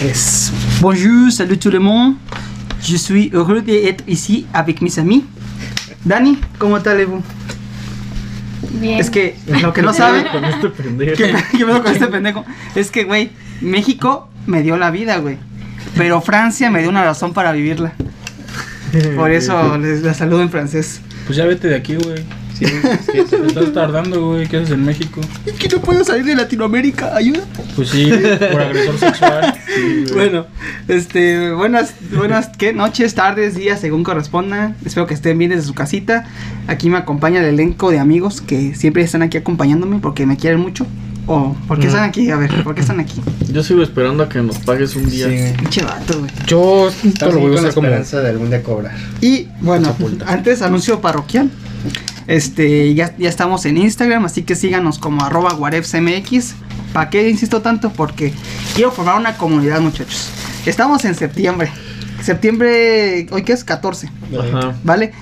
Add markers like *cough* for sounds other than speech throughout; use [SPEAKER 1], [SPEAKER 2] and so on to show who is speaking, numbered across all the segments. [SPEAKER 1] Yes. Bonjour, salut tout le monde. Je suis heureux d'être ici avec mis amis. Dani, ¿cómo allez-vous?
[SPEAKER 2] Bien.
[SPEAKER 1] Es que lo *laughs* que no saben,
[SPEAKER 3] Con este pendejo.
[SPEAKER 1] *laughs* que que veo con este pendejo, es que, güey, México me dio la vida, güey. Pero Francia me dio una razón para vivirla. Por eso les la saludo en francés.
[SPEAKER 3] Pues ya vete de aquí, güey.
[SPEAKER 4] Sí, sí,
[SPEAKER 3] Te estás tardando, güey. ¿Qué haces en México?
[SPEAKER 1] Es que no puedo salir de Latinoamérica, ayuda.
[SPEAKER 3] Pues sí, por agresor sexual. Sí, güey.
[SPEAKER 1] Bueno, este, buenas, buenas, ¿qué? Noches, tardes, días, según corresponda. Espero que estén bien desde su casita. Aquí me acompaña el elenco de amigos que siempre están aquí acompañándome porque me quieren mucho. O, ¿por qué están aquí? A ver, ¿por qué están aquí?
[SPEAKER 4] Yo sigo esperando a que nos pagues un día.
[SPEAKER 1] Pinche vato, güey.
[SPEAKER 5] Yo esto
[SPEAKER 6] Estás
[SPEAKER 5] lo
[SPEAKER 6] ahí
[SPEAKER 5] voy a
[SPEAKER 6] con la
[SPEAKER 5] usar como.
[SPEAKER 6] esperanza de algún día cobrar.
[SPEAKER 1] Y bueno, antes anuncio parroquial. Este, ya, ya estamos en Instagram, así que síganos como arroba guarefcmx. ¿Para qué insisto tanto? Porque quiero formar una comunidad, muchachos. Estamos en septiembre. Septiembre, hoy que es 14,
[SPEAKER 4] Ajá.
[SPEAKER 1] ¿vale?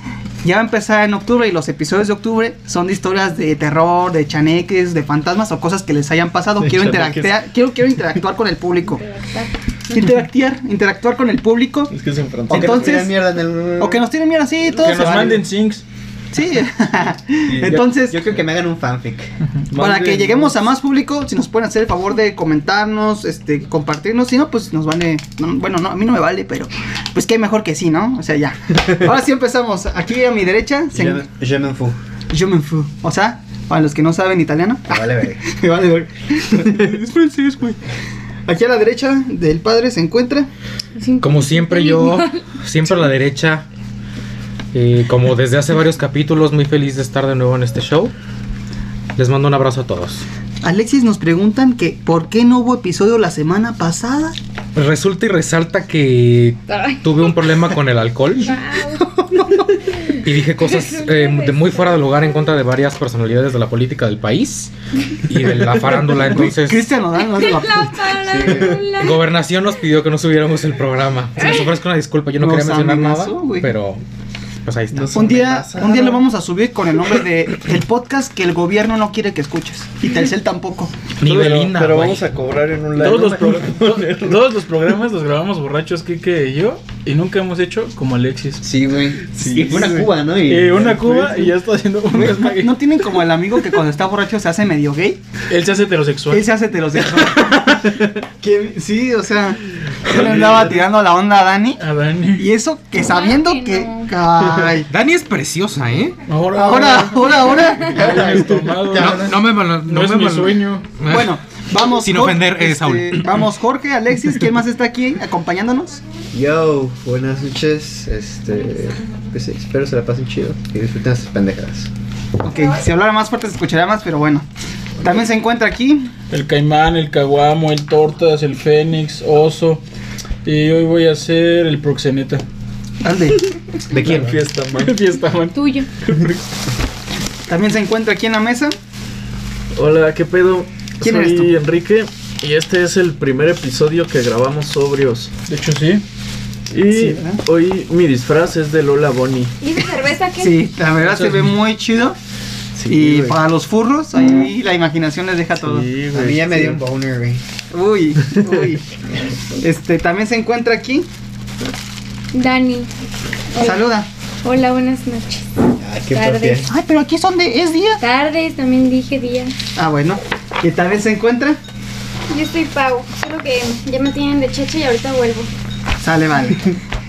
[SPEAKER 1] Ya va a empezar en octubre y los episodios de octubre son de historias de terror, de chaneques, de fantasmas o cosas que les hayan pasado.
[SPEAKER 4] De
[SPEAKER 1] Quiero
[SPEAKER 4] chaneques.
[SPEAKER 1] interactuar, quiero, quiero interactuar con el público. Interactuar, interactuar con el público.
[SPEAKER 4] Es que es en
[SPEAKER 1] O
[SPEAKER 4] francés.
[SPEAKER 1] que nos tiren
[SPEAKER 6] mierda en el...
[SPEAKER 1] O que nos tienen miedo así, todos
[SPEAKER 3] Que nos
[SPEAKER 1] se-
[SPEAKER 3] manden sinks.
[SPEAKER 1] Sí. Entonces,
[SPEAKER 6] Yo creo que me hagan un fanfic.
[SPEAKER 1] para que
[SPEAKER 4] manden-
[SPEAKER 1] lleguemos a más público, si nos pueden hacer el favor de comentarnos, este, compartirnos, si no, pues nos vale. no, bueno, no, a mí no me vale, pero pues que mejor que sí, ¿no? O sea,
[SPEAKER 6] *laughs*
[SPEAKER 1] ya. Ahora sí empezamos. Aquí a mi derecha, se-
[SPEAKER 6] Je, je m'en fous.
[SPEAKER 1] yo me fui. O sea, para los que no saben italiano,
[SPEAKER 6] Me vale ver.
[SPEAKER 1] *laughs* me vale ver. *laughs* es francés, güey. Aquí a la derecha del padre se encuentra.
[SPEAKER 5] Como siempre, yo, siempre a la derecha. Y como desde hace varios capítulos, muy feliz de estar de nuevo en este show. Les mando un abrazo a todos.
[SPEAKER 1] Alexis nos preguntan que por qué no hubo episodio la semana pasada.
[SPEAKER 5] Resulta y resalta que *laughs*
[SPEAKER 2] Ay,
[SPEAKER 5] tuve un problema con el alcohol y dije cosas eh, de muy fuera de lugar en contra de varias personalidades de la política del país y de la farándula. Entonces,
[SPEAKER 1] Cristian Nodal *laughs* no es de la-
[SPEAKER 2] la palabra.
[SPEAKER 5] Gobernación nos pidió que no subiéramos el programa. Se nos ofrezco una disculpa, yo no
[SPEAKER 1] Nos
[SPEAKER 5] quería mencionar
[SPEAKER 1] amenazó,
[SPEAKER 5] nada,
[SPEAKER 1] güey.
[SPEAKER 5] pero pues ahí está.
[SPEAKER 4] Nos-
[SPEAKER 1] Un día,
[SPEAKER 4] Amenazada.
[SPEAKER 1] un día lo vamos a subir con el nombre de el podcast que el gobierno no quiere que escuches. Y Telcel tampoco.
[SPEAKER 5] Ni
[SPEAKER 4] Pero-
[SPEAKER 5] Belinda,
[SPEAKER 4] Pero
[SPEAKER 5] güey.
[SPEAKER 4] vamos a cobrar en un live.
[SPEAKER 3] Todos los, pro- to- todos los programas los grabamos borrachos, Kike y yo. Y nunca hemos hecho como Alexis.
[SPEAKER 6] Sí, güey.
[SPEAKER 4] Sí,
[SPEAKER 6] y fue una
[SPEAKER 4] güey.
[SPEAKER 6] Cuba, ¿no? Y
[SPEAKER 3] Eh, una cuba y ya está haciendo un desmague.
[SPEAKER 1] ¿No tienen como el amigo que cuando está borracho se hace medio gay?
[SPEAKER 3] Él se hace heterosexual.
[SPEAKER 1] Él se hace heterosexual. Que- sí, o sea, yo le andaba tirando la onda a Dani.
[SPEAKER 3] A Dani.
[SPEAKER 1] Y eso que sabiendo
[SPEAKER 2] Ay,
[SPEAKER 1] que.
[SPEAKER 2] no.
[SPEAKER 1] Ay.
[SPEAKER 5] Dani es preciosa, ¿eh?
[SPEAKER 3] Ahora,
[SPEAKER 1] Ahora, ahora, ahora.
[SPEAKER 3] ahora es tomado.
[SPEAKER 5] No, no me mal-
[SPEAKER 3] No es
[SPEAKER 5] me
[SPEAKER 3] mi
[SPEAKER 5] mal-
[SPEAKER 3] sueño.
[SPEAKER 5] Eh.
[SPEAKER 1] Bueno, vamos.
[SPEAKER 5] Sin
[SPEAKER 1] Jorge,
[SPEAKER 5] ofender, eh,
[SPEAKER 1] este,
[SPEAKER 5] Saúl.
[SPEAKER 1] Vamos, Jorge, Alexis, ¿quién más está aquí acompañándonos?
[SPEAKER 6] Yo, buenas noches. Este. Pues sí, espero se la pasen chido y disfruten sus pendejadas.
[SPEAKER 1] Ok, si hablara más fuerte se escucharía más, pero bueno. También se encuentra aquí
[SPEAKER 3] El caimán, el caguamo, el tortas, el fénix, oso. Y hoy voy a hacer el proxeneta.
[SPEAKER 1] Alde.
[SPEAKER 6] ¿De quién?
[SPEAKER 4] Fiesta,
[SPEAKER 3] *laughs*
[SPEAKER 4] man.
[SPEAKER 3] Fiesta, man.
[SPEAKER 2] Tuyo.
[SPEAKER 1] También se encuentra aquí en la mesa.
[SPEAKER 4] Hola, ¿qué pedo?
[SPEAKER 1] ¿Quién
[SPEAKER 4] Soy
[SPEAKER 1] eres tú?
[SPEAKER 4] Enrique y este es el primer episodio que grabamos sobrios.
[SPEAKER 3] De hecho, sí.
[SPEAKER 4] Y
[SPEAKER 1] Sí, ¿verdad?
[SPEAKER 4] hoy mi disfraz es de Lola Bonnie.
[SPEAKER 2] ¿Y esa cerveza qué?
[SPEAKER 1] Sí, la verdad se ve muy chido. y
[SPEAKER 4] Sí, güey.
[SPEAKER 1] para los furros, ahí la imaginación les deja todo.
[SPEAKER 4] Sí,
[SPEAKER 6] A
[SPEAKER 4] güey.
[SPEAKER 6] mí ya me dio un boner, güey.
[SPEAKER 1] Uy, uy. Este, también se encuentra aquí.
[SPEAKER 2] Dani. Hola.
[SPEAKER 1] Saluda.
[SPEAKER 2] Hola, buenas noches.
[SPEAKER 6] Ah, qué
[SPEAKER 2] Tarde.
[SPEAKER 6] propia.
[SPEAKER 1] Ay, pero aquí es donde es día.
[SPEAKER 2] Tardes, también dije día.
[SPEAKER 1] Ah, bueno. Y también se encuentra.
[SPEAKER 2] Yo estoy Pau, solo que ya me tienen de chacha y ahorita vuelvo.
[SPEAKER 1] Sale, vale.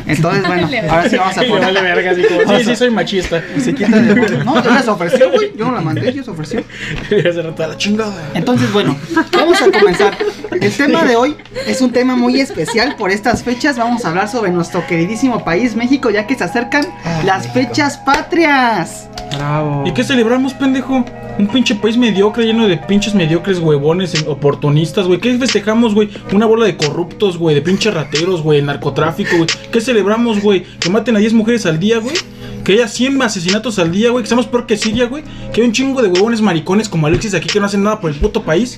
[SPEAKER 1] Entonces, bueno, ahora sí
[SPEAKER 4] *laughs*
[SPEAKER 1] vamos a
[SPEAKER 3] Y le vale
[SPEAKER 1] poner.
[SPEAKER 3] verga, así
[SPEAKER 1] *laughs*
[SPEAKER 3] como, sí, sí, soy machista.
[SPEAKER 1] Se quita de fondo. No, yo les ofreció, güey. Yo no la mandé, yo les ofreció.
[SPEAKER 3] Y *laughs* hace rato, "A la chingada.
[SPEAKER 1] Entonces, bueno, vamos a comenzar. El tema de hoy es un tema muy especial por estas fechas. Vamos a hablar sobre nuestro queridísimo país, México, ya que se acercan las fechas patrias.
[SPEAKER 5] Bravo.
[SPEAKER 3] ¿Y qué celebramos, pendejo? Un pinche país mediocre, lleno de pinches mediocres, huevones, eh, oportunistas, güey. ¿Qué festejamos, güey? Una bola de corruptos, güey, de pinches rateros, güey, narcotráfico, güey. ¿Qué celebramos, güey? Que maten a 10 mujeres al día, güey. Que haya 100 asesinatos al día, güey. Que estamos peor que Siria, güey. Que hay un chingo de huevones maricones como
[SPEAKER 6] pues,
[SPEAKER 3] Alexis aquí que no hacen nada por el puto país.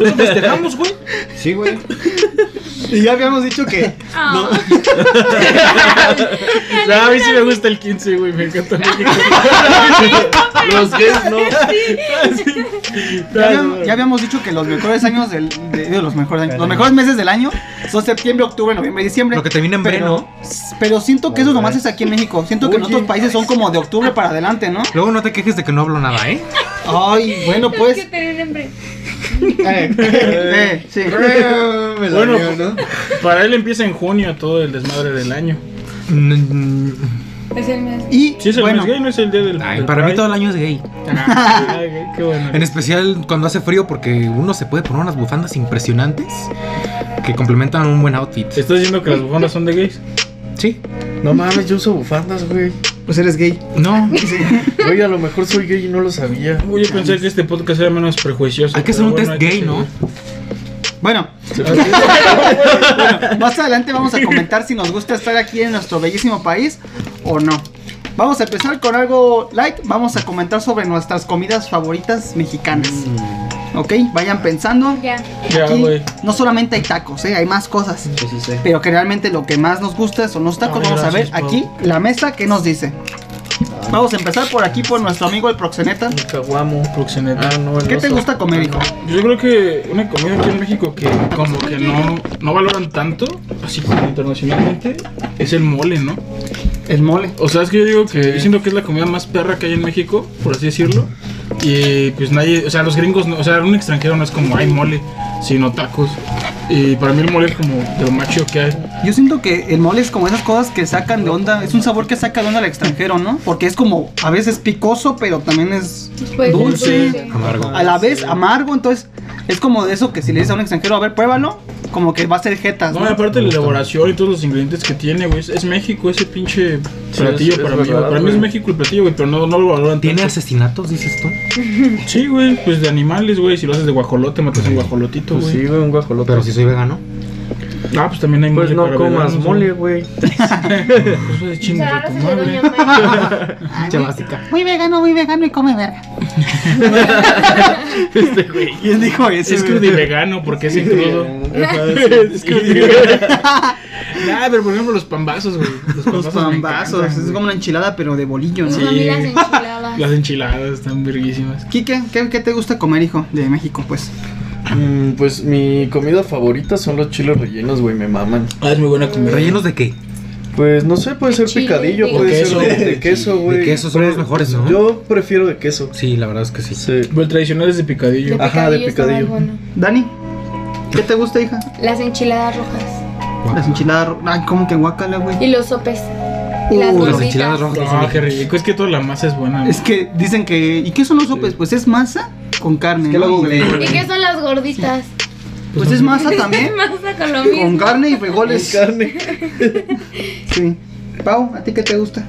[SPEAKER 3] Eso festejamos, güey.
[SPEAKER 6] Sí, güey.
[SPEAKER 1] Y ya habíamos dicho que.
[SPEAKER 2] Ah,
[SPEAKER 3] *laughs* No, a mí sí me gusta el 15, güey. Me encanta.
[SPEAKER 4] Los gays no.
[SPEAKER 1] Ya habíamos, ya habíamos dicho que los mejores años del. de- de los mejores años. Los mejores meses del año son septiembre, octubre, noviembre y diciembre.
[SPEAKER 5] Lo que termina en
[SPEAKER 1] pero,
[SPEAKER 5] breno.
[SPEAKER 1] pero siento que eso nomás es aquí en México. Siento que en otros países son como de octubre para adelante, ¿no?
[SPEAKER 5] Luego no te quejes de que no hablo nada, *laughs* ¿eh?
[SPEAKER 1] Ay, bueno,
[SPEAKER 2] pues. que
[SPEAKER 1] pues.
[SPEAKER 2] tener hambre.
[SPEAKER 1] *laughs* Eh, sí.
[SPEAKER 6] Me la
[SPEAKER 3] Bueno,
[SPEAKER 6] dio, ¿no?
[SPEAKER 3] Para él empieza en junio todo el desmadre del año.
[SPEAKER 5] Mm, mm,
[SPEAKER 2] Es el mes.
[SPEAKER 1] Y
[SPEAKER 3] Si es el
[SPEAKER 1] bueno,
[SPEAKER 3] mes gay, no es el día del.
[SPEAKER 5] Ay,
[SPEAKER 3] del
[SPEAKER 5] para mí
[SPEAKER 3] Pride.
[SPEAKER 5] todo el año es gay.
[SPEAKER 3] Ay, güey, qué bueno.
[SPEAKER 5] En especial cuando hace frío porque uno se puede poner unas bufandas impresionantes que complementan un buen outfit.
[SPEAKER 3] ¿Estás diciendo que las bufandas son de gays?
[SPEAKER 5] Sí.
[SPEAKER 4] No mames, yo uso bufandas, güey.
[SPEAKER 1] pues eres gay.
[SPEAKER 5] No.
[SPEAKER 4] Güey, a lo mejor soy gay y no lo sabía.
[SPEAKER 3] Uy, yo pensé que este podcast era menos prejuicioso.
[SPEAKER 5] Ah, Hay que
[SPEAKER 3] pero
[SPEAKER 5] hacer un
[SPEAKER 3] bueno,
[SPEAKER 5] test
[SPEAKER 3] hay que
[SPEAKER 5] gay, ¿no?
[SPEAKER 1] *laughs*
[SPEAKER 3] seguir.
[SPEAKER 1] Bueno, más adelante vamos a comentar si nos gusta estar aquí en nuestro bellísimo país o no. Vamos a empezar con algo light. Vamos a comentar sobre nuestras comidas favoritas mexicanas. Ok, vayan pensando.
[SPEAKER 2] Ya.
[SPEAKER 3] Ya,
[SPEAKER 1] Aquí
[SPEAKER 3] güey.
[SPEAKER 1] no solamente hay tacos, ¿eh? hay más cosas.
[SPEAKER 6] Sí, sí, sí.
[SPEAKER 1] Pero generalmente lo que más nos gusta son los tacos.
[SPEAKER 3] Ay,
[SPEAKER 1] Vamos a ver
[SPEAKER 3] gracias, Pau.
[SPEAKER 1] aquí la mesa que nos dice. Vamos a empezar por aquí por nuestro amigo el proxeneta.
[SPEAKER 4] Un caguamo.
[SPEAKER 3] Proxeneta.
[SPEAKER 4] Ah, no, el
[SPEAKER 1] ¿Qué te
[SPEAKER 4] oso.
[SPEAKER 1] gusta comer, hijo?
[SPEAKER 3] Yo creo que una comida aquí en México que como que no, no valoran tanto, así como internacionalmente, es el mole, ¿no?
[SPEAKER 1] El mole.
[SPEAKER 3] O sea, es que yo digo que yo siento que es la comida más perra que hay en México, por así decirlo. Y pues nadie, o sea, los gringos, no- o sea, un extranjero no es como hay mole, sino tacos. Y para mí el mole es como de lo más chido que hay.
[SPEAKER 1] Yo siento que el mole es como esas cosas que sacan de onda. Es un sabor que saca de onda al extranjero, ¿no? Porque es como a veces picoso, pero también es
[SPEAKER 2] Pues,
[SPEAKER 1] Dulce.
[SPEAKER 5] Amargo.
[SPEAKER 1] a la vez amargo. Entonces es como de eso que si le dices a un extranjero, a ver, pruébalo, como que va a ser jetas.
[SPEAKER 3] No,
[SPEAKER 1] ¿no?
[SPEAKER 3] y aparte la elaboración y todos los ingredientes que tiene, güey. Es, es México ese pinche
[SPEAKER 4] Sí,
[SPEAKER 3] platillo
[SPEAKER 4] es- es
[SPEAKER 3] para mí. güey.
[SPEAKER 4] verdad,
[SPEAKER 3] para mí es
[SPEAKER 4] güey.
[SPEAKER 3] México el platillo, güey, pero no, no lo valoran
[SPEAKER 5] ¿Tiene
[SPEAKER 3] tanto.
[SPEAKER 5] asesinatos, dices tú?
[SPEAKER 3] Sí, güey, pues de animales, güey. Si lo haces de guajolote, matas un guajolotito,
[SPEAKER 4] Pues
[SPEAKER 3] güey.
[SPEAKER 4] sí, güey, un guajolote.
[SPEAKER 5] Pero si soy vegano.
[SPEAKER 3] Ah, pues también hay
[SPEAKER 4] Pues
[SPEAKER 3] mole
[SPEAKER 4] no
[SPEAKER 3] para
[SPEAKER 4] comas
[SPEAKER 3] veganos,
[SPEAKER 4] mole,
[SPEAKER 3] güey.
[SPEAKER 4] güey.
[SPEAKER 3] Pues eso es
[SPEAKER 2] O
[SPEAKER 3] chingo
[SPEAKER 2] sea,
[SPEAKER 3] de
[SPEAKER 2] ahora
[SPEAKER 3] tu
[SPEAKER 2] se le
[SPEAKER 3] madre.
[SPEAKER 2] doña Mayra.
[SPEAKER 5] Che básica.
[SPEAKER 1] Muy vegano, muy vegano y come verga. ¿Quién dijo eso?
[SPEAKER 3] Es
[SPEAKER 1] güey?
[SPEAKER 3] crudo y vegano, porque es incrudo.
[SPEAKER 6] *laughs*
[SPEAKER 3] es crudo y vegano. *laughs* Nah, pero por ejemplo los pambazos, güey. Los
[SPEAKER 1] Los
[SPEAKER 3] me
[SPEAKER 1] pambazos.
[SPEAKER 3] encantan,
[SPEAKER 1] Es como una enchilada, pero de bolillo, ¿no?
[SPEAKER 2] Sí. A mí las enchiladas.
[SPEAKER 3] Las enchiladas están verguísimas.
[SPEAKER 1] Quique, ¿qué, qué te gusta comer, hijo? De México, pues.
[SPEAKER 4] Mm, pues mi comida favorita son los chiles rellenos, güey, me maman.
[SPEAKER 3] Ah, es muy buena comida.
[SPEAKER 5] ¿Rellenos de qué?
[SPEAKER 4] Pues no sé, puede ser
[SPEAKER 2] Chile,
[SPEAKER 4] picadillo,
[SPEAKER 2] de
[SPEAKER 4] puede
[SPEAKER 3] queso.
[SPEAKER 4] ser de, de queso, güey.
[SPEAKER 5] De queso son los mejores, ¿no?
[SPEAKER 4] Yo prefiero de queso.
[SPEAKER 5] Sí, la verdad es que sí.
[SPEAKER 4] Sí.
[SPEAKER 3] Pero el tradicional es Pues de picadillo.
[SPEAKER 4] Ah. Ajá, de picadillo.
[SPEAKER 1] Dani, ¿qué te gusta, hija?
[SPEAKER 2] Las enchiladas rojas.
[SPEAKER 1] Las enchiladas. ro- Ay, ¿cómo que guacala, güey?
[SPEAKER 2] Y los sopes. Y las
[SPEAKER 1] Uh, las
[SPEAKER 5] Las
[SPEAKER 2] gorditas.
[SPEAKER 5] enchiladas rojas no son
[SPEAKER 3] Ah,
[SPEAKER 5] de-
[SPEAKER 3] qué rico. Es que toda la masa es buena. güey.
[SPEAKER 1] Es que dicen que. ¿Y qué son los sopes? Pues es masa con carne.
[SPEAKER 6] que
[SPEAKER 1] ¿no?
[SPEAKER 6] lo googleé.
[SPEAKER 2] ¿Y qué son las gorditas?
[SPEAKER 1] Pues es masa
[SPEAKER 2] *laughs*
[SPEAKER 1] también.
[SPEAKER 2] Masa con lo
[SPEAKER 1] con
[SPEAKER 2] mismo.
[SPEAKER 1] carne y
[SPEAKER 4] Es
[SPEAKER 2] Pues,
[SPEAKER 1] frijoles.
[SPEAKER 4] carne.
[SPEAKER 1] Sí. Pau, ¿a ti qué te gusta?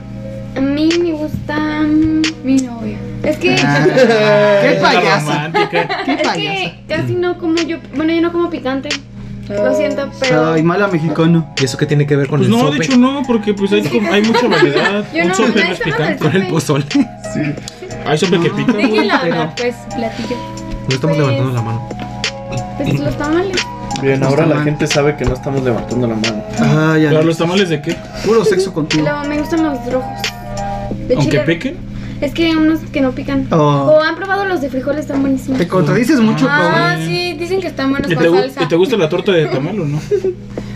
[SPEAKER 2] A mí me gusta mm, mi novia. Es que.
[SPEAKER 1] Ah,
[SPEAKER 3] Ay,
[SPEAKER 1] *laughs* qué
[SPEAKER 3] es una
[SPEAKER 1] payasa.
[SPEAKER 3] romántica.
[SPEAKER 1] Qué
[SPEAKER 2] es
[SPEAKER 1] payasa.
[SPEAKER 2] que casi no como yo. Bueno, yo no como picante. Lo siento, pero.
[SPEAKER 1] Ay, mala mexicano.
[SPEAKER 5] ¿Y eso qué tiene que ver con
[SPEAKER 3] Pues
[SPEAKER 5] el
[SPEAKER 3] no, de
[SPEAKER 5] sope?
[SPEAKER 3] hecho no, porque pues hay, com- hay mucha variedad.
[SPEAKER 2] *laughs* Yo
[SPEAKER 3] Un
[SPEAKER 2] no-
[SPEAKER 3] sope
[SPEAKER 2] no
[SPEAKER 3] no es
[SPEAKER 2] estaba
[SPEAKER 3] picante.
[SPEAKER 2] del-
[SPEAKER 5] *laughs* Con el pozole.
[SPEAKER 3] Hay sope que pica. güey.
[SPEAKER 2] Déjenla
[SPEAKER 1] pero-
[SPEAKER 2] hablar, pues, platillo.
[SPEAKER 5] No
[SPEAKER 2] Pues-
[SPEAKER 5] estamos levantando la mano.
[SPEAKER 2] Pues
[SPEAKER 1] Mm.
[SPEAKER 2] los tamales.
[SPEAKER 4] Bien,
[SPEAKER 1] No
[SPEAKER 4] ahora
[SPEAKER 1] está
[SPEAKER 4] la
[SPEAKER 1] mal.
[SPEAKER 4] gente sabe que no estamos levantando la mano.
[SPEAKER 1] Ah, ya.
[SPEAKER 3] Pero los tamales de qué?
[SPEAKER 1] Puro sexo contigo.
[SPEAKER 2] Lo- me gustan los rojos. De
[SPEAKER 3] Aunque
[SPEAKER 2] chile-
[SPEAKER 3] piquen.
[SPEAKER 2] Es que hay unos que no pican.
[SPEAKER 1] Oh.
[SPEAKER 2] O han probado los de frijoles, están buenísimos.
[SPEAKER 1] Te contradices mucho, Pau. ¿eh?
[SPEAKER 2] Ah, sí, dicen que están buenos
[SPEAKER 3] ¿Y
[SPEAKER 2] con
[SPEAKER 3] te, gu-
[SPEAKER 2] salsa.
[SPEAKER 3] y te gusta la torta de tamal o no?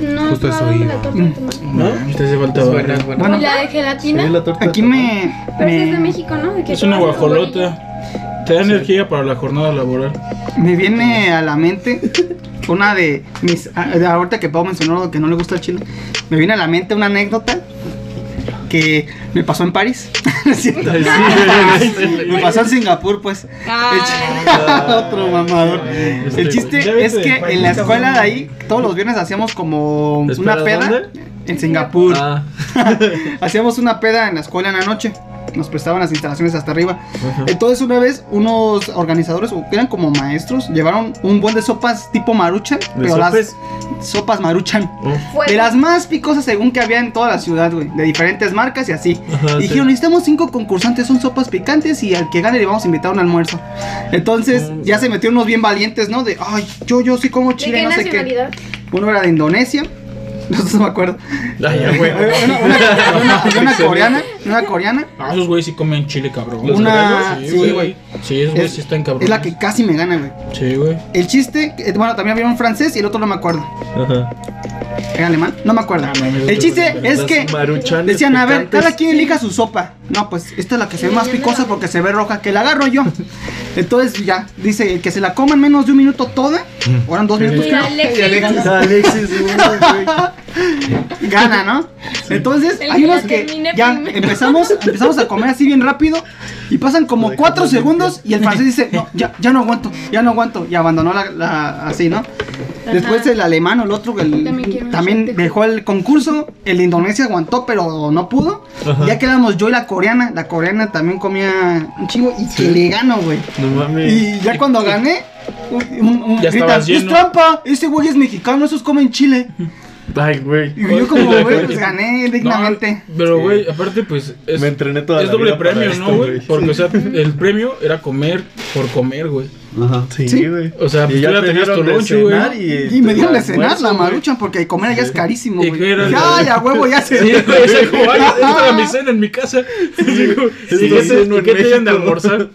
[SPEAKER 2] No,
[SPEAKER 5] Justo eso
[SPEAKER 2] no,
[SPEAKER 5] iba.
[SPEAKER 2] la torta de tomate.
[SPEAKER 3] No, te hace falta
[SPEAKER 4] Es
[SPEAKER 3] barra.
[SPEAKER 4] buena, es buena.
[SPEAKER 1] Mm. Bueno. Mm.
[SPEAKER 2] Y la de gelatina.
[SPEAKER 4] Sí, la torta
[SPEAKER 1] Aquí
[SPEAKER 4] de
[SPEAKER 1] me.
[SPEAKER 2] Pero esa es de
[SPEAKER 1] me-
[SPEAKER 2] México, ¿no? De que
[SPEAKER 3] Es una
[SPEAKER 2] tomas tu
[SPEAKER 3] guajolota. Te da energía para la jornada laboral.
[SPEAKER 1] Me viene a la mente una de mis. ah, de Ahorita que Pau mencionó lo que no le gusta el chile, me viene a la mente una anécdota que me pasó en París. *laughs* No es cierto. me pasó en Singapur, pues. El chi- *laughs* Otro mamador. El chiste
[SPEAKER 3] Ya vete
[SPEAKER 1] es
[SPEAKER 3] de
[SPEAKER 1] que
[SPEAKER 3] París,
[SPEAKER 1] en la
[SPEAKER 3] cabrón.
[SPEAKER 1] escuela de ahí, todos los viernes hacíamos como una
[SPEAKER 4] ¿Espera,
[SPEAKER 1] peda
[SPEAKER 4] dónde?
[SPEAKER 1] en Singapur.
[SPEAKER 4] Ah,
[SPEAKER 1] Hacíamos una peda en la escuela en la noche. Nos prestaban las instalaciones hasta arriba. Entonces, una vez, unos organizadores, o que eran como maestros, llevaron un buen de sopas tipo maruchan.
[SPEAKER 4] ¿De
[SPEAKER 1] pero
[SPEAKER 4] sopes?
[SPEAKER 1] las sopas maruchan.
[SPEAKER 2] Fuego.
[SPEAKER 1] De las más picosas según que había en toda la ciudad, güey. De diferentes marcas y así.
[SPEAKER 4] Ajá,
[SPEAKER 1] Y
[SPEAKER 4] sí.
[SPEAKER 1] dijeron, necesitamos cinco concursantes, son sopas picantes y al que gane le vamos a invitar a un almuerzo.
[SPEAKER 4] Mm.
[SPEAKER 1] Entonces, ya se metieron unos bien valientes, ¿no? De, ay, yo, yo sí como
[SPEAKER 2] ¿De
[SPEAKER 1] chile,
[SPEAKER 2] qué
[SPEAKER 1] no sé qué.
[SPEAKER 2] nacionalidad?
[SPEAKER 1] Uno era de Indonesia. *laughs* No sé si me acuerdo.
[SPEAKER 3] Ay, ya, güey.
[SPEAKER 1] Una, una- una- una coreana. Una coreana.
[SPEAKER 3] Ah, esos güeyes sí comen chile, cabrón.
[SPEAKER 1] Los Una- coreanos, sí,
[SPEAKER 3] Sí,
[SPEAKER 1] güey.
[SPEAKER 3] güey. Sí, esos güeyes
[SPEAKER 1] Es,
[SPEAKER 3] sí están cabrones.
[SPEAKER 1] es la que casi me gana, güey.
[SPEAKER 3] Sí, güey.
[SPEAKER 1] El chiste, eh, bueno, también había un francés y el otro no me acuerdo.
[SPEAKER 4] Ajá.
[SPEAKER 1] ¿Era alemán? No me acuerdo.
[SPEAKER 3] Ah, mames,
[SPEAKER 1] el
[SPEAKER 3] otro
[SPEAKER 1] chiste
[SPEAKER 3] güey.
[SPEAKER 1] es
[SPEAKER 4] Las
[SPEAKER 1] que
[SPEAKER 4] maruchanes
[SPEAKER 1] decían, a ver,
[SPEAKER 4] picantes.
[SPEAKER 1] cada quien elija su sopa. No, pues esta es la que se ve más picosa porque se ve roja, que la agarro yo. Entonces ya, dice, el que se la coma en menos de un minuto toda, o eran dos minutos,
[SPEAKER 2] Y
[SPEAKER 1] creo,
[SPEAKER 2] Alexis.
[SPEAKER 1] y Alexis
[SPEAKER 4] Alexis, güey.
[SPEAKER 1] *laughs* gana, ¿no? Entonces,
[SPEAKER 2] El
[SPEAKER 1] hay
[SPEAKER 2] que la
[SPEAKER 1] unos que
[SPEAKER 2] termine
[SPEAKER 1] ya
[SPEAKER 2] primero.
[SPEAKER 1] empezamos, empezamos a comer así bien rápido y pasan como
[SPEAKER 4] Lo dejamos
[SPEAKER 1] cuatro segundos y el francés dice, no, ya, ya no aguanto, ya no aguanto, y abandonó la, la- así, ¿no? Después el alemán o el otro, el-
[SPEAKER 2] También quiero un
[SPEAKER 1] también
[SPEAKER 2] shot de-
[SPEAKER 1] dejó el concurso, el de Indonesia aguantó pero no pudo, ya quedamos yo y la coreana, la coreana también comía un chingo y que le gano, güey.
[SPEAKER 4] No mames.
[SPEAKER 1] Y ya cuando gané, un, un- un-
[SPEAKER 3] Ya
[SPEAKER 1] gritan, es
[SPEAKER 3] estabas lleno".
[SPEAKER 1] trampa, ese güey es mexicano, esos comen chile.
[SPEAKER 4] Ay, güey.
[SPEAKER 1] Y yo como, güey, pues gané dignamente.
[SPEAKER 3] No, pero, güey, aparte, pues. Es,
[SPEAKER 4] Me entrené toda
[SPEAKER 3] Es
[SPEAKER 4] la
[SPEAKER 3] doble
[SPEAKER 4] vida para
[SPEAKER 3] premio,
[SPEAKER 4] esto,
[SPEAKER 3] ¿no, güey?
[SPEAKER 4] güey?
[SPEAKER 3] Porque, o sea, el premio era comer por comer,
[SPEAKER 4] *laughs*
[SPEAKER 3] güey.
[SPEAKER 6] Ajá.
[SPEAKER 1] Sí.
[SPEAKER 4] Sí, güey.
[SPEAKER 3] O sea, pues,
[SPEAKER 4] Y
[SPEAKER 3] tú
[SPEAKER 4] ya
[SPEAKER 3] la
[SPEAKER 4] te
[SPEAKER 3] tenías
[SPEAKER 4] dieron
[SPEAKER 3] tu
[SPEAKER 4] de
[SPEAKER 3] lunch, güey.
[SPEAKER 4] cenar
[SPEAKER 1] Y me dieron de
[SPEAKER 4] el
[SPEAKER 1] cenar la
[SPEAKER 4] almuerzo, güey.
[SPEAKER 1] maruchan porque comer allá es carísimo,
[SPEAKER 3] Y que
[SPEAKER 1] güey.
[SPEAKER 3] era de-
[SPEAKER 1] Ya, ya, huevo, ya se
[SPEAKER 3] Sí, güey, *laughs* o sea, como, ay, esta era
[SPEAKER 1] *laughs*
[SPEAKER 3] mi cena en mi casa. ¿Y qué te,
[SPEAKER 4] lleno en
[SPEAKER 3] y qué te dieron de
[SPEAKER 4] México.
[SPEAKER 3] almorzar?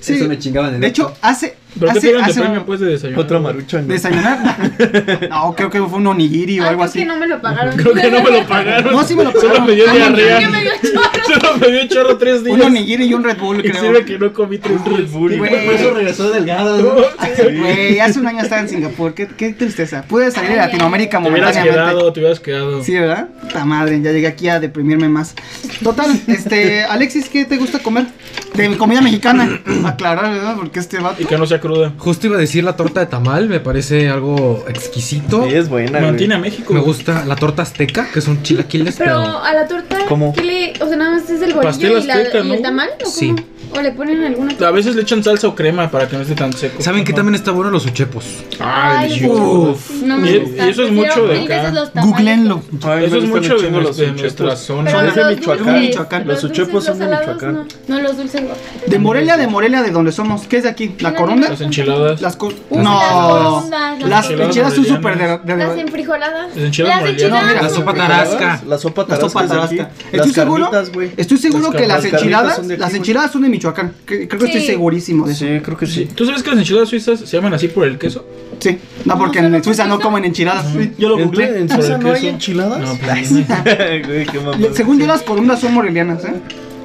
[SPEAKER 1] Sí.
[SPEAKER 6] Eso me chingaban en
[SPEAKER 1] De
[SPEAKER 4] *laughs*
[SPEAKER 1] hecho, hace.
[SPEAKER 3] ¿Pero qué te
[SPEAKER 1] hace,
[SPEAKER 3] dieron de
[SPEAKER 1] hace
[SPEAKER 3] premio, pues, de desayuno? *laughs*
[SPEAKER 4] Otra marucha, güey.
[SPEAKER 1] desayunar. No, creo que fue un onigiri o
[SPEAKER 2] Ah,
[SPEAKER 1] algo
[SPEAKER 2] creo
[SPEAKER 1] así.
[SPEAKER 2] que no me lo
[SPEAKER 1] *laughs*
[SPEAKER 2] pagaron. *laughs*
[SPEAKER 3] Creo que no me lo pagaron.
[SPEAKER 1] No, sí me lo
[SPEAKER 3] Solo
[SPEAKER 1] pagaron.
[SPEAKER 3] me dio
[SPEAKER 1] Ah,
[SPEAKER 2] Creo
[SPEAKER 1] no,
[SPEAKER 3] diarrea. *laughs*
[SPEAKER 2] que me dio chorro.
[SPEAKER 3] Solo me dio chorro tres
[SPEAKER 1] Un
[SPEAKER 3] días.
[SPEAKER 1] onigiri y un Red Bull,
[SPEAKER 3] Y
[SPEAKER 1] creo.
[SPEAKER 3] sirve que no comí tres días.
[SPEAKER 4] Bull,
[SPEAKER 1] Güey.
[SPEAKER 4] *laughs*
[SPEAKER 6] Por eso regresó delgado, ¿no?
[SPEAKER 1] Güey, hace un año estaba en Singapur. Qué, qué tristeza. Pude salir de
[SPEAKER 2] Ay, ay.
[SPEAKER 1] Latinoamérica
[SPEAKER 3] Te hubieras
[SPEAKER 1] momentáneamente.
[SPEAKER 3] quedado, te hubieras quedado.
[SPEAKER 1] Sí, ¿verdad? La madre, ya llegué aquí a deprimirme más. Total, este, Alexis, ¿qué te gusta comer? De comida mexicana. *clears throat* Aclarar, ¿verdad? Porque este vato.
[SPEAKER 3] Y que no sea cruda.
[SPEAKER 5] Justo iba a decir la torta de tamal, me parece algo exquisito.
[SPEAKER 4] Sí, es buena, güey.
[SPEAKER 3] Mantiene a México.
[SPEAKER 5] Me
[SPEAKER 3] güey.
[SPEAKER 5] gusta la torta azteca, que son chilaquiles,
[SPEAKER 2] Pero
[SPEAKER 5] pero.
[SPEAKER 2] a la torta,
[SPEAKER 4] ¿Cómo?
[SPEAKER 2] ¿qué le.? O sea, nada más es el bolillo
[SPEAKER 3] Pastel
[SPEAKER 2] y, la-
[SPEAKER 3] azteca,
[SPEAKER 2] y
[SPEAKER 3] ¿no?
[SPEAKER 2] el tamal, ¿o cómo?
[SPEAKER 5] Sí.
[SPEAKER 2] O le ponen alguna.
[SPEAKER 3] A veces le echan salsa o crema para que no esté tan seco.
[SPEAKER 5] ¿Saben qué
[SPEAKER 3] Ajá.
[SPEAKER 5] también está bueno? Los uchepos.
[SPEAKER 3] Ay,
[SPEAKER 2] Ay,
[SPEAKER 3] Dios.
[SPEAKER 2] uf. No me
[SPEAKER 3] Y-
[SPEAKER 2] gusta.
[SPEAKER 3] y eso es
[SPEAKER 2] Prefiero
[SPEAKER 3] mucho de
[SPEAKER 2] mil
[SPEAKER 3] acá.
[SPEAKER 2] veces los tamales.
[SPEAKER 1] Googleenlo.
[SPEAKER 4] Ay,
[SPEAKER 3] Eso
[SPEAKER 4] me
[SPEAKER 3] es
[SPEAKER 4] gustan
[SPEAKER 3] mucho
[SPEAKER 4] un
[SPEAKER 3] de,
[SPEAKER 4] chingo
[SPEAKER 3] nues- de
[SPEAKER 4] uchepos.
[SPEAKER 3] nuestra zona.
[SPEAKER 2] Pero
[SPEAKER 4] Son
[SPEAKER 2] los
[SPEAKER 4] de
[SPEAKER 2] dulces,
[SPEAKER 4] Michoacán.
[SPEAKER 1] Michoacán.
[SPEAKER 4] Los
[SPEAKER 2] dulces,
[SPEAKER 4] uchepos son de
[SPEAKER 2] los salados,
[SPEAKER 4] Michoacán.
[SPEAKER 2] No, no, los dulces no.
[SPEAKER 1] De Morelia, de Morelia, de donde somos. ¿Qué es de aquí? ¿La Coronda?
[SPEAKER 3] Las enchiladas.
[SPEAKER 1] Las cor-
[SPEAKER 2] Uy,
[SPEAKER 1] no.
[SPEAKER 2] las corondas, las
[SPEAKER 1] Las
[SPEAKER 3] enchiladas
[SPEAKER 1] enchiladas son súper de,
[SPEAKER 3] morelianas.
[SPEAKER 1] de-
[SPEAKER 2] Las enfrijoladas.
[SPEAKER 3] Las enchiladas
[SPEAKER 2] Las
[SPEAKER 3] morelianas.
[SPEAKER 2] enchiladas.
[SPEAKER 1] No, mira,
[SPEAKER 5] La sopa tarasca.
[SPEAKER 4] La sopa
[SPEAKER 1] la
[SPEAKER 4] tarasca.
[SPEAKER 1] sopa
[SPEAKER 4] es de aquí.
[SPEAKER 1] tarasca.
[SPEAKER 4] Las
[SPEAKER 1] Estoy seguro,
[SPEAKER 4] carnitas, güey.
[SPEAKER 1] estoy seguro
[SPEAKER 3] Las
[SPEAKER 1] que las
[SPEAKER 4] carnitas son de
[SPEAKER 1] enchiladas,
[SPEAKER 4] aquí, güey.
[SPEAKER 1] las enchiladas son de Michoacán. Que- Creo que estoy
[SPEAKER 2] Sí.
[SPEAKER 1] segurísimo de eso.
[SPEAKER 4] Sí, creo que sí.
[SPEAKER 3] ¿Tú sabes que las enchiladas suizas se llaman así por el queso?
[SPEAKER 1] Sí. No, porque
[SPEAKER 2] No,
[SPEAKER 1] en
[SPEAKER 2] solo
[SPEAKER 1] Suiza no
[SPEAKER 2] porque
[SPEAKER 1] comen enchiladas. Sí.
[SPEAKER 3] Yo lo
[SPEAKER 4] ¿En
[SPEAKER 3] googleé.
[SPEAKER 4] en
[SPEAKER 3] por
[SPEAKER 4] Suiza
[SPEAKER 3] el
[SPEAKER 4] no hay
[SPEAKER 3] queso.
[SPEAKER 4] enchiladas?
[SPEAKER 3] No, pues, no.
[SPEAKER 4] *laughs* Güey, qué mamada.
[SPEAKER 1] Según yo, las columnas son morelianas, ¿eh?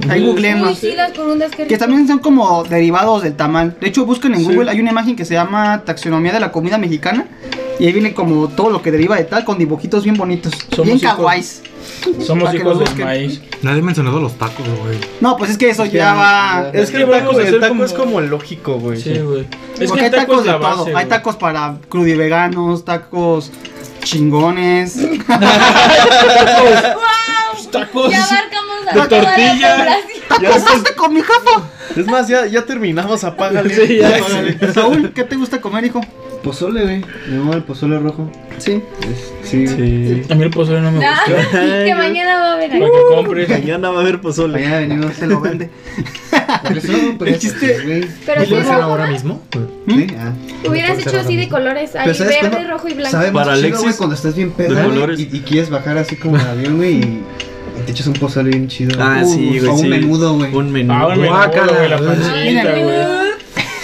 [SPEAKER 1] Ahí
[SPEAKER 2] Uy,
[SPEAKER 1] googleenlo.
[SPEAKER 2] sí, las corundas que
[SPEAKER 1] Que también son como derivados del tamal. De hecho, busquen en Google, hay una imagen que se llama Taxonomía de la Comida Mexicana. Y ahí viene como todo lo que deriva de tal, con dibujitos bien bonitos.
[SPEAKER 3] Somos
[SPEAKER 1] bien
[SPEAKER 3] hijos-
[SPEAKER 1] kawaiis.
[SPEAKER 3] Somos
[SPEAKER 1] Para que
[SPEAKER 3] hijos
[SPEAKER 1] lo
[SPEAKER 3] del
[SPEAKER 1] busquen.
[SPEAKER 3] maíz.
[SPEAKER 5] Nadie ha mencionado los tacos, güey.
[SPEAKER 1] No, pues es que eso ya
[SPEAKER 4] Ya,
[SPEAKER 1] va.
[SPEAKER 4] Es que el
[SPEAKER 3] vamos
[SPEAKER 4] taco,
[SPEAKER 3] a
[SPEAKER 4] el
[SPEAKER 3] hacer
[SPEAKER 4] taco
[SPEAKER 3] como-
[SPEAKER 4] es como el lógico, güey.
[SPEAKER 3] Sí, güey. Es
[SPEAKER 1] Porque
[SPEAKER 3] que
[SPEAKER 1] hay
[SPEAKER 3] el taco
[SPEAKER 1] tacos
[SPEAKER 3] es
[SPEAKER 1] de
[SPEAKER 3] la
[SPEAKER 1] todo.
[SPEAKER 3] base.
[SPEAKER 1] hay
[SPEAKER 3] güey.
[SPEAKER 1] tacos para crudiveganos, tacos chingones.
[SPEAKER 3] Tacos.
[SPEAKER 2] Ya abarcamos a
[SPEAKER 3] De
[SPEAKER 2] toda la
[SPEAKER 3] tortilla.
[SPEAKER 2] población.
[SPEAKER 1] ¡Tacos hasta con mi jefa!
[SPEAKER 4] Es más, ya, ya terminamos, apágale.
[SPEAKER 3] Sí, ya.
[SPEAKER 1] Saúl, ¿qué te gusta comer, hijo?
[SPEAKER 6] Pozole, güey. Mi mamá, el pozole rojo.
[SPEAKER 1] Sí.
[SPEAKER 6] Es- sí, güey.
[SPEAKER 4] Sí.
[SPEAKER 3] A mí el pozole no me gusta.
[SPEAKER 2] Ah, Que mañana va a haber ahí.
[SPEAKER 3] Para que compres.
[SPEAKER 4] Mañana va a haber pozole.
[SPEAKER 6] Mañana venimos.
[SPEAKER 1] Se lo vende.
[SPEAKER 6] Porque son
[SPEAKER 1] chiste-
[SPEAKER 4] pues,
[SPEAKER 6] precios, güey.
[SPEAKER 2] Pero si es
[SPEAKER 5] ¿Puedes hacer
[SPEAKER 2] rojo,
[SPEAKER 5] ahora mismo?
[SPEAKER 6] Sí, ah.
[SPEAKER 2] hubieras hecho así de colores. Ahí
[SPEAKER 6] Pero ¿sabes
[SPEAKER 2] verde,
[SPEAKER 6] cuándo?
[SPEAKER 2] rojo y blanco.
[SPEAKER 6] Sabe más
[SPEAKER 4] Para
[SPEAKER 6] chido,
[SPEAKER 4] Alexis,
[SPEAKER 6] güey, cuando estás bien
[SPEAKER 4] de
[SPEAKER 6] pedo güey,
[SPEAKER 4] colores.
[SPEAKER 6] y, y quieres bajar así como el avión, güey, y, y te echas un pozole bien chido.
[SPEAKER 4] Ah,
[SPEAKER 6] Uh,
[SPEAKER 4] sí, güey.
[SPEAKER 6] O un
[SPEAKER 4] sí.
[SPEAKER 6] menudo, güey.
[SPEAKER 4] Un
[SPEAKER 3] Ah,
[SPEAKER 4] menudo.
[SPEAKER 3] güey, me
[SPEAKER 5] Guácala.
[SPEAKER 3] enamoro, güey, la pancita,
[SPEAKER 1] Miren.
[SPEAKER 3] güey.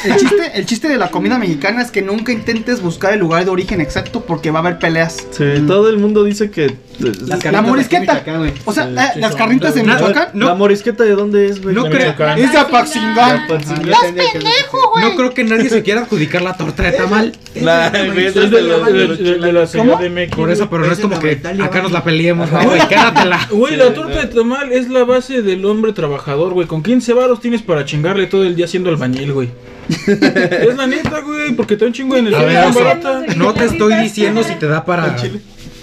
[SPEAKER 1] El chiste, el chiste de la comida mexicana es que nunca intentes buscar el lugar de origen exacto porque va a haber peleas.
[SPEAKER 4] Sí, todo el mundo dice que. eh,
[SPEAKER 6] Las
[SPEAKER 1] La
[SPEAKER 6] carnitas de
[SPEAKER 1] morisqueta.
[SPEAKER 6] Michoacán, güey.
[SPEAKER 1] O sea,
[SPEAKER 3] Sí,
[SPEAKER 1] eh,
[SPEAKER 3] sí,
[SPEAKER 1] las
[SPEAKER 3] son-
[SPEAKER 1] carnitas en
[SPEAKER 5] No,
[SPEAKER 1] Michoacán
[SPEAKER 5] no.
[SPEAKER 4] ¿La morisqueta de dónde es, güey?
[SPEAKER 5] No
[SPEAKER 3] De
[SPEAKER 5] creo.
[SPEAKER 3] Michoacán.
[SPEAKER 1] es de
[SPEAKER 4] ah,
[SPEAKER 1] Apaxingán.
[SPEAKER 6] Sí,
[SPEAKER 4] Apatzingán.
[SPEAKER 6] yo entendía Ah, que-
[SPEAKER 5] No creo que nadie se quiera adjudicar la torta de tamal.
[SPEAKER 4] La, güey,
[SPEAKER 3] este Es
[SPEAKER 4] es
[SPEAKER 3] de la, de, de- de
[SPEAKER 1] ¿Cómo?
[SPEAKER 3] la ciudad de México.
[SPEAKER 5] Por eso, pero no es como que acá nos la peleemos. ¿no, güey? Quédatela.
[SPEAKER 3] Güey, la torta de tamal es la base del hombre trabajador, güey. Con 15 varos tienes para chingarle todo el día siendo albañil, güey. es la neta, güey, porque te da un chingo de
[SPEAKER 5] A
[SPEAKER 3] energía
[SPEAKER 5] ver,
[SPEAKER 3] bien
[SPEAKER 5] oso,
[SPEAKER 3] barata.
[SPEAKER 5] *laughs* no te estoy diciendo si te da para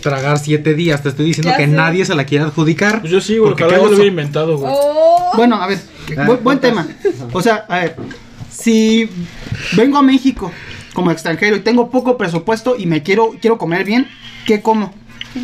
[SPEAKER 5] tragar siete días. Te estoy diciendo
[SPEAKER 2] Ya
[SPEAKER 5] que
[SPEAKER 2] sé.
[SPEAKER 5] nadie se la quiere adjudicar.
[SPEAKER 3] Pues yo sí, güey,
[SPEAKER 5] Porque
[SPEAKER 3] ojalá
[SPEAKER 5] qué
[SPEAKER 3] yo lo
[SPEAKER 5] oso.
[SPEAKER 3] hubiera inventado, güey.
[SPEAKER 2] Oh.
[SPEAKER 1] Bueno, a ver,
[SPEAKER 6] Ah,
[SPEAKER 1] bu- buen
[SPEAKER 6] ¿cuántas?
[SPEAKER 1] tema. O sea, a ver, si vengo a México como extranjero y tengo poco presupuesto y me quiero quiero comer bien, ¿qué como?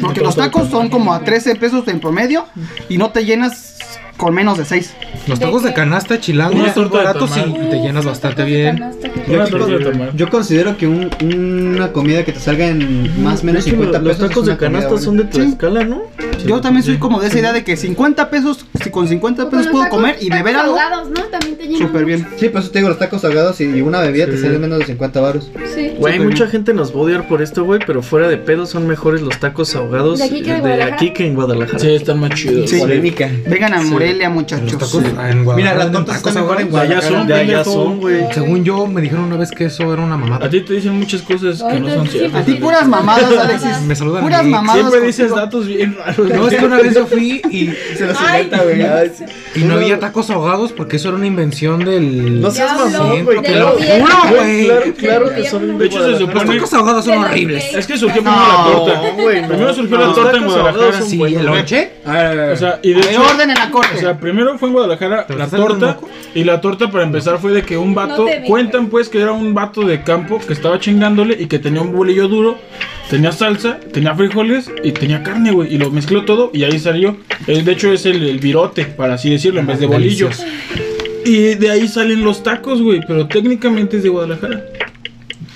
[SPEAKER 1] Porque los tacos son como a 13 pesos en promedio y no te llenas con menos de 6.
[SPEAKER 5] Los tacos de canasta chilango
[SPEAKER 3] Una
[SPEAKER 5] son
[SPEAKER 3] torta de
[SPEAKER 5] baratos
[SPEAKER 3] tamal.
[SPEAKER 5] y te llenas bastante bien.
[SPEAKER 3] Una
[SPEAKER 6] Yo-
[SPEAKER 3] torta de tamal.
[SPEAKER 6] Yo considero que un- una comida que te salga en más o menos
[SPEAKER 4] De hecho,
[SPEAKER 6] 50
[SPEAKER 4] Los
[SPEAKER 6] pesos.
[SPEAKER 4] tacos de canasta son de Tlaxcala, ¿no?
[SPEAKER 1] Yo también soy
[SPEAKER 3] sí.
[SPEAKER 1] como de esa idea de que 50 pesos, si con 50 pesos puedo comer y beber algo,
[SPEAKER 2] Ahogados, ¿no? También te llenan
[SPEAKER 1] súper bien.
[SPEAKER 2] mucho.
[SPEAKER 6] Sí, pues te digo, los tacos salgados y una bebida te
[SPEAKER 4] Sí.
[SPEAKER 6] sale menos de 50 baros.
[SPEAKER 2] Sí.
[SPEAKER 4] Güey,
[SPEAKER 1] Súper
[SPEAKER 4] mucha
[SPEAKER 1] bien.
[SPEAKER 4] gente nos va a odiar por esto, güey, pero fuera de pedo son mejores los tacos ahogados
[SPEAKER 2] De aquí que de
[SPEAKER 4] eh,
[SPEAKER 2] Guadalajara.
[SPEAKER 4] aquí que en Guadalajara.
[SPEAKER 3] Sí, están más chidos.
[SPEAKER 1] Sí.
[SPEAKER 6] Polémica.
[SPEAKER 1] Vengan a
[SPEAKER 4] Sí.
[SPEAKER 1] Morelia, muchachos.
[SPEAKER 5] Los tacos ah, en Guadalajara
[SPEAKER 6] Mira, las
[SPEAKER 5] venden
[SPEAKER 6] tortas
[SPEAKER 5] tacos
[SPEAKER 6] están mejor en
[SPEAKER 5] ahogados.
[SPEAKER 4] allá son, de allá son, güey.
[SPEAKER 5] Según yo, me dijeron una vez que eso era una
[SPEAKER 3] A
[SPEAKER 5] mamada.
[SPEAKER 3] ti te dicen muchas cosas que no son ciertas.
[SPEAKER 1] A ti puras mamadas, Alexis.
[SPEAKER 5] Me saludan a
[SPEAKER 1] Puras
[SPEAKER 5] mí.
[SPEAKER 1] mamadas.
[SPEAKER 3] Siempre dices
[SPEAKER 1] contigo.
[SPEAKER 3] datos bien raros.
[SPEAKER 5] No, es que una vez yo fui y,
[SPEAKER 6] Se los
[SPEAKER 2] Ay.
[SPEAKER 6] inventa, güey. Ay, sí.
[SPEAKER 5] y no había tacos ahogados porque eso era una invención del.
[SPEAKER 4] No seas
[SPEAKER 2] Diablo,
[SPEAKER 4] mamón, güey.
[SPEAKER 2] del
[SPEAKER 5] te lo
[SPEAKER 2] gobierno.
[SPEAKER 5] juro,
[SPEAKER 4] Güey,
[SPEAKER 5] güey.
[SPEAKER 4] Claro, claro que son
[SPEAKER 3] De hecho, se
[SPEAKER 4] Guadalajara.
[SPEAKER 5] Los
[SPEAKER 3] supone-
[SPEAKER 5] tacos ahogados son horribles.
[SPEAKER 3] Es que surgió
[SPEAKER 1] No.
[SPEAKER 3] primero la torta.
[SPEAKER 4] No, güey, no.
[SPEAKER 3] Primero surgió la
[SPEAKER 4] Los
[SPEAKER 3] torta en
[SPEAKER 4] tacos
[SPEAKER 3] Guadalajara.
[SPEAKER 4] ahogados son
[SPEAKER 5] Sí,
[SPEAKER 4] buenos,
[SPEAKER 5] el
[SPEAKER 4] güey.
[SPEAKER 5] lonche.
[SPEAKER 3] O sea, y de
[SPEAKER 1] Hay
[SPEAKER 3] hecho,
[SPEAKER 1] orden en la
[SPEAKER 3] o
[SPEAKER 1] corte.
[SPEAKER 3] sea, primero fue en Guadalajara
[SPEAKER 5] ¿Te lo
[SPEAKER 3] la
[SPEAKER 5] estás dando
[SPEAKER 3] torta.
[SPEAKER 5] moco?
[SPEAKER 3] Y la torta para empezar fue de que un vato,
[SPEAKER 2] No te vi.
[SPEAKER 3] cuentan pues que era un vato de campo que estaba chingándole y que tenía un bolillo duro, tenía salsa, tenía frijoles y tenía carne, güey. Y lo mezcló todo y ahí salió. Eh, De hecho es el, el virote, para así decirlo, en vez de bolillo.
[SPEAKER 5] Ah, Delicioso.
[SPEAKER 3] Y de ahí salen los tacos, güey. Pero técnicamente es de Guadalajara.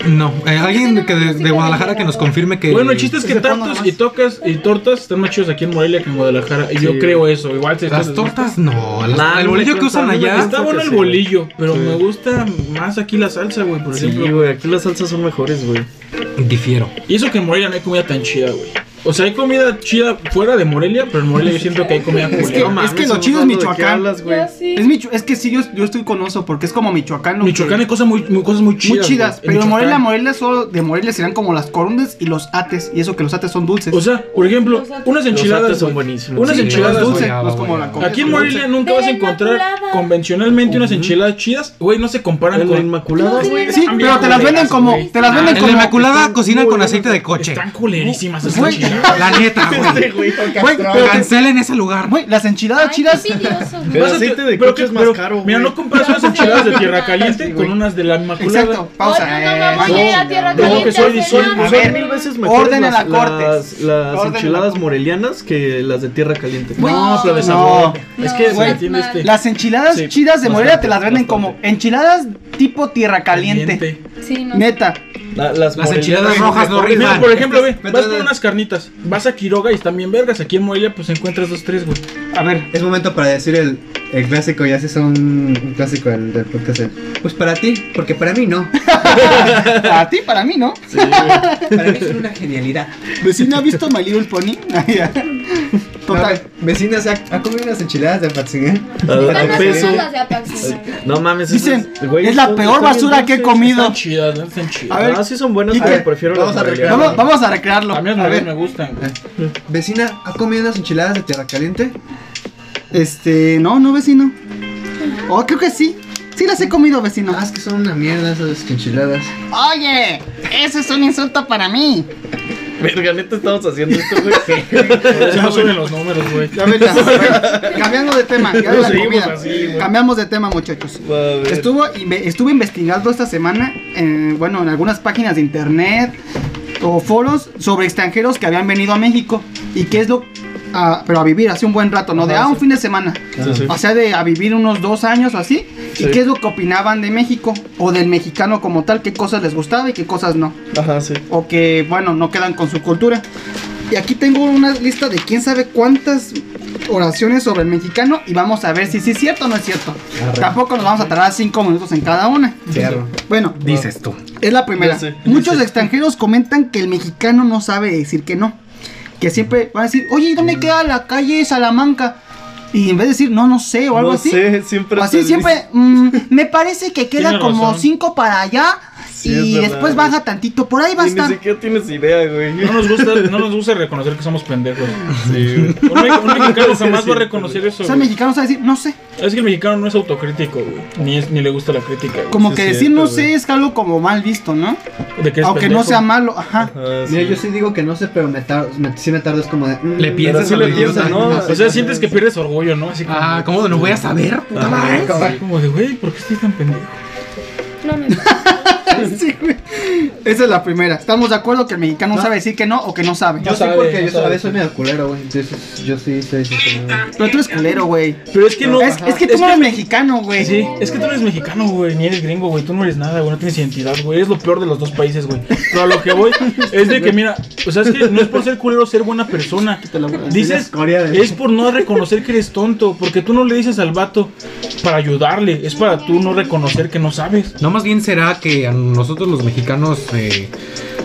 [SPEAKER 5] No, eh, alguien que de, de Guadalajara que nos confirme que.
[SPEAKER 3] Bueno, el chiste es que
[SPEAKER 1] se ponga
[SPEAKER 3] tacos
[SPEAKER 1] más.
[SPEAKER 3] y tocas y tortas están más chidos aquí en Morelia que en Guadalajara. Y yo
[SPEAKER 4] Sí.
[SPEAKER 3] creo eso. Igual se
[SPEAKER 5] Las tortas, no. las-
[SPEAKER 4] Nah,
[SPEAKER 5] el
[SPEAKER 4] no
[SPEAKER 5] bolillo
[SPEAKER 4] me
[SPEAKER 5] Ah, que usan
[SPEAKER 4] contaron, no me
[SPEAKER 5] allá.
[SPEAKER 3] Está bueno el
[SPEAKER 4] Sí.
[SPEAKER 3] bolillo, pero
[SPEAKER 4] Sí.
[SPEAKER 3] me gusta más aquí la salsa, güey, por
[SPEAKER 4] Sí,
[SPEAKER 3] ejemplo.
[SPEAKER 4] güey, aquí las salsas son mejores, güey.
[SPEAKER 5] Difiero.
[SPEAKER 3] Y eso que en Morelia no hay comida tan chida, güey. O sea, hay comida chida fuera de Morelia, pero en Morelia yo siento que hay comida
[SPEAKER 1] Es que-
[SPEAKER 3] culera.
[SPEAKER 1] es que lo
[SPEAKER 4] estamos
[SPEAKER 1] chido es
[SPEAKER 4] hablando de qué
[SPEAKER 1] Michoacán.
[SPEAKER 4] hablas, güey.
[SPEAKER 2] Yo sí.
[SPEAKER 1] Es, Micho- es que sí, yo, yo estoy con oso porque es como Michoacán. lo que-
[SPEAKER 3] Michoacán hay cosas muy, muy- cosas muy chidas.
[SPEAKER 1] muy chidas.
[SPEAKER 3] güey, en
[SPEAKER 1] Pero de Morelia,
[SPEAKER 3] Michoacán.
[SPEAKER 1] Morelia solo de Morelia serán como las corundes y los ates. Y eso que los ates son dulces.
[SPEAKER 3] O sea, por ejemplo,
[SPEAKER 2] Los ates.
[SPEAKER 3] unas
[SPEAKER 4] Los
[SPEAKER 3] enchiladas
[SPEAKER 4] ates son
[SPEAKER 3] güey.
[SPEAKER 4] buenísimos.
[SPEAKER 3] Unas
[SPEAKER 1] Sí,
[SPEAKER 3] enchiladas
[SPEAKER 1] las
[SPEAKER 5] dulces.
[SPEAKER 3] güey.
[SPEAKER 1] dulces, no es como la
[SPEAKER 3] Aquí
[SPEAKER 1] corundes.
[SPEAKER 3] en Morelia nunca
[SPEAKER 2] De
[SPEAKER 3] vas a
[SPEAKER 2] la
[SPEAKER 3] encontrar
[SPEAKER 2] Inmaculada.
[SPEAKER 3] convencionalmente unas enchiladas chidas. Güey, no se comparan
[SPEAKER 4] En la
[SPEAKER 3] con.
[SPEAKER 4] Inmaculada,
[SPEAKER 2] No,
[SPEAKER 4] güey.
[SPEAKER 1] Sí,
[SPEAKER 3] Están bien
[SPEAKER 1] pero te las venden
[SPEAKER 3] culeras,
[SPEAKER 1] como.
[SPEAKER 2] güey.
[SPEAKER 1] Te
[SPEAKER 3] Ah,
[SPEAKER 1] las venden
[SPEAKER 5] En la
[SPEAKER 1] como.
[SPEAKER 5] Inmaculada cocinan con aceite de coche.
[SPEAKER 3] Están culerísimas esas
[SPEAKER 1] Güey.
[SPEAKER 3] enchiladas.
[SPEAKER 5] La neta, güey.
[SPEAKER 1] Güey, pero te-
[SPEAKER 5] Cancelen ese lugar.
[SPEAKER 1] güey, las enchiladas
[SPEAKER 2] Ay, qué
[SPEAKER 1] chidas.
[SPEAKER 2] envidioso, güey.
[SPEAKER 4] Pero
[SPEAKER 3] Vas a
[SPEAKER 4] aceite
[SPEAKER 3] te-
[SPEAKER 4] de
[SPEAKER 3] pero
[SPEAKER 4] coche
[SPEAKER 3] que-
[SPEAKER 4] es más
[SPEAKER 3] pero,
[SPEAKER 4] caro,
[SPEAKER 3] Mira,
[SPEAKER 4] güey.
[SPEAKER 3] no comparas unas enchiladas de tierra caliente con unas de la Inmaculada.
[SPEAKER 1] Exacto,
[SPEAKER 2] Oye,
[SPEAKER 1] pausa.
[SPEAKER 2] no,
[SPEAKER 1] eh,
[SPEAKER 2] vamos a ir a Tierra
[SPEAKER 1] pausa.
[SPEAKER 3] Como
[SPEAKER 2] Caliente
[SPEAKER 3] que soy
[SPEAKER 2] a
[SPEAKER 3] diciendo,
[SPEAKER 2] cenar.
[SPEAKER 1] a ver,
[SPEAKER 4] Son mil veces mejores
[SPEAKER 1] orden
[SPEAKER 4] las,
[SPEAKER 1] a la corte.
[SPEAKER 4] las, las
[SPEAKER 1] Orden a la
[SPEAKER 4] enchiladas
[SPEAKER 1] corte.
[SPEAKER 4] morelianas que las de tierra caliente.
[SPEAKER 1] Güey,
[SPEAKER 2] No, pero de
[SPEAKER 3] sabor.
[SPEAKER 1] no.
[SPEAKER 3] Es que,
[SPEAKER 2] No,
[SPEAKER 3] güey,
[SPEAKER 2] estás
[SPEAKER 3] tienes
[SPEAKER 2] mal.
[SPEAKER 3] que-
[SPEAKER 1] Las enchiladas
[SPEAKER 3] Sí,
[SPEAKER 1] chidas de Morelia te las
[SPEAKER 3] bastante,
[SPEAKER 1] venden como
[SPEAKER 3] bastante.
[SPEAKER 1] enchiladas tipo tierra caliente.
[SPEAKER 2] Sí, no.
[SPEAKER 1] Neta.
[SPEAKER 4] La- las
[SPEAKER 5] Las
[SPEAKER 4] morelianas
[SPEAKER 5] enchiladas
[SPEAKER 4] son
[SPEAKER 5] rojas no
[SPEAKER 4] mejores.
[SPEAKER 5] riman.
[SPEAKER 3] Mira, por ejemplo,
[SPEAKER 4] Este
[SPEAKER 3] ve,
[SPEAKER 6] Me
[SPEAKER 3] vas
[SPEAKER 6] trae-
[SPEAKER 3] por unas carnitas, vas a Quiroga y están bien vergas. Aquí en Morelia, pues encuentras dos, tres, güey.
[SPEAKER 1] A ver. *laughs*
[SPEAKER 6] Es momento para decir el, el clásico, ya se es un, un clásico del, del podcast. el, Pues para ti, porque para mí no.
[SPEAKER 1] Para ti, para mí, ¿no?
[SPEAKER 6] Para mí es una genialidad.
[SPEAKER 1] Vecina Pues, ha visto My Little Pony. *laughs* Total.
[SPEAKER 6] Total, vecina se ha, ha comido unas enchiladas de Patzingán.
[SPEAKER 4] A-
[SPEAKER 2] Están
[SPEAKER 4] A
[SPEAKER 2] más
[SPEAKER 4] peso.
[SPEAKER 2] buenas las de Apaxi.
[SPEAKER 4] No mames,
[SPEAKER 1] Dicen,
[SPEAKER 4] esas- güey,
[SPEAKER 1] es la
[SPEAKER 4] son-
[SPEAKER 1] peor
[SPEAKER 4] están bien
[SPEAKER 1] basura que he
[SPEAKER 4] dulces.
[SPEAKER 1] comido.
[SPEAKER 3] Están chidas, ¿no? están chidas.
[SPEAKER 1] A ver,
[SPEAKER 4] Ah, sí son buenas,
[SPEAKER 1] ¿y qué?
[SPEAKER 4] pero prefiero
[SPEAKER 6] Vamos
[SPEAKER 4] las
[SPEAKER 6] a recrear.
[SPEAKER 1] Vamos,
[SPEAKER 4] morelianas.
[SPEAKER 1] vamos a recrearlo.
[SPEAKER 3] a mí las
[SPEAKER 1] A
[SPEAKER 3] mujeres me
[SPEAKER 1] ver,
[SPEAKER 3] gustan.
[SPEAKER 1] *laughs*
[SPEAKER 3] güey.
[SPEAKER 6] Vecina, ¿ha comido unas enchiladas de tierra caliente?
[SPEAKER 1] este, no, no, vecino. Oh, creo que sí. Sí las he comido, vecino.
[SPEAKER 6] No, es que son una mierda esas enchiladas.
[SPEAKER 1] Oye, eso es un insulto para mí.
[SPEAKER 4] *laughs* Verga, neta, estamos haciendo esto, güey.
[SPEAKER 3] Se me suben los números, güey.
[SPEAKER 1] Ya ven, ya. Cambiando de tema, ya de la
[SPEAKER 3] Seguimos
[SPEAKER 1] comida.
[SPEAKER 3] así, güey.
[SPEAKER 1] Cambiamos de tema, muchachos.
[SPEAKER 4] Va a ver.
[SPEAKER 1] Estuvo, inve- estuve investigando esta semana, en, bueno, en algunas páginas de internet o foros sobre extranjeros que habían venido a México y qué es lo, a- pero a vivir hace un buen rato, no de
[SPEAKER 4] Ajá,
[SPEAKER 1] ah, un
[SPEAKER 4] sí.
[SPEAKER 1] fin de semana,
[SPEAKER 4] Sí, sí.
[SPEAKER 1] o sea, de a vivir unos dos años o así
[SPEAKER 4] Sí.
[SPEAKER 1] y qué es lo que opinaban de México o del mexicano como tal, qué cosas les gustaba y qué cosas no
[SPEAKER 4] Ajá, sí.
[SPEAKER 1] o que, bueno, no quedan con su cultura. Y aquí tengo una lista de quién sabe cuántas oraciones sobre el mexicano y vamos a ver si sí es cierto o no es cierto.
[SPEAKER 6] Arre.
[SPEAKER 1] Tampoco nos vamos a tardar cinco minutos en cada una.
[SPEAKER 6] Cierro.
[SPEAKER 1] Bueno,
[SPEAKER 5] Dices tú.
[SPEAKER 1] es la primera.
[SPEAKER 4] Ya sé, ya
[SPEAKER 1] Muchos
[SPEAKER 4] sé.
[SPEAKER 1] extranjeros comentan que el mexicano no sabe decir que no. Que siempre van a decir, oye, ¿y
[SPEAKER 4] Mm.
[SPEAKER 1] ¿dónde queda la calle Salamanca? Y en vez de decir, no, no sé o algo
[SPEAKER 4] No
[SPEAKER 1] así.
[SPEAKER 4] sé, siempre.
[SPEAKER 1] Así
[SPEAKER 4] te
[SPEAKER 1] siempre, mm, me parece que queda
[SPEAKER 3] Tiene
[SPEAKER 1] como
[SPEAKER 3] razón.
[SPEAKER 1] cinco para allá
[SPEAKER 4] Sí,
[SPEAKER 1] y
[SPEAKER 4] es verdad,
[SPEAKER 1] después
[SPEAKER 4] güey.
[SPEAKER 1] baja tantito, por ahí va a
[SPEAKER 4] Y ni
[SPEAKER 1] estar.
[SPEAKER 4] siquiera tienes idea, güey.
[SPEAKER 3] No nos gusta, no nos gusta reconocer que somos pendejos.
[SPEAKER 4] Sí, güey.
[SPEAKER 3] Un, me-
[SPEAKER 1] *laughs*
[SPEAKER 3] un mexicano jamás va a reconocer eso.
[SPEAKER 1] O sea, el
[SPEAKER 3] güey.
[SPEAKER 1] mexicano sabe decir, no sé.
[SPEAKER 3] Es que el mexicano no es autocrítico, güey. Ni, es, ni le gusta la crítica, güey.
[SPEAKER 1] Como
[SPEAKER 4] Sí,
[SPEAKER 1] que
[SPEAKER 4] es
[SPEAKER 1] decir
[SPEAKER 4] cierto,
[SPEAKER 1] no
[SPEAKER 4] güey.
[SPEAKER 1] sé es algo como mal visto, ¿no?
[SPEAKER 3] De que eres
[SPEAKER 1] Aunque
[SPEAKER 3] pendejo.
[SPEAKER 1] no sea malo, ajá.
[SPEAKER 4] Ajá, Ah, sí.
[SPEAKER 6] Mira, yo sí digo que no sé, pero me tardo, me, sí me tardo, es como de. mm,
[SPEAKER 5] Le
[SPEAKER 4] Pero
[SPEAKER 5] piensas
[SPEAKER 4] sí
[SPEAKER 5] a
[SPEAKER 4] le
[SPEAKER 5] lo
[SPEAKER 4] piensas,
[SPEAKER 5] idiota,
[SPEAKER 4] ¿no?
[SPEAKER 3] O sea, sientes que pierdes orgullo, ¿no? Así como,
[SPEAKER 5] Ah, ¿cómo no voy a saber? puta
[SPEAKER 4] Ah,
[SPEAKER 5] madre?
[SPEAKER 3] como de, güey, ¿por qué estoy tan pendejo?
[SPEAKER 2] No, no.
[SPEAKER 1] *laughs* Sí, güey. Esa es la primera. ¿Estamos de acuerdo que el mexicano
[SPEAKER 6] No.
[SPEAKER 1] sabe decir que no o que no sabe?
[SPEAKER 3] No
[SPEAKER 6] Yo sí,
[SPEAKER 3] sabe,
[SPEAKER 6] porque
[SPEAKER 3] no
[SPEAKER 6] yo a
[SPEAKER 3] sabe.
[SPEAKER 6] veces soy medio culero, güey. Entonces, yo sí soy sincero.
[SPEAKER 1] Pero tú eres culero, güey.
[SPEAKER 3] Pero es que no.
[SPEAKER 1] Es, es que tú no eres mexicano, güey.
[SPEAKER 3] Sí, es que tú no eres mexicano, güey, ni eres gringo, güey, tú no eres nada, güey, no tienes identidad, güey, eres lo peor de los dos países, güey. Pero a lo que voy es de que, mira, o sea, es que no es por ser culero ser buena
[SPEAKER 6] *laughs*
[SPEAKER 3] persona. Dices,
[SPEAKER 6] escoria de-
[SPEAKER 3] es por no reconocer que eres tonto, porque tú no le dices al vato para ayudarle, es para tú no reconocer que no sabes.
[SPEAKER 5] No, más bien será que a nosotros los mexicanos eh,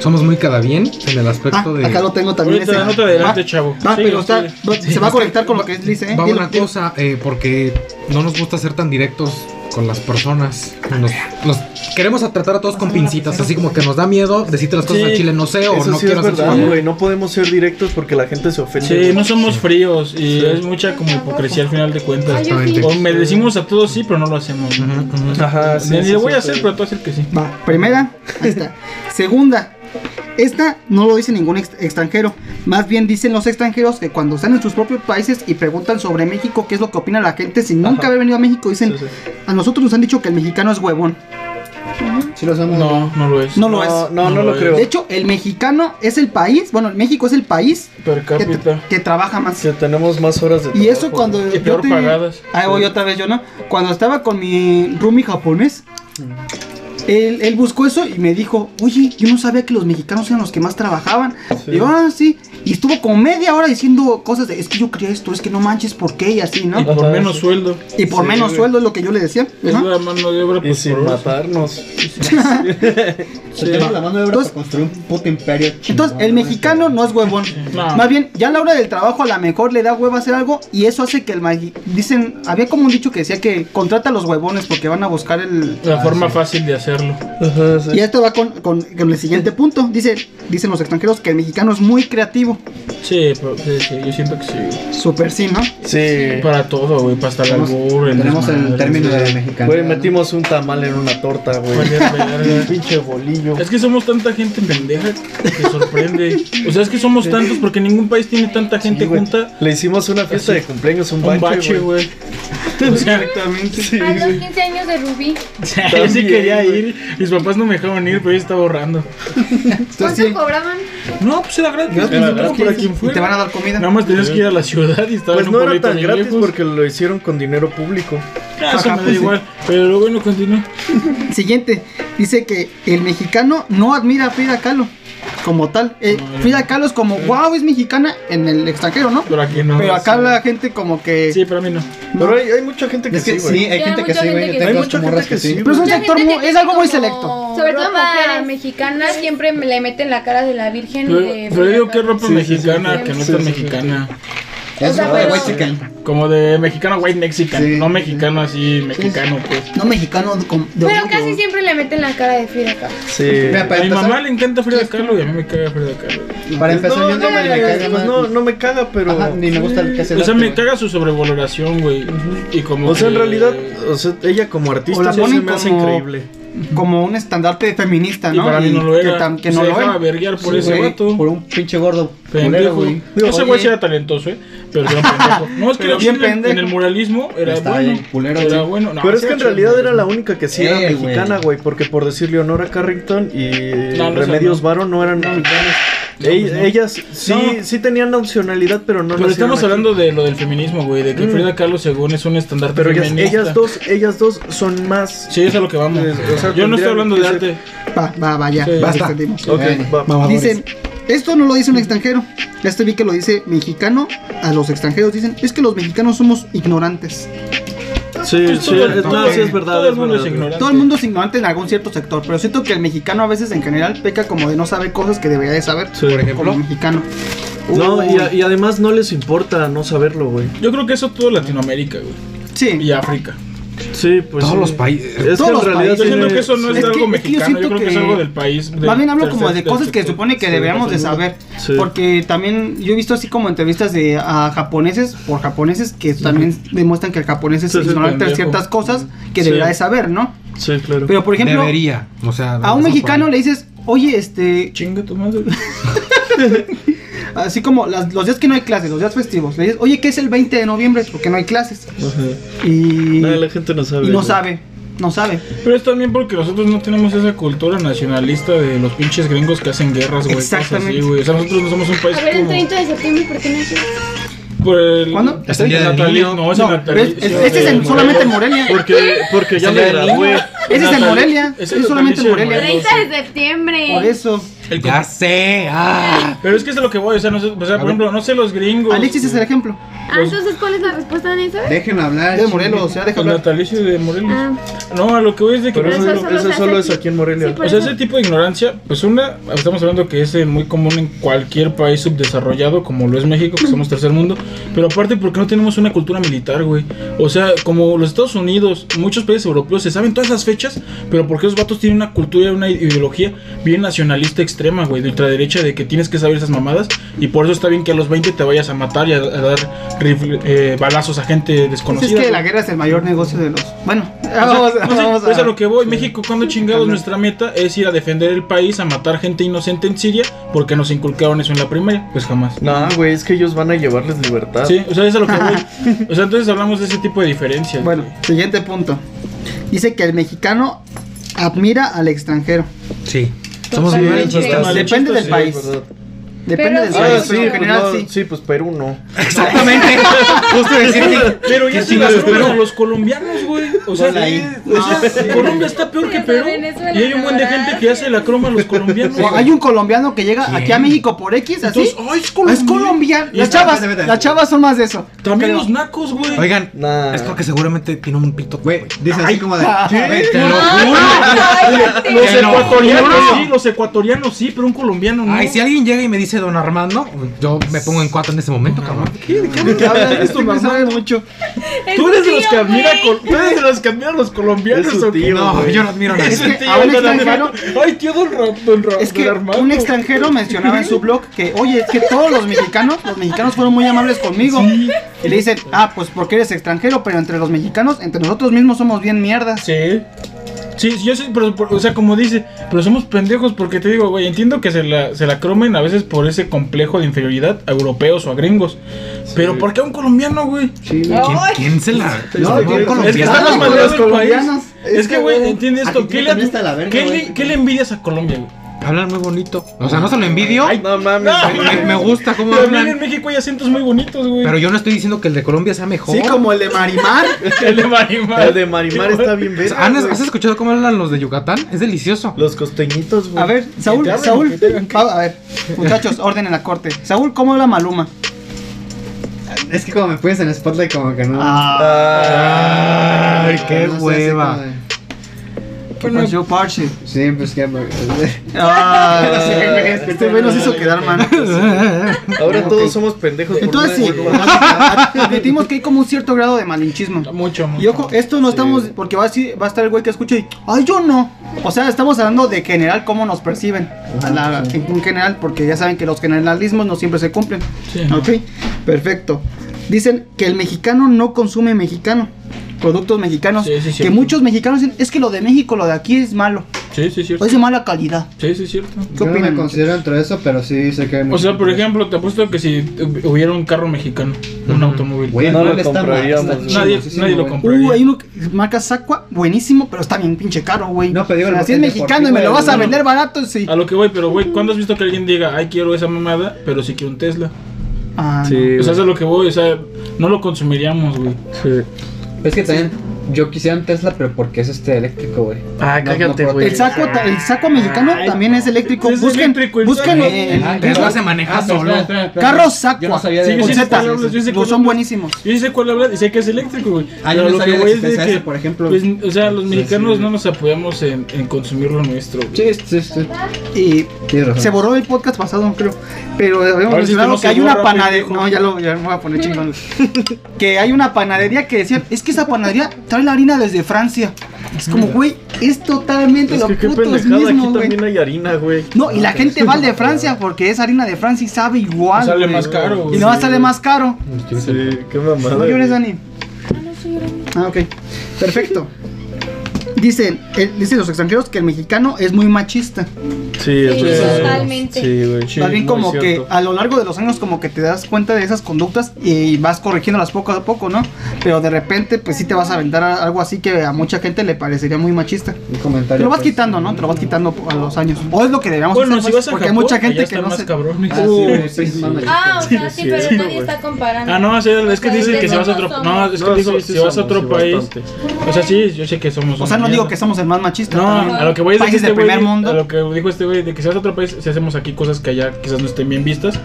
[SPEAKER 5] somos muy cada bien en el
[SPEAKER 1] Ah,
[SPEAKER 5] aspecto de.
[SPEAKER 1] acá lo tengo también.
[SPEAKER 3] Ahorita,
[SPEAKER 1] ese.
[SPEAKER 3] no te adelantes,
[SPEAKER 1] Va,
[SPEAKER 3] chavo.
[SPEAKER 1] va,
[SPEAKER 3] Sí,
[SPEAKER 1] pero está-
[SPEAKER 3] sí.
[SPEAKER 1] va- se va a conectar con lo que dice, ¿eh?
[SPEAKER 5] Va
[SPEAKER 1] Dilo,
[SPEAKER 5] una
[SPEAKER 1] dilo.
[SPEAKER 5] cosa, eh, porque no nos gusta ser tan directos con las personas. Nos, nos- queremos a tratar a todos con pincitas, así como que nos da miedo decirte las cosas
[SPEAKER 3] Sí,
[SPEAKER 5] a Chile, no sé, o
[SPEAKER 4] Eso
[SPEAKER 5] no
[SPEAKER 4] sí
[SPEAKER 5] quiero
[SPEAKER 4] es
[SPEAKER 5] hacer su
[SPEAKER 4] verdad,
[SPEAKER 5] favor.
[SPEAKER 4] güey. No podemos ser directos porque la gente se ofende.
[SPEAKER 3] Sí,
[SPEAKER 4] güey.
[SPEAKER 3] no somos fríos y es mucha como hipocresía al final de cuentas.
[SPEAKER 5] Exactamente.
[SPEAKER 3] O me decimos a todos sí, pero no lo hacemos.
[SPEAKER 5] Ujú, ujú.
[SPEAKER 4] Ajá, sí.
[SPEAKER 3] Ni
[SPEAKER 4] sí,
[SPEAKER 3] lo voy
[SPEAKER 4] sí,
[SPEAKER 3] a hacer,
[SPEAKER 4] sí.
[SPEAKER 3] pero tú haces que sí.
[SPEAKER 1] Va, primera, ahí está. *laughs* Segunda, esta no lo dice ningún ex- extranjero. Más bien dicen los extranjeros que cuando están en sus propios países y preguntan sobre México, qué es lo que opina la gente, si nunca haber venido a México, dicen,
[SPEAKER 4] Sí, sí.
[SPEAKER 1] a nosotros nos han dicho que el mexicano es huevón.
[SPEAKER 6] Sí lo somos.
[SPEAKER 3] No, no lo es.
[SPEAKER 1] No lo
[SPEAKER 4] No,
[SPEAKER 1] es.
[SPEAKER 4] no, no lo creo.
[SPEAKER 1] De hecho, el mexicano es el país, bueno, México es el país
[SPEAKER 3] Per
[SPEAKER 1] que, tra-
[SPEAKER 3] cápita.
[SPEAKER 1] que trabaja más.
[SPEAKER 4] Que tenemos más horas de
[SPEAKER 1] Y eso
[SPEAKER 4] trabajo,
[SPEAKER 1] cuando
[SPEAKER 4] güey.
[SPEAKER 3] Y peor
[SPEAKER 1] te-
[SPEAKER 3] pagadas.
[SPEAKER 1] Ahí voy otra vez yo, ¿no? Cuando estaba con mi roomie japonés, él, él buscó eso y me dijo, oye, yo no sabía que los mexicanos eran los que más trabajaban.
[SPEAKER 4] Sí.
[SPEAKER 1] Y yo, ah, sí. Y estuvo como media hora diciendo cosas de, es que yo quería esto, es que no manches, ¿por qué? Y así,
[SPEAKER 3] Y
[SPEAKER 1] ¿no?
[SPEAKER 3] por
[SPEAKER 4] Ajá,
[SPEAKER 3] menos
[SPEAKER 4] sí.
[SPEAKER 3] sueldo.
[SPEAKER 1] Y por
[SPEAKER 4] Sí,
[SPEAKER 1] menos
[SPEAKER 4] güey.
[SPEAKER 1] sueldo es lo que yo le decía.
[SPEAKER 3] Es
[SPEAKER 1] Ajá.
[SPEAKER 3] la mano de obra
[SPEAKER 4] Y
[SPEAKER 3] pues,
[SPEAKER 4] sin
[SPEAKER 3] por horas.
[SPEAKER 4] matarnos.
[SPEAKER 6] Se lleva la mano de obra
[SPEAKER 1] Entonces-
[SPEAKER 6] para construir un puto imperio.
[SPEAKER 1] Entonces, el mexicano no es huevón.
[SPEAKER 3] *laughs* No.
[SPEAKER 1] Más bien, ya a la hora del trabajo a lo mejor le da hueva hacer algo y eso hace que el magi- Dicen, había como un dicho que decía que contrata a los huevones porque van a buscar el,
[SPEAKER 3] La forma fácil de hacerlo.
[SPEAKER 4] Ah, Ajá, sí.
[SPEAKER 1] Y esto va con, con- con el siguiente punto. Dice, dicen los extranjeros que el mexicano es muy creativo.
[SPEAKER 3] Sí, pero, sí, sí, yo siento que sí.
[SPEAKER 1] Super sí, ¿no?
[SPEAKER 4] Sí.
[SPEAKER 3] Para todo, güey, para hasta el
[SPEAKER 6] Tenemos,
[SPEAKER 3] albur, el
[SPEAKER 6] tenemos el
[SPEAKER 3] desmadre,
[SPEAKER 6] término
[SPEAKER 3] güey.
[SPEAKER 6] de mexicano.
[SPEAKER 4] Güey, metimos un tamal en una torta, güey.
[SPEAKER 3] Valer verga.
[SPEAKER 4] Un pinche bolillo.
[SPEAKER 3] Es que somos tanta gente pendeja que sorprende. O sea, es que somos tantos porque ningún país tiene tanta gente
[SPEAKER 4] Sí, güey.
[SPEAKER 3] junta.
[SPEAKER 4] Le hicimos una fiesta de cumpleaños, un
[SPEAKER 3] Un bache,
[SPEAKER 4] bache, güey.
[SPEAKER 3] güey. O sea, Exactamente. Sí,
[SPEAKER 2] A los 15 años de Rubí.
[SPEAKER 3] *laughs* yo sí
[SPEAKER 4] También,
[SPEAKER 3] quería
[SPEAKER 4] güey.
[SPEAKER 3] ir. Mis papás no me dejaban ir, pero yo estaba ahorrando.
[SPEAKER 2] ¿Cuánto
[SPEAKER 1] sí.
[SPEAKER 2] cobraban?
[SPEAKER 3] No, pues era gratis.
[SPEAKER 4] Gratis,
[SPEAKER 3] Era
[SPEAKER 4] ¿no?
[SPEAKER 3] gratis para quien
[SPEAKER 1] Y
[SPEAKER 3] fuera.
[SPEAKER 1] te van a dar comida.
[SPEAKER 3] Nada más tenías que ir a la ciudad y estaba
[SPEAKER 4] Pues
[SPEAKER 3] en un
[SPEAKER 4] no era
[SPEAKER 3] pueblito
[SPEAKER 4] tan
[SPEAKER 3] de
[SPEAKER 4] gratis
[SPEAKER 3] lejos.
[SPEAKER 4] porque lo hicieron con dinero público.
[SPEAKER 3] Ah,
[SPEAKER 1] Ajá,
[SPEAKER 3] eso me da
[SPEAKER 1] pues sí.
[SPEAKER 3] igual. Pero bueno, continúa.
[SPEAKER 1] Siguiente. Dice que el mexicano no admira a Frida Kahlo como tal. Eh,
[SPEAKER 3] Madre.
[SPEAKER 1] Frida Kahlo es como, wow, es mexicana en el extranjero, ¿no?
[SPEAKER 3] Pero aquí no.
[SPEAKER 1] Pero acá
[SPEAKER 3] Sí.
[SPEAKER 1] la gente como que...
[SPEAKER 3] Sí, para mí no.
[SPEAKER 1] no.
[SPEAKER 4] Pero hay, hay mucha gente que,
[SPEAKER 6] Es que
[SPEAKER 4] sí, güey.
[SPEAKER 6] sí, hay
[SPEAKER 2] Sí,
[SPEAKER 6] gente
[SPEAKER 2] hay
[SPEAKER 6] que
[SPEAKER 2] mucha
[SPEAKER 6] sí,
[SPEAKER 2] gente
[SPEAKER 6] güey.
[SPEAKER 2] que
[SPEAKER 6] Yo
[SPEAKER 4] sí.
[SPEAKER 6] tengo
[SPEAKER 4] Hay mucha
[SPEAKER 6] hasta morras
[SPEAKER 4] gente
[SPEAKER 6] que
[SPEAKER 4] que sí,
[SPEAKER 6] sí.
[SPEAKER 1] Pero es un
[SPEAKER 7] Mucha
[SPEAKER 1] sector
[SPEAKER 7] gente
[SPEAKER 1] muy-
[SPEAKER 7] que
[SPEAKER 1] es
[SPEAKER 7] tiene
[SPEAKER 1] algo muy
[SPEAKER 7] como-
[SPEAKER 1] selecto.
[SPEAKER 7] Sobre todo
[SPEAKER 2] Ropa
[SPEAKER 7] para mexicanas siempre me le meten la cara de la Virgen
[SPEAKER 3] Pero,
[SPEAKER 7] y de.
[SPEAKER 3] pero yo digo que es ropa
[SPEAKER 4] Sí, sí, sí,
[SPEAKER 3] mexicana,
[SPEAKER 7] sí.
[SPEAKER 3] que no es
[SPEAKER 4] Sí,
[SPEAKER 3] tan
[SPEAKER 4] sí, sí.
[SPEAKER 3] mexicana.
[SPEAKER 6] Es
[SPEAKER 7] sea,
[SPEAKER 6] un
[SPEAKER 7] pero-
[SPEAKER 6] white chicken.
[SPEAKER 3] Como de mexicano white mexican,
[SPEAKER 6] Sí,
[SPEAKER 3] no
[SPEAKER 6] sí.
[SPEAKER 3] mexicano así mexicano, pues.
[SPEAKER 1] No mexicano con- de
[SPEAKER 7] Pero
[SPEAKER 1] orgullo.
[SPEAKER 7] casi siempre le meten la cara de Frida Kahlo.
[SPEAKER 4] Sí.
[SPEAKER 6] Mira,
[SPEAKER 3] A
[SPEAKER 6] para
[SPEAKER 3] mi mamá
[SPEAKER 6] empezar,
[SPEAKER 3] le encanta Frida Kahlo y a mí me caga Frida Kahlo.
[SPEAKER 6] para empezar
[SPEAKER 4] Pues, no,
[SPEAKER 6] yo no me
[SPEAKER 4] no,
[SPEAKER 6] me caga
[SPEAKER 4] pues
[SPEAKER 6] más.
[SPEAKER 4] no, no me caga, pero.
[SPEAKER 6] Ajá, ni me gusta el que hace el
[SPEAKER 3] O sea,
[SPEAKER 6] arte,
[SPEAKER 3] me
[SPEAKER 6] güey.
[SPEAKER 3] caga su sobrevaloración, güey. Y como
[SPEAKER 4] O sea, en
[SPEAKER 3] que-
[SPEAKER 4] realidad, o sea, ella como
[SPEAKER 1] O
[SPEAKER 4] artista
[SPEAKER 1] la
[SPEAKER 4] sí se
[SPEAKER 1] ponen
[SPEAKER 4] me hace
[SPEAKER 1] como-
[SPEAKER 4] increíble.
[SPEAKER 1] Como un estandarte feminista,
[SPEAKER 3] y
[SPEAKER 1] ¿no?
[SPEAKER 3] para mí
[SPEAKER 1] Y
[SPEAKER 3] no lo
[SPEAKER 1] que
[SPEAKER 3] era.
[SPEAKER 1] tam- Que,
[SPEAKER 3] se
[SPEAKER 1] no lo
[SPEAKER 3] dejaba
[SPEAKER 1] era.
[SPEAKER 3] verguiar por
[SPEAKER 6] Sí,
[SPEAKER 3] ese
[SPEAKER 6] güey,
[SPEAKER 3] vato.
[SPEAKER 6] Por un pinche gordo. culero,
[SPEAKER 3] Pendejo.
[SPEAKER 6] güey.
[SPEAKER 3] Ese güey sí era talentoso, eh. Pero era un pendejo. No, es que
[SPEAKER 1] Pero
[SPEAKER 3] era
[SPEAKER 1] bien
[SPEAKER 3] en el-
[SPEAKER 1] pendejo.
[SPEAKER 3] En el muralismo era
[SPEAKER 6] Estaba
[SPEAKER 3] bueno.
[SPEAKER 6] bien culero,
[SPEAKER 3] era
[SPEAKER 6] güey.
[SPEAKER 3] bueno. No,
[SPEAKER 4] Pero es
[SPEAKER 3] sí
[SPEAKER 4] que en
[SPEAKER 3] chido.
[SPEAKER 4] realidad era la única que sí era
[SPEAKER 6] Eh, güey.
[SPEAKER 4] mexicana, güey, porque por decir Leonora Carrington y
[SPEAKER 3] No, no son,
[SPEAKER 4] Remedios
[SPEAKER 3] no.
[SPEAKER 4] Varo no eran mexicanas. Ell-
[SPEAKER 3] pues no.
[SPEAKER 4] Ellas sí,
[SPEAKER 3] No.
[SPEAKER 4] sí tenían nacionalidad, pero no
[SPEAKER 3] Pero
[SPEAKER 4] nacieron
[SPEAKER 3] estamos
[SPEAKER 4] aquí.
[SPEAKER 3] hablando de lo del feminismo, güey. De que
[SPEAKER 4] Mm.
[SPEAKER 3] Frida Kahlo, según es un estandarte
[SPEAKER 4] Pero ellas,
[SPEAKER 3] feminista.
[SPEAKER 4] ellas dos, ellas dos son más.
[SPEAKER 3] Sí, es a lo que vamos.
[SPEAKER 4] Es- o sea,
[SPEAKER 3] Yo no estoy
[SPEAKER 4] tendrían
[SPEAKER 3] hablando
[SPEAKER 4] que
[SPEAKER 3] de
[SPEAKER 4] ser-
[SPEAKER 3] arte.
[SPEAKER 1] Va, va, va, ya.
[SPEAKER 3] Sí.
[SPEAKER 1] ya
[SPEAKER 3] Basta.
[SPEAKER 1] entendimos.
[SPEAKER 4] Ok,
[SPEAKER 6] Bueno.
[SPEAKER 4] va.
[SPEAKER 1] Dicen, esto no lo dice un extranjero. Esto vi que lo dice mexicano. A los extranjeros dicen, es que los mexicanos somos ignorantes.
[SPEAKER 4] Sí,
[SPEAKER 3] Pues
[SPEAKER 4] sí,
[SPEAKER 3] todo-
[SPEAKER 4] es- no,
[SPEAKER 3] todo-
[SPEAKER 4] sí es verdad.
[SPEAKER 3] Todo el
[SPEAKER 4] es
[SPEAKER 3] mundo es
[SPEAKER 4] verdad.
[SPEAKER 3] ignorante.
[SPEAKER 1] Todo el mundo es ignorante en algún cierto sector, pero siento que el mexicano a veces en general peca como de no saber cosas que debería de saber.
[SPEAKER 4] Sí. Uh. Por
[SPEAKER 5] ejemplo.
[SPEAKER 1] Como mexicano.
[SPEAKER 4] No, y, a-
[SPEAKER 1] Uy.
[SPEAKER 4] y además no les importa no saberlo, güey.
[SPEAKER 3] Yo creo que eso todo Latinoamérica, güey.
[SPEAKER 1] Sí.
[SPEAKER 3] Y África.
[SPEAKER 4] Sí, pues.
[SPEAKER 5] Todos
[SPEAKER 4] sí.
[SPEAKER 5] los países.
[SPEAKER 1] Todos
[SPEAKER 4] Es que en
[SPEAKER 1] los
[SPEAKER 4] realidad.
[SPEAKER 1] países.
[SPEAKER 3] Yo siento
[SPEAKER 4] tiene-
[SPEAKER 3] que eso no
[SPEAKER 1] Es
[SPEAKER 3] es,
[SPEAKER 1] que-
[SPEAKER 3] algo
[SPEAKER 1] es que yo
[SPEAKER 3] mexicano, yo
[SPEAKER 1] siento
[SPEAKER 3] creo que, es
[SPEAKER 1] que-
[SPEAKER 3] algo del país. del
[SPEAKER 1] Más bien hablo como
[SPEAKER 3] tercer-
[SPEAKER 1] de
[SPEAKER 3] del
[SPEAKER 1] cosas que
[SPEAKER 3] sector-
[SPEAKER 1] supone que
[SPEAKER 3] sí,
[SPEAKER 1] deberíamos de
[SPEAKER 3] tercer mundo.
[SPEAKER 1] saber.
[SPEAKER 4] Sí.
[SPEAKER 1] Porque también yo he visto así como entrevistas de a japoneses por japoneses que también demuestran que el japonés es
[SPEAKER 4] Sí, sí,
[SPEAKER 1] ignorante de
[SPEAKER 3] pendejo.
[SPEAKER 1] ciertas cosas que
[SPEAKER 3] Sí.
[SPEAKER 1] debería de saber, ¿no?
[SPEAKER 4] Sí, claro.
[SPEAKER 1] Pero por ejemplo,
[SPEAKER 5] Debería. O sea,
[SPEAKER 4] Ah,
[SPEAKER 1] a un mexicano le dices, oye, este,
[SPEAKER 3] Chinga tu madre.
[SPEAKER 1] Así como las- los días que no hay clases, los días festivos. Le dices, oye, ¿qué es el 20 de noviembre? Porque no hay clases.
[SPEAKER 4] Ajá.
[SPEAKER 1] Y,
[SPEAKER 4] Nada, la gente no sabe.
[SPEAKER 1] y no
[SPEAKER 4] güey.
[SPEAKER 1] sabe. no sabe.
[SPEAKER 3] Pero es también porque nosotros no tenemos esa cultura nacionalista de los pinches gringos que hacen guerras, güey. cosas
[SPEAKER 1] Exactamente.
[SPEAKER 3] Así, güey. O sea, nosotros no somos un país
[SPEAKER 2] A ver, el
[SPEAKER 3] como-
[SPEAKER 2] 30 de septiembre, ¿por qué no hay fiesta?
[SPEAKER 3] Por el...
[SPEAKER 1] ¿Cuándo?
[SPEAKER 6] Es el día del
[SPEAKER 3] natalicio,
[SPEAKER 6] niño.
[SPEAKER 3] No, es el
[SPEAKER 1] No, pero es-
[SPEAKER 3] natalicio.
[SPEAKER 1] es- este es en-
[SPEAKER 3] de
[SPEAKER 1] solamente en
[SPEAKER 3] Morelos.
[SPEAKER 1] Morelia.
[SPEAKER 4] Porque, porque ya
[SPEAKER 3] Es
[SPEAKER 4] me
[SPEAKER 3] el del
[SPEAKER 4] gradué.
[SPEAKER 3] niño.
[SPEAKER 1] Ese es en
[SPEAKER 3] natalicio.
[SPEAKER 1] Morelia, este
[SPEAKER 3] Es
[SPEAKER 1] es
[SPEAKER 3] el
[SPEAKER 1] solamente en
[SPEAKER 3] natalicio de
[SPEAKER 1] Morelia.
[SPEAKER 3] Morelos.
[SPEAKER 2] 30 de septiembre.
[SPEAKER 1] Por eso.
[SPEAKER 5] Ya sé. ah.
[SPEAKER 3] Pero es que es a lo que voy, o sea, no sé, o sea, por ejemplo, no sé los gringos.
[SPEAKER 1] Alexis es el ejemplo.
[SPEAKER 2] Ah, entonces, ¿cuál es la respuesta en eso?
[SPEAKER 6] Dejen hablar.
[SPEAKER 1] Es de Morelos, ya deja
[SPEAKER 3] El
[SPEAKER 1] hablar.
[SPEAKER 3] natalicio de Morelos.
[SPEAKER 2] Ah,
[SPEAKER 3] No, a lo que voy es de que.
[SPEAKER 4] Pero
[SPEAKER 2] Pero
[SPEAKER 4] eso,
[SPEAKER 2] eso solo
[SPEAKER 4] eso
[SPEAKER 2] se hace
[SPEAKER 4] solo es
[SPEAKER 2] aquí.
[SPEAKER 4] aquí en Morelia.
[SPEAKER 2] Sí, por
[SPEAKER 3] O sea,
[SPEAKER 2] eso.
[SPEAKER 3] ese tipo de ignorancia, pues una, estamos hablando que es eh, muy común en cualquier país subdesarrollado, como lo es México, que somos tercer mundo, pero aparte porque no tenemos una cultura militar, güey. O sea, como los Estados Unidos, muchos países europeos se saben todas esas fechas, pero porque esos vatos tienen una cultura, una ideología bien nacionalista extrema, güey, de ultraderecha, de que tienes que saber esas mamadas, y por eso está bien que a los 20 te vayas a matar y a, a dar rifle- eh, balazos a gente
[SPEAKER 1] Pues
[SPEAKER 3] desconocida.
[SPEAKER 1] es que
[SPEAKER 3] güey.
[SPEAKER 1] la guerra es el mayor negocio de los. Bueno,
[SPEAKER 3] O sea,
[SPEAKER 1] Ah, vamos,
[SPEAKER 3] no sé,
[SPEAKER 1] vamos
[SPEAKER 3] es Pues, a
[SPEAKER 1] a.
[SPEAKER 3] lo que voy. México, cuando chingados nuestra meta es ir a defender el país, a matar gente inocente en Siria, porque nos inculcaron eso en la primaria. Pues jamás.
[SPEAKER 4] No, güey, es que ellos van a llevarles libertad.
[SPEAKER 3] Sí, o sea, es a lo
[SPEAKER 1] *laughs*
[SPEAKER 3] que voy. O sea, entonces hablamos de ese tipo de diferencias.
[SPEAKER 1] Bueno,
[SPEAKER 3] güey.
[SPEAKER 1] siguiente punto. Dice que el mexicano admira al extranjero.
[SPEAKER 5] Sí.
[SPEAKER 7] Somos
[SPEAKER 4] Sí,
[SPEAKER 7] bien
[SPEAKER 1] *laughs*
[SPEAKER 4] eso está-
[SPEAKER 7] machistas.
[SPEAKER 4] sí,
[SPEAKER 1] Depende del
[SPEAKER 4] es
[SPEAKER 1] país.
[SPEAKER 4] verdad.
[SPEAKER 1] Depende
[SPEAKER 7] Pero
[SPEAKER 1] del
[SPEAKER 7] sí,
[SPEAKER 1] país,
[SPEAKER 4] Ah, sí,
[SPEAKER 7] sí,
[SPEAKER 1] pero en
[SPEAKER 4] pues
[SPEAKER 1] general
[SPEAKER 4] no,
[SPEAKER 1] sí.
[SPEAKER 4] sí, pues Perú no.
[SPEAKER 1] Exactamente. Justo decir
[SPEAKER 3] Pero ya se
[SPEAKER 6] chingas,
[SPEAKER 3] las
[SPEAKER 6] pero-
[SPEAKER 3] a los colombianos, güey. O sea,
[SPEAKER 6] Hola, ahí.
[SPEAKER 3] o sea,
[SPEAKER 1] Ah,
[SPEAKER 3] Colombia está peor que
[SPEAKER 7] Esa
[SPEAKER 3] Perú.
[SPEAKER 7] Venezuela,
[SPEAKER 3] Y hay un buen de gente que hace la croma a los colombianos.
[SPEAKER 1] que. o hay un colombiano que llega aquí a México por X, así. Ah,
[SPEAKER 3] Entonces, ay, es
[SPEAKER 1] es colombiano. Las chavas,
[SPEAKER 6] Vete, vete.
[SPEAKER 1] las chavas son más de eso.
[SPEAKER 3] También
[SPEAKER 1] Creo.
[SPEAKER 3] los nacos, güey.
[SPEAKER 5] Oigan,
[SPEAKER 4] Nah.
[SPEAKER 5] es porque seguramente tiene un pito.
[SPEAKER 6] Güey, dice así como de.
[SPEAKER 5] Te
[SPEAKER 6] Vete.
[SPEAKER 5] lo juro.
[SPEAKER 3] Los
[SPEAKER 5] Te lo
[SPEAKER 3] ecuatorianos
[SPEAKER 5] juro.
[SPEAKER 3] sí, los ecuatorianos sí, pero un colombiano no.
[SPEAKER 5] Ay, si alguien llega y me dice don Armando, yo me pongo en cuatro en ese momento, cabrón.
[SPEAKER 1] ¿De qué hablan? Este güey sabe mucho.
[SPEAKER 3] Tú eres de los que admira, col- tú eres de los que admira a los colombianos.
[SPEAKER 4] Es su
[SPEAKER 3] ¿o qué?
[SPEAKER 4] tío,
[SPEAKER 5] No,
[SPEAKER 4] güey.
[SPEAKER 5] yo no admiro a
[SPEAKER 1] *laughs* Es
[SPEAKER 5] nadie.
[SPEAKER 1] que-
[SPEAKER 3] Ese tío,
[SPEAKER 1] a un
[SPEAKER 3] don
[SPEAKER 1] extranjero-
[SPEAKER 3] Armando. Ay, tío don, Ra- don, Ra-
[SPEAKER 1] Es que
[SPEAKER 3] don Armando.
[SPEAKER 1] un extranjero mencionaba en su blog que, oye, es que todos los mexicanos, los mexicanos fueron muy amables conmigo. Y le dicen, ah, pues porque eres extranjero, pero entre los mexicanos, entre nosotros mismos somos bien mierdas.
[SPEAKER 3] Sí. Sí, sí, yo sí, pero, pero, o sea, como dice, pero somos pendejos porque te digo, güey, entiendo que se la, se la cromen a veces por ese complejo de inferioridad a europeos o a gringos. Pero ¿por qué a un colombiano, güey?
[SPEAKER 5] ¿Quién, quién se la.?
[SPEAKER 6] No,
[SPEAKER 5] ¿Por qué
[SPEAKER 6] es que
[SPEAKER 5] colombiano?
[SPEAKER 3] Es que están
[SPEAKER 1] Claro,
[SPEAKER 3] los
[SPEAKER 1] güey, los
[SPEAKER 3] madreados del país.
[SPEAKER 1] colombianos.
[SPEAKER 6] Es
[SPEAKER 3] Es que,
[SPEAKER 6] que,
[SPEAKER 3] güey,
[SPEAKER 6] güey,
[SPEAKER 3] ¿entiendes esto?
[SPEAKER 6] Argentina
[SPEAKER 3] ¿Qué le,
[SPEAKER 6] también está la verga,
[SPEAKER 3] qué
[SPEAKER 6] güey.
[SPEAKER 3] le- qué le envidias a Colombia, güey?
[SPEAKER 5] Hablan muy bonito. O sea, no se lo envidio.
[SPEAKER 4] No mames.
[SPEAKER 3] No,
[SPEAKER 4] güey.
[SPEAKER 5] me, me gusta cómo
[SPEAKER 3] También en
[SPEAKER 5] hablan.
[SPEAKER 3] México hay acentos muy bonitos, güey.
[SPEAKER 5] Pero yo no estoy diciendo que el de Colombia sea mejor.
[SPEAKER 1] Sí, como el de Marimar.
[SPEAKER 3] El de Marimar.
[SPEAKER 4] El de Marimar está bien
[SPEAKER 5] O
[SPEAKER 4] verde.
[SPEAKER 5] sea, ¿han- ¿Has escuchado cómo hablan los de Yucatán? Es delicioso.
[SPEAKER 4] Los costeñitos, güey.
[SPEAKER 1] A ver, Saúl,
[SPEAKER 3] Que te hablen,
[SPEAKER 1] Saúl.
[SPEAKER 3] que te hagan
[SPEAKER 1] A ver, muchachos, orden en la corte. Saúl, ¿cómo habla Maluma?
[SPEAKER 6] *laughs* Es que como me pones en spotlight, como que no.
[SPEAKER 1] Ah,
[SPEAKER 4] Ah,
[SPEAKER 5] Ay, qué
[SPEAKER 6] no sé, así
[SPEAKER 5] hueva.
[SPEAKER 6] como de-
[SPEAKER 1] ¿Qué pasó, Parche?
[SPEAKER 6] Sí, pues que.
[SPEAKER 1] Ah, este güey nos hizo quedar mal.
[SPEAKER 4] Ahora
[SPEAKER 6] Ok.
[SPEAKER 4] todos somos pendejos. por
[SPEAKER 1] Entonces
[SPEAKER 4] una
[SPEAKER 1] sí, Ah,
[SPEAKER 4] hueva.
[SPEAKER 1] admitimos que hay como un cierto grado de malinchismo.
[SPEAKER 3] Mucho, mucho.
[SPEAKER 1] Y ojo, esto no estamos, porque va a, si- va a estar el güey que escucha y, ay, yo no. O sea, estamos hablando de general cómo nos perciben, a la- en, en general, porque ya saben que los generalismos no siempre se cumplen.
[SPEAKER 3] Sí, no.
[SPEAKER 1] Ok, perfecto. Dicen que el mexicano no consume mexicano, productos mexicanos,
[SPEAKER 3] Sí, sí,
[SPEAKER 1] que
[SPEAKER 3] cierto.
[SPEAKER 1] muchos mexicanos dicen, es que lo de México, lo de aquí es malo,
[SPEAKER 3] Sí, sí, es
[SPEAKER 1] o
[SPEAKER 3] cierto.
[SPEAKER 1] es de mala calidad.
[SPEAKER 3] Sí, sí, es cierto.
[SPEAKER 1] ¿Qué
[SPEAKER 6] Yo no me
[SPEAKER 1] opinan?
[SPEAKER 6] considero entre eso, pero sí sé que hay
[SPEAKER 3] O
[SPEAKER 6] mucho-
[SPEAKER 3] sea, por ejemplo, te apuesto que si hub- hubiera un carro mexicano, un
[SPEAKER 5] Ujú.
[SPEAKER 3] automóvil,
[SPEAKER 6] Güey,
[SPEAKER 4] No lo
[SPEAKER 6] está mal,
[SPEAKER 4] compraríamos,
[SPEAKER 6] está
[SPEAKER 4] güey.
[SPEAKER 3] nadie,
[SPEAKER 6] chingosísimo,
[SPEAKER 3] nadie lo
[SPEAKER 6] güey.
[SPEAKER 3] compraría.
[SPEAKER 1] Uh, hay uno que marca Sacua, buenísimo, pero está bien pinche caro, güey.
[SPEAKER 6] No, pero digo,
[SPEAKER 1] O sea,
[SPEAKER 6] el-
[SPEAKER 1] si es
[SPEAKER 6] el
[SPEAKER 1] mexicano y me lo
[SPEAKER 6] deportivo,
[SPEAKER 1] vas a
[SPEAKER 6] el-
[SPEAKER 1] vender barato, sí.
[SPEAKER 3] A lo que voy, pero güey, ¿cuándo has visto que alguien diga, ay, quiero esa mamada, pero sí quiero un Tesla?
[SPEAKER 1] Ah, no.
[SPEAKER 4] Sí,
[SPEAKER 3] o sea,
[SPEAKER 4] güey.
[SPEAKER 3] eso es a lo que voy, o sea, no lo consumiríamos, güey.
[SPEAKER 6] Es que también yo quisiera un Tesla, pero porque es este eléctrico, güey.
[SPEAKER 4] Ah,
[SPEAKER 6] No,
[SPEAKER 4] cállate,
[SPEAKER 6] no,
[SPEAKER 4] güey.
[SPEAKER 1] El saco, ta- el saco mexicano
[SPEAKER 3] Ay,
[SPEAKER 1] también es eléctrico.
[SPEAKER 3] es
[SPEAKER 1] busquen,
[SPEAKER 3] eléctrico el
[SPEAKER 1] busquen
[SPEAKER 3] saco.
[SPEAKER 1] el-
[SPEAKER 6] Ah,
[SPEAKER 5] Tesla
[SPEAKER 1] carros-
[SPEAKER 5] se maneja
[SPEAKER 6] Ah, pero
[SPEAKER 5] solo.
[SPEAKER 6] espera, espera, espera.
[SPEAKER 1] Carros
[SPEAKER 6] Yo no
[SPEAKER 1] Sacua.
[SPEAKER 6] sabía de
[SPEAKER 3] Sí, yo
[SPEAKER 1] Con
[SPEAKER 3] sí sé
[SPEAKER 1] Z.
[SPEAKER 3] cuál hablas, yo sé
[SPEAKER 1] No,
[SPEAKER 3] cuál
[SPEAKER 1] son
[SPEAKER 3] hablas.
[SPEAKER 1] buenísimos.
[SPEAKER 3] Yo sí sé cuál hablar y sé que es eléctrico, güey.
[SPEAKER 6] Ah,
[SPEAKER 3] Pero
[SPEAKER 6] yo no
[SPEAKER 3] lo que
[SPEAKER 6] sabía
[SPEAKER 3] voy
[SPEAKER 6] de
[SPEAKER 3] es de
[SPEAKER 6] SpaceX,
[SPEAKER 3] que,
[SPEAKER 6] por ejemplo.
[SPEAKER 3] pues, o sea, los
[SPEAKER 6] Sí,
[SPEAKER 3] mexicanos
[SPEAKER 6] sí.
[SPEAKER 3] no nos apoyamos en, en consumir lo nuestro, güey.
[SPEAKER 6] Sí, sí, sí.
[SPEAKER 1] Y
[SPEAKER 6] Tienes razón.
[SPEAKER 1] se borró el podcast pasado, creo. Pero habíamos
[SPEAKER 3] A ver si
[SPEAKER 1] mencionado
[SPEAKER 3] esto no
[SPEAKER 1] que
[SPEAKER 3] se
[SPEAKER 1] hay una
[SPEAKER 3] borra,
[SPEAKER 1] panadería.
[SPEAKER 3] pendejo.
[SPEAKER 1] No, ya lo ya me voy a poner chingón. que hay una panadería que decían: Es que esa panadería trae la harina desde Francia. Es como, güey, es totalmente
[SPEAKER 4] Es
[SPEAKER 1] lo
[SPEAKER 4] que qué
[SPEAKER 1] putos
[SPEAKER 4] pendejada.
[SPEAKER 1] mismo,
[SPEAKER 4] Aquí
[SPEAKER 1] güey.
[SPEAKER 4] también hay Ah, harina, güey.
[SPEAKER 1] No, y la gente va al de Francia porque es harina de Francia y sabe igual.
[SPEAKER 3] Sale
[SPEAKER 1] güey.
[SPEAKER 3] más caro,
[SPEAKER 1] Y
[SPEAKER 3] güey.
[SPEAKER 1] no sale más caro.
[SPEAKER 4] Sí, qué mamada.
[SPEAKER 1] No llores,
[SPEAKER 4] güey.
[SPEAKER 1] Dani. Ah, ok. Ah, Perfecto. Dicen, eh, dicen los extranjeros que el mexicano es muy machista.
[SPEAKER 4] Sí, es
[SPEAKER 7] Sí,
[SPEAKER 4] verdad.
[SPEAKER 7] totalmente.
[SPEAKER 4] Sí, güey.
[SPEAKER 1] Más bien
[SPEAKER 4] muy
[SPEAKER 1] como
[SPEAKER 4] cierto.
[SPEAKER 1] que a lo largo de los años como que te das cuenta de esas conductas y vas corrigiéndolas poco a poco, ¿no? Pero de repente pues sí te vas a aventar a- algo así que a mucha gente le parecería muy machista.
[SPEAKER 6] Un comentario.
[SPEAKER 1] Te lo vas
[SPEAKER 6] pues,
[SPEAKER 1] quitando, ¿no? Te lo vas quitando a los años. O es lo que deberíamos
[SPEAKER 3] Bueno,
[SPEAKER 1] hacer,
[SPEAKER 3] si
[SPEAKER 1] pues,
[SPEAKER 3] vas a
[SPEAKER 1] porque
[SPEAKER 3] Japón,
[SPEAKER 1] hay mucha gente
[SPEAKER 3] allá
[SPEAKER 1] que
[SPEAKER 3] están
[SPEAKER 1] no
[SPEAKER 3] más
[SPEAKER 1] se...
[SPEAKER 3] cabrones.
[SPEAKER 6] Ah, sí, güey,
[SPEAKER 3] Uh,
[SPEAKER 6] sí, sí.
[SPEAKER 7] Ah, o sea, sí,
[SPEAKER 4] Sí,
[SPEAKER 7] pero
[SPEAKER 4] sí,
[SPEAKER 7] nadie
[SPEAKER 4] güey.
[SPEAKER 7] está comparando.
[SPEAKER 3] Ah, no, o sea, es que
[SPEAKER 7] Pero
[SPEAKER 3] dicen que si
[SPEAKER 7] nosotros
[SPEAKER 3] vas a otro
[SPEAKER 7] somos.
[SPEAKER 3] no, es que
[SPEAKER 4] No,
[SPEAKER 3] dijo
[SPEAKER 4] sí,
[SPEAKER 3] si
[SPEAKER 4] sí
[SPEAKER 3] vas a
[SPEAKER 4] somos,
[SPEAKER 3] otro
[SPEAKER 4] sí,
[SPEAKER 3] país.
[SPEAKER 4] bastante.
[SPEAKER 3] O sea, sí, yo sé que somos
[SPEAKER 1] O sea,
[SPEAKER 3] una
[SPEAKER 1] no digo
[SPEAKER 3] mierda.
[SPEAKER 1] que somos el más machista.
[SPEAKER 3] No,
[SPEAKER 1] también.
[SPEAKER 3] a lo que voy es de que
[SPEAKER 1] Países
[SPEAKER 3] este
[SPEAKER 1] del
[SPEAKER 3] güey-
[SPEAKER 1] primer mundo.
[SPEAKER 3] A lo que dijo este güey, de que si vas a otro país, si hacemos aquí cosas que allá quizás no estén bien vistas,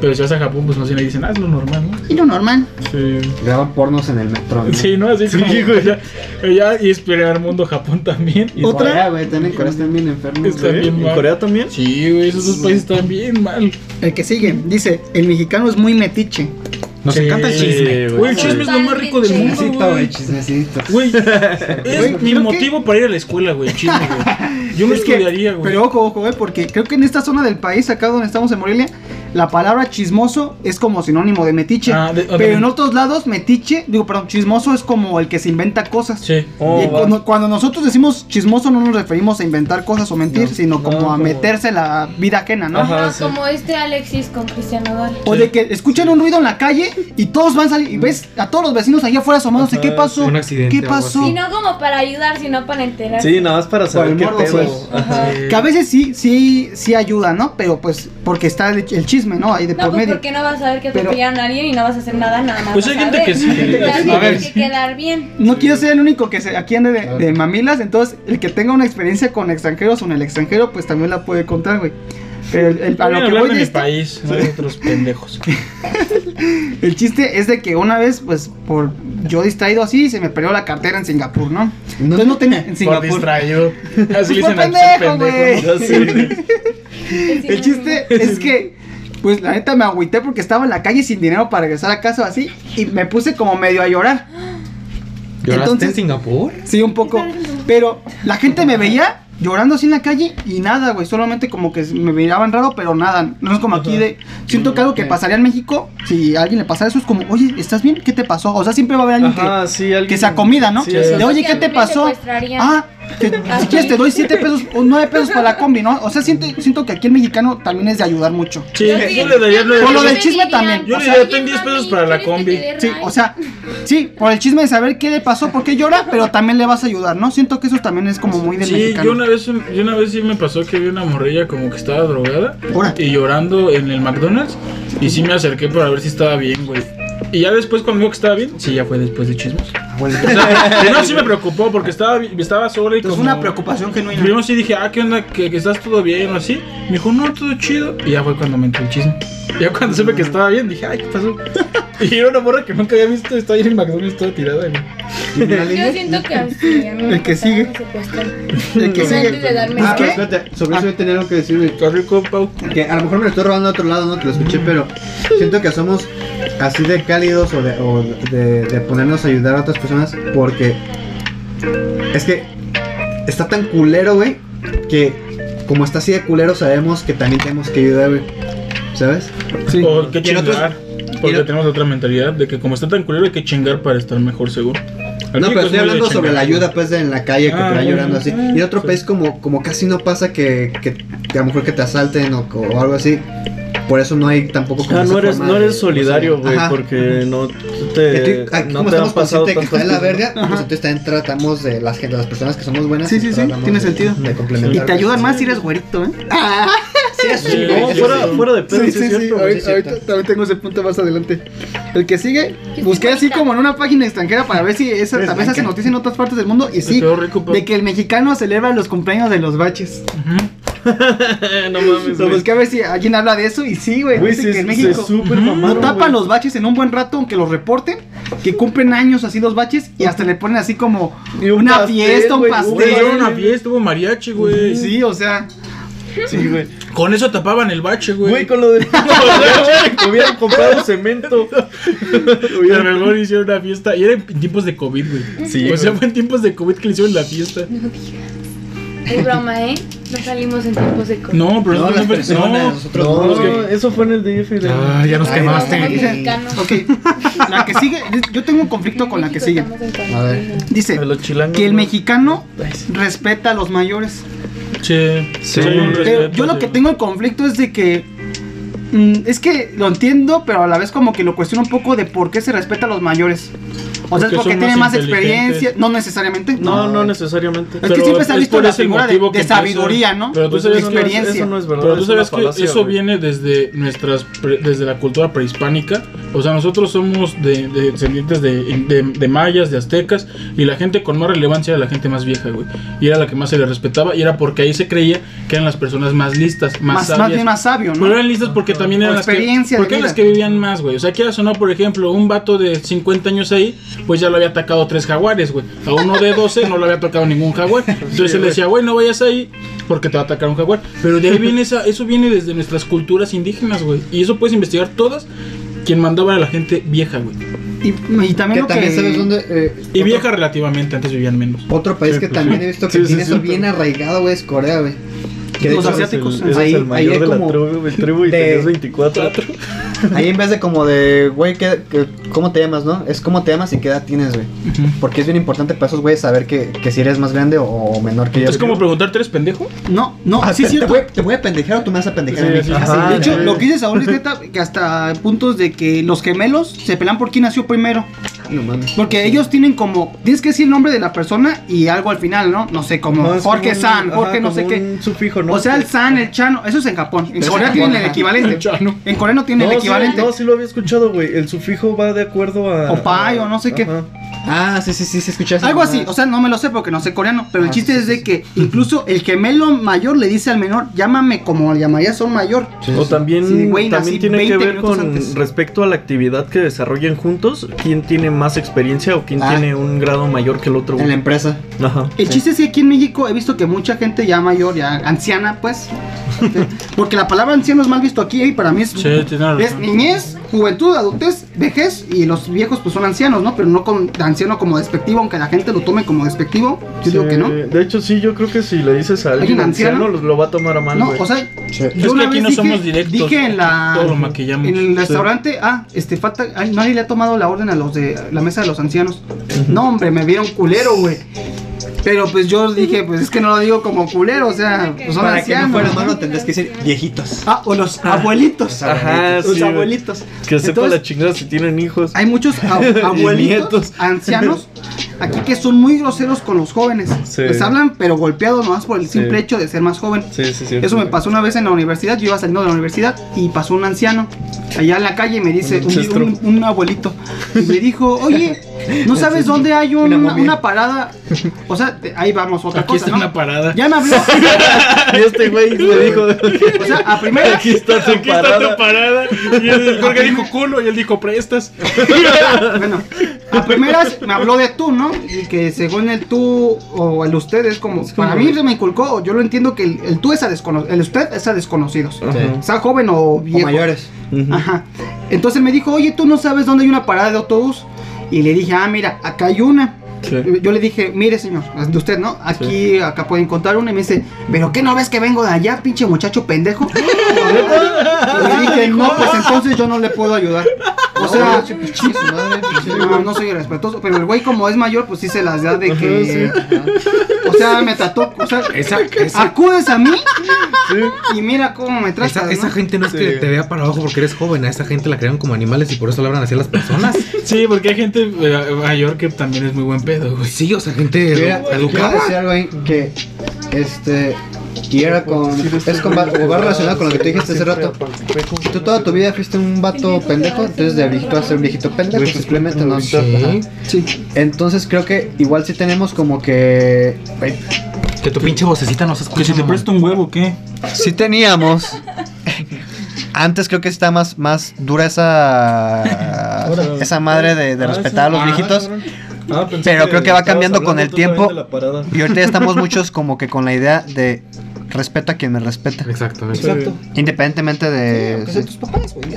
[SPEAKER 3] pero si vas a Japón, pues no sé, y dicen, ah, es lo normal, ¿no?
[SPEAKER 1] Y lo normal.
[SPEAKER 3] Sí,
[SPEAKER 6] Graban pornos en el metro. ¿no?
[SPEAKER 3] sí ¿no? Así como, allá, allá y esperar mundo Japón también.
[SPEAKER 6] Y
[SPEAKER 1] ¿Otra?
[SPEAKER 6] Corea, güey, también en Corea están bien enfermos.
[SPEAKER 3] Está
[SPEAKER 6] güey.
[SPEAKER 3] bien
[SPEAKER 4] ¿En
[SPEAKER 3] mal.
[SPEAKER 4] Corea también?
[SPEAKER 3] Sí, güey, esos dos países están bien mal.
[SPEAKER 1] El que sigue, dice, el mexicano es muy metiche.
[SPEAKER 5] Nos
[SPEAKER 3] Sí,
[SPEAKER 5] encanta el chisme.
[SPEAKER 3] Güey, el chisme es lo más rico del mundo,
[SPEAKER 6] Chismecito,
[SPEAKER 3] güey.
[SPEAKER 6] güey, chismecito.
[SPEAKER 1] *laughs*
[SPEAKER 3] Güey,
[SPEAKER 1] Güey,
[SPEAKER 3] es mi
[SPEAKER 1] creo que-
[SPEAKER 3] motivo para ir a la escuela, güey, el chisme, güey. Yo
[SPEAKER 1] *laughs*
[SPEAKER 3] no
[SPEAKER 1] Es que-
[SPEAKER 3] estudiaría, güey.
[SPEAKER 1] Pero ojo, ojo, eh, porque creo que en esta zona del país, acá donde estamos en Morelia, la palabra chismoso es como sinónimo de metiche.
[SPEAKER 3] Ah, de-
[SPEAKER 1] pero en otros lados, metiche, digo, perdón, chismoso es como el que se inventa cosas.
[SPEAKER 3] Sí.
[SPEAKER 1] Y cuando, cuando nosotros decimos chismoso no nos referimos a inventar cosas o mentir,
[SPEAKER 4] No,
[SPEAKER 1] sino como
[SPEAKER 4] no,
[SPEAKER 1] a
[SPEAKER 4] como-
[SPEAKER 1] meterse en la vida ajena, ¿no?
[SPEAKER 4] Ajá,
[SPEAKER 7] No,
[SPEAKER 4] sí.
[SPEAKER 7] como este Alexis con Cristiano Dal.
[SPEAKER 1] O de que escuchan un ruido en la calle y todos van a salir y ves a todos los vecinos allá afuera asomándose.
[SPEAKER 4] Ajá,
[SPEAKER 1] ¿Qué pasó?
[SPEAKER 5] un accidente
[SPEAKER 1] ¿Qué
[SPEAKER 5] o algo
[SPEAKER 1] pasó?
[SPEAKER 7] Y no como para ayudar, sino para enterar.
[SPEAKER 4] Sí, nada más para pues. saber
[SPEAKER 6] el
[SPEAKER 4] qué
[SPEAKER 6] morbo,
[SPEAKER 4] pedo.
[SPEAKER 6] sí.
[SPEAKER 4] Ajá.
[SPEAKER 1] Que a veces sí, sí, sí ayuda, ¿no? Pero pues porque está el el chisme, ¿no? Ahí de
[SPEAKER 7] No,
[SPEAKER 1] por
[SPEAKER 7] pues
[SPEAKER 1] medio.
[SPEAKER 7] porque no vas a saber que
[SPEAKER 1] Pero-
[SPEAKER 7] atropellaron a alguien y no vas a hacer nada, nada más.
[SPEAKER 3] Pues hay
[SPEAKER 7] vas a
[SPEAKER 3] gente
[SPEAKER 7] ver.
[SPEAKER 3] que sí.
[SPEAKER 7] Entonces,
[SPEAKER 3] A
[SPEAKER 7] tienes
[SPEAKER 3] ver.
[SPEAKER 7] que quedar bien.
[SPEAKER 1] No quiero ser el único que se, aquí ande de,
[SPEAKER 6] Claro.
[SPEAKER 1] de mamilas, entonces el que tenga una experiencia con extranjeros o en el extranjero, pues también la puede contar, güey. Pero el, el- a lo que voy
[SPEAKER 3] en
[SPEAKER 1] de
[SPEAKER 3] mi
[SPEAKER 1] esto, *laughs*
[SPEAKER 3] país, no de otros pendejos.
[SPEAKER 1] el chiste es de que una vez, pues, por yo distraído así, se me perdió la cartera en Singapur, ¿no?
[SPEAKER 3] *laughs*
[SPEAKER 1] Entonces no tenía en *laughs*
[SPEAKER 3] Por
[SPEAKER 1] Singapur. *laughs* Pues
[SPEAKER 3] distraído. Así
[SPEAKER 1] Por
[SPEAKER 3] dicen al ser
[SPEAKER 1] pendejo,
[SPEAKER 3] pendejo.
[SPEAKER 1] güey.
[SPEAKER 4] *laughs*
[SPEAKER 3] ¿no? Sí.
[SPEAKER 1] El chiste es que, pues la neta me agüité porque estaba en la calle sin dinero para regresar a casa o así y me puse como medio a llorar.
[SPEAKER 5] ¿Lloraste
[SPEAKER 1] Entonces-
[SPEAKER 5] en Singapur?
[SPEAKER 1] Sí, un poco. Pero la gente me veía llorando así en la calle y nada, güey. Solamente como que me miraban raro, pero nada. No es como aquí de. Siento que algo que pasaría en México, si a alguien le pasara eso, es como, oye, ¿estás bien? ¿Qué te pasó? O sea, siempre va a haber alguien que.
[SPEAKER 4] Ajá, sí, alguien.
[SPEAKER 1] que se acomida, ¿no?
[SPEAKER 4] Sí,
[SPEAKER 1] De,
[SPEAKER 4] eso.
[SPEAKER 1] oye, ¿qué te pasó? Ah, que, si quieres te doy 7 pesos o 9 pesos para la combi, ¿no? O sea, siento, siento que aquí el mexicano también es de ayudar mucho.
[SPEAKER 3] Sí, yo le daría lo
[SPEAKER 1] Por lo del
[SPEAKER 3] de.
[SPEAKER 1] chisme también.
[SPEAKER 3] Yo le daría, ten 10 pesos para la combi.
[SPEAKER 1] Sí, o sea, sí, por el chisme de saber qué le pasó, por qué llora, pero también le vas a ayudar, ¿no? Siento que eso también es como muy del
[SPEAKER 3] Sí,
[SPEAKER 1] mexicano.
[SPEAKER 3] yo una vez yo una vez sí me pasó que vi una morrilla como que estaba drogada
[SPEAKER 1] Ahora.
[SPEAKER 3] y llorando en el McDonald's y sí me acerqué para ver si estaba bien, güey. Y ya después cuando vio que estaba bien, sí ya fue después de chismos.
[SPEAKER 1] Ah,
[SPEAKER 3] O sea, no, sí me preocupó porque estaba bi- estaba sola y
[SPEAKER 1] Entonces,
[SPEAKER 3] como-
[SPEAKER 1] una preocupación genuina.
[SPEAKER 3] Primero sí dije, ah, ¿qué onda? ¿Que, que estás todo bien o así? Me dijo, no, todo chido. Y ya fue cuando me entró el chisme. Ya cuando supe que estaba bien, dije, ay, ¿qué pasó? *laughs* Y era una morra que nunca había visto, estaba ahí en el McDonald's toda tirada. güey.
[SPEAKER 7] Yo siento
[SPEAKER 1] *laughs*
[SPEAKER 7] que así. a mí me
[SPEAKER 1] El que
[SPEAKER 7] gusta
[SPEAKER 1] sigue.
[SPEAKER 7] mucho secuestrar.
[SPEAKER 1] El que
[SPEAKER 7] Antes
[SPEAKER 1] sigue.
[SPEAKER 7] de darme
[SPEAKER 1] Ah,
[SPEAKER 6] Ah,
[SPEAKER 1] ¿qué?
[SPEAKER 6] pero espérate, sobre eso yo tenía algo que decir, güey.
[SPEAKER 3] Está rico, Pau.
[SPEAKER 6] Que a lo mejor me lo estoy robando de otro lado, no te lo escuché, pero siento que somos así de cálidos o de, o de- de ponernos a ayudar a otras personas porque es que está tan culero, güey, que como está así de culero sabemos que también tenemos que ayudar, güey. ¿Sabes?
[SPEAKER 1] Sí.
[SPEAKER 3] O que
[SPEAKER 6] Y el otro-
[SPEAKER 3] chingar. Porque
[SPEAKER 6] y el-
[SPEAKER 3] tenemos otra mentalidad de que como está tan culero hay que chingar para estar mejor seguro. Al
[SPEAKER 6] No,
[SPEAKER 3] único
[SPEAKER 6] pero
[SPEAKER 3] es muy
[SPEAKER 6] estoy
[SPEAKER 3] de
[SPEAKER 6] hablando
[SPEAKER 3] chingar.
[SPEAKER 6] sobre la ayuda, pues, de en la calle que
[SPEAKER 3] Ah,
[SPEAKER 6] te va
[SPEAKER 3] bueno,
[SPEAKER 6] llorando así.
[SPEAKER 3] ah,
[SPEAKER 6] Y en otro
[SPEAKER 3] sí.
[SPEAKER 6] país como, como casi no pasa que, que, que a lo mejor que te asalten o, o algo así. Por eso no hay tampoco como
[SPEAKER 4] Ah,
[SPEAKER 6] esa
[SPEAKER 4] no eres,
[SPEAKER 6] forma
[SPEAKER 4] no
[SPEAKER 6] de-
[SPEAKER 4] eres solidario, güey,
[SPEAKER 6] Ajá.
[SPEAKER 4] porque no
[SPEAKER 6] Que
[SPEAKER 4] te,
[SPEAKER 6] tú- aquí
[SPEAKER 4] Eh, no
[SPEAKER 6] como
[SPEAKER 4] te han
[SPEAKER 6] estamos
[SPEAKER 4] pasado
[SPEAKER 6] conscientes de que
[SPEAKER 4] tantas
[SPEAKER 6] está de la
[SPEAKER 4] cosas.
[SPEAKER 6] verga, pues entonces también tratamos de las, gen- las personas que somos buenas.
[SPEAKER 1] Sí,
[SPEAKER 6] y
[SPEAKER 1] sí, sí,
[SPEAKER 6] tratamos
[SPEAKER 1] tiene
[SPEAKER 6] de-
[SPEAKER 1] sentido.
[SPEAKER 6] De
[SPEAKER 1] Y
[SPEAKER 6] complementar.
[SPEAKER 1] te ayudan más si eres güerito, ¿eh?
[SPEAKER 3] Sí,
[SPEAKER 4] No,
[SPEAKER 3] sí,
[SPEAKER 4] fuera,
[SPEAKER 3] sí.
[SPEAKER 4] fuera de pedo, sí, es cierto, güey.
[SPEAKER 1] Ahorita, ahorita también tengo ese punto más adelante. El que sigue, busqué así
[SPEAKER 7] bonita.
[SPEAKER 1] como en una página extranjera para ver si esa tal vez hace noticia en otras partes del mundo. Y
[SPEAKER 3] Te
[SPEAKER 1] sí,
[SPEAKER 3] quedó rico, Pau.
[SPEAKER 1] de que el mexicano celebra los cumpleaños de los baches.
[SPEAKER 3] Ujú.
[SPEAKER 4] no mames,
[SPEAKER 1] Lo
[SPEAKER 4] güey.
[SPEAKER 1] busqué a ver si alguien habla de eso. Y sí, güey,
[SPEAKER 4] Güey,
[SPEAKER 1] dice
[SPEAKER 4] se,
[SPEAKER 1] que en
[SPEAKER 4] se
[SPEAKER 1] México.
[SPEAKER 4] super
[SPEAKER 3] Ujú.
[SPEAKER 1] No
[SPEAKER 4] mamaron,
[SPEAKER 1] tapan
[SPEAKER 4] güey.
[SPEAKER 1] los baches en un buen rato, aunque los reporten, que cumplen años así los baches y hasta le ponen así como
[SPEAKER 4] Y un
[SPEAKER 1] una
[SPEAKER 4] pastel,
[SPEAKER 1] fiesta, un
[SPEAKER 4] güey,
[SPEAKER 1] pastel.
[SPEAKER 3] Güey, era una fiesta, hubo mariachi, güey.
[SPEAKER 1] Sí, o sea,
[SPEAKER 4] Sí, güey.
[SPEAKER 3] Con eso tapaban el bache, güey.
[SPEAKER 4] Güey, con lo del puto güey, *laughs* hubieran comprado cemento.
[SPEAKER 3] Y a lo mejor hicieron una fiesta. Y era en tiempos de COVID, güey.
[SPEAKER 4] Sí,
[SPEAKER 3] o sea,
[SPEAKER 4] güey.
[SPEAKER 3] fue en tiempos de COVID que le hicieron la fiesta.
[SPEAKER 2] Es broma, ¿eh? No salimos en tiempos de COVID.
[SPEAKER 3] No, pero
[SPEAKER 6] No,
[SPEAKER 3] no,
[SPEAKER 6] las
[SPEAKER 3] pero-
[SPEAKER 6] personas,
[SPEAKER 3] no.
[SPEAKER 6] nosotros
[SPEAKER 4] No,
[SPEAKER 6] los que-
[SPEAKER 4] eso fue en el DF. de-
[SPEAKER 5] Ah, ya nos
[SPEAKER 6] Ay,
[SPEAKER 5] quemaste.
[SPEAKER 6] vamos.
[SPEAKER 1] eh, Ok, la que sigue, yo tengo un conflicto con la que sigue.
[SPEAKER 6] A ver.
[SPEAKER 1] Dice
[SPEAKER 4] de los chilangos.
[SPEAKER 1] que el
[SPEAKER 4] ¿no?
[SPEAKER 1] mexicano
[SPEAKER 4] Ay,
[SPEAKER 1] respeta a los mayores.
[SPEAKER 3] Sí,
[SPEAKER 5] Sí.
[SPEAKER 3] soy un
[SPEAKER 1] Pero
[SPEAKER 3] respeto,
[SPEAKER 1] yo lo
[SPEAKER 3] sí.
[SPEAKER 1] que tengo el conflicto es de que mm, es que lo entiendo, pero a la vez como que lo cuestiono un poco de por qué se respeta a los mayores. O sea,
[SPEAKER 3] Porque
[SPEAKER 1] es porque
[SPEAKER 3] son
[SPEAKER 1] tienen
[SPEAKER 3] más
[SPEAKER 1] más experiencia,
[SPEAKER 3] inteligentes.
[SPEAKER 1] no necesariamente.
[SPEAKER 4] No, no necesariamente.
[SPEAKER 1] Es que
[SPEAKER 3] Pero
[SPEAKER 1] siempre se ha
[SPEAKER 3] es
[SPEAKER 1] visto
[SPEAKER 3] por
[SPEAKER 1] la
[SPEAKER 3] ese
[SPEAKER 1] figura de,
[SPEAKER 3] motivo
[SPEAKER 1] de
[SPEAKER 3] que
[SPEAKER 1] sabiduría,
[SPEAKER 3] empieza-
[SPEAKER 1] ¿no?
[SPEAKER 3] Pero tú
[SPEAKER 4] Pues
[SPEAKER 3] sabes
[SPEAKER 4] eso no es-
[SPEAKER 1] experiencia.
[SPEAKER 4] eso no es verdad.
[SPEAKER 3] Pero tú
[SPEAKER 4] es una
[SPEAKER 3] sabes que
[SPEAKER 4] falacia,
[SPEAKER 3] eso
[SPEAKER 4] güey.
[SPEAKER 3] viene desde nuestras pre- desde la cultura prehispánica. O sea, nosotros somos de, de descendientes de, de- de mayas, de aztecas, y la gente con más relevancia era la gente más vieja, güey. Y era la que más se le respetaba, y era porque ahí se creía que eran las personas más listas, más,
[SPEAKER 1] Más, más
[SPEAKER 3] sabias.
[SPEAKER 1] bien más sabio,
[SPEAKER 3] Pero
[SPEAKER 1] ¿no?
[SPEAKER 3] eran listas porque también eran
[SPEAKER 1] Por
[SPEAKER 3] las que,
[SPEAKER 1] experiencia de
[SPEAKER 3] porque eran
[SPEAKER 1] vida.
[SPEAKER 3] las que vivían más, güey. O sea, que sonó, por ejemplo, un vato de 50 años ahí, pues ya lo había atacado tres jaguares, güey. A uno de 12 no lo había atacado
[SPEAKER 1] *laughs*
[SPEAKER 3] ningún jaguar. Entonces él decía, güey, no vayas ahí porque te va a atacar un jaguar. Pero de ahí viene esa, eso viene desde nuestras culturas indígenas, güey. Y eso puedes investigar todas. Quien mandaba a la gente vieja, güey.
[SPEAKER 1] Y, y también
[SPEAKER 6] Que
[SPEAKER 1] lo
[SPEAKER 6] también
[SPEAKER 1] que
[SPEAKER 6] sabes dónde. eh,
[SPEAKER 3] Y
[SPEAKER 6] otro-
[SPEAKER 3] vieja relativamente, antes vivían menos.
[SPEAKER 6] Otro país que también he visto que
[SPEAKER 4] Sí, sí,
[SPEAKER 6] tiene
[SPEAKER 4] es
[SPEAKER 6] eso
[SPEAKER 4] cierto.
[SPEAKER 6] bien arraigado, güey, es Corea, güey. Que de
[SPEAKER 1] Los
[SPEAKER 6] hecho,
[SPEAKER 1] asiáticos,
[SPEAKER 4] Ese es el,
[SPEAKER 6] ahí- ahí
[SPEAKER 4] mayor
[SPEAKER 6] hay
[SPEAKER 4] de la
[SPEAKER 6] como-
[SPEAKER 4] tribu, güey, tribu y
[SPEAKER 6] de-
[SPEAKER 4] tenías 24.
[SPEAKER 6] pues, Ahí en vez de como de, güey, ¿qué- qué- ¿cómo te llamas, no? Es cómo te llamas y qué edad tienes, güey. Porque es bien importante para esos güeyes saber que, que si eres más grande o, o menor que ellos.
[SPEAKER 3] Es como preguntarte, ¿eres pendejo?
[SPEAKER 1] No, no, así
[SPEAKER 6] te,
[SPEAKER 1] es
[SPEAKER 6] te *laughs*
[SPEAKER 1] cierto.
[SPEAKER 6] voy, te voy a pendejar o tú me vas a pendejar. a mí?
[SPEAKER 4] Ah, Sí, sí,
[SPEAKER 6] Así,
[SPEAKER 4] ajá,
[SPEAKER 1] De
[SPEAKER 6] de
[SPEAKER 1] hecho,
[SPEAKER 4] sí.
[SPEAKER 1] lo que dice Saúl es neta, que hasta puntos de que los gemelos se pelean por quién nació primero.
[SPEAKER 6] No mames.
[SPEAKER 1] Porque ellos tienen como, tienes que decir el nombre de la persona y algo al final, ¿no? No sé, como
[SPEAKER 4] No, es
[SPEAKER 1] Jorge
[SPEAKER 4] como un-
[SPEAKER 1] San,
[SPEAKER 4] ajá,
[SPEAKER 1] Jorge no
[SPEAKER 4] como
[SPEAKER 1] sé qué.
[SPEAKER 4] Un sufijo, ¿no?
[SPEAKER 1] O sea, el San, el Chano, eso es en Japón. En
[SPEAKER 6] Pero
[SPEAKER 1] Corea
[SPEAKER 6] en
[SPEAKER 1] tienen
[SPEAKER 6] Japón,
[SPEAKER 1] el
[SPEAKER 6] ajá.
[SPEAKER 1] equivalente.
[SPEAKER 3] Chano.
[SPEAKER 1] En Corea no tienen
[SPEAKER 4] No,
[SPEAKER 1] el
[SPEAKER 4] sí,
[SPEAKER 1] equivalente.
[SPEAKER 4] no, sí lo había escuchado, güey. El sufijo va de acuerdo a.
[SPEAKER 1] O pai, o no sé qué.
[SPEAKER 4] Ajá.
[SPEAKER 6] Ah, sí, sí, sí, sí, escuchaste.
[SPEAKER 1] Algo así, o sea, no me lo sé porque no sé coreano, pero el
[SPEAKER 6] Ah,
[SPEAKER 1] chiste
[SPEAKER 6] sí,
[SPEAKER 1] es
[SPEAKER 6] sí,
[SPEAKER 1] de que incluso el gemelo mayor le dice al menor, llámame como llamarías a un mayor.
[SPEAKER 4] O también,
[SPEAKER 1] Sí, güey, nací
[SPEAKER 4] también tiene que
[SPEAKER 1] 20
[SPEAKER 4] ver
[SPEAKER 1] minutos
[SPEAKER 4] con
[SPEAKER 1] antes.
[SPEAKER 4] respecto a la actividad que desarrollen juntos, quién tiene más experiencia o quién
[SPEAKER 6] Ah.
[SPEAKER 4] tiene un grado mayor que el otro.
[SPEAKER 6] En la
[SPEAKER 4] güey.
[SPEAKER 6] empresa.
[SPEAKER 4] Ajá.
[SPEAKER 1] El chiste es que aquí en México he visto que mucha gente ya mayor, ya anciana, pues.
[SPEAKER 4] *laughs*
[SPEAKER 1] Porque la palabra anciano es mal visto aquí y para mí es,
[SPEAKER 3] Sí, tienes
[SPEAKER 1] es
[SPEAKER 3] razón.
[SPEAKER 1] niñez, juventud, adultez, vejez y los viejos pues son ancianos, ¿no? Pero no con anciano como despectivo, aunque la gente lo tome como despectivo. Yo digo
[SPEAKER 4] Sí,
[SPEAKER 1] que no.
[SPEAKER 4] De hecho, sí, yo creo que si le dices a alguien
[SPEAKER 1] ¿Alguien
[SPEAKER 4] anciano,
[SPEAKER 1] anciano?
[SPEAKER 4] lo, lo va a tomar a mal,
[SPEAKER 1] No,
[SPEAKER 4] güey.
[SPEAKER 1] o sea, yo
[SPEAKER 3] que
[SPEAKER 1] una
[SPEAKER 3] aquí
[SPEAKER 1] vez
[SPEAKER 3] no
[SPEAKER 1] dije-
[SPEAKER 3] somos directos,
[SPEAKER 1] Dije en la
[SPEAKER 3] todo lo maquillamos.
[SPEAKER 1] en el
[SPEAKER 4] Sí.
[SPEAKER 1] restaurante, ah, este falta, ay, nadie le ha tomado la orden a los de la mesa de los ancianos. No, hombre, me vieron culero, güey. Pero pues yo dije, pues es que no lo digo como culero, o sea, pues son
[SPEAKER 6] Para que no
[SPEAKER 1] ancianos.
[SPEAKER 6] fuera
[SPEAKER 1] ¿no?
[SPEAKER 6] malo, tendrás que decir viejitos.
[SPEAKER 1] Ah, o los abuelitos. Ah,
[SPEAKER 4] Ajá,
[SPEAKER 1] los
[SPEAKER 4] Ah, sí, güey.
[SPEAKER 1] abuelitos.
[SPEAKER 4] que sepa
[SPEAKER 1] Entonces,
[SPEAKER 4] la chingada si tienen hijos.
[SPEAKER 1] hay muchos ab- abuelitos,
[SPEAKER 4] nietos.
[SPEAKER 1] ancianos, aquí que son muy groseros con los jóvenes.
[SPEAKER 4] Sí.
[SPEAKER 1] Les hablan, pero golpeados nomás por el simple hecho de ser más joven.
[SPEAKER 4] Sí, sí, sí.
[SPEAKER 1] Eso me pasó una vez en la universidad, yo iba saliendo de la universidad y pasó un anciano allá en la calle y me dice,
[SPEAKER 4] Un ancestro.
[SPEAKER 1] un, un- un abuelito, y me dijo, oye, ¿no sabes dónde hay un-
[SPEAKER 6] Una
[SPEAKER 1] una,
[SPEAKER 6] momia.
[SPEAKER 1] una parada? O sea, te- ahí vamos, otra
[SPEAKER 3] Aquí
[SPEAKER 1] cosa,
[SPEAKER 3] está
[SPEAKER 1] ¿no?
[SPEAKER 3] una parada.
[SPEAKER 1] Ya me habló,
[SPEAKER 4] Y este güey le *laughs* dijo:
[SPEAKER 1] o sea, a
[SPEAKER 3] *laughs*
[SPEAKER 1] primera,
[SPEAKER 4] Aquí está tu
[SPEAKER 3] Aquí está tu
[SPEAKER 4] parada.
[SPEAKER 3] parada. Y él, Jorge dijo culo y él dijo prestas.
[SPEAKER 1] bueno, a primeras me habló de tú, ¿no? Y que según el tú o el usted es como, para mí se me inculcó, o yo lo entiendo que el, el tú es a desconocidos, el usted es a desconocidos,
[SPEAKER 4] Ajá.
[SPEAKER 1] sea joven o
[SPEAKER 6] O
[SPEAKER 1] viejo.
[SPEAKER 6] mayores.
[SPEAKER 4] Ujú.
[SPEAKER 1] Ajá. Entonces me dijo, oye, tú no sabes dónde hay una parada de autobús. Y le dije, ah, mira, acá hay una.
[SPEAKER 4] Sí.
[SPEAKER 1] Yo le dije, mire, señor, es de usted, ¿no? Aquí, acá puede encontrar una. Y me dice, ¿pero qué no ves que vengo de allá, pinche muchacho pendejo? Y le dije, no, pues entonces yo no le puedo ayudar. O
[SPEAKER 6] pues,
[SPEAKER 1] sea, *laughs* no, no soy respetuoso. Pero el güey, como es mayor, pues sí se las da de que. O sea, me trató. O sea,
[SPEAKER 5] Esa,
[SPEAKER 1] *laughs*
[SPEAKER 5] esa,
[SPEAKER 1] acudes a mí y mira cómo me tratas.
[SPEAKER 5] esa, esa
[SPEAKER 1] ¿no?
[SPEAKER 5] gente no es que
[SPEAKER 4] Sí.
[SPEAKER 5] te vea para abajo porque eres joven. A esa gente la crean como animales y por eso le hablan así a
[SPEAKER 1] *laughs*
[SPEAKER 5] las personas.
[SPEAKER 3] Sí, porque hay gente eh, mayor que también es muy buen pedo, güey.
[SPEAKER 5] Pues sí, o sea, gente
[SPEAKER 6] Mira,
[SPEAKER 5] edu-
[SPEAKER 6] quiero
[SPEAKER 5] educada.
[SPEAKER 6] decir algo ahí que este y era con es con va- o va relacionado con lo que tú dijiste hace rato. Tú toda tu vida fuiste un vato pendejo, entonces de viejito vas a ser un viejito pendejo, simplemente no.
[SPEAKER 5] Sí.
[SPEAKER 1] Sí.
[SPEAKER 6] Entonces creo que igual sí tenemos como que güey,
[SPEAKER 5] Que tu pinche vocecita nos escuche.
[SPEAKER 3] Que si te
[SPEAKER 5] mamá.
[SPEAKER 3] presto un huevo, ¿qué?
[SPEAKER 6] sí teníamos antes creo que está más más dura esa esa madre de, de respetar a
[SPEAKER 3] Ah,
[SPEAKER 6] los viejitos.
[SPEAKER 3] *laughs*
[SPEAKER 6] Pero creo que va cambiando con el tiempo. Y ahorita ya estamos muchos como que con la idea de
[SPEAKER 8] respeto a quien me respeta.
[SPEAKER 5] Exactamente.
[SPEAKER 1] Exacto.
[SPEAKER 8] Independientemente de.
[SPEAKER 1] Aunque sean tus papás, güey.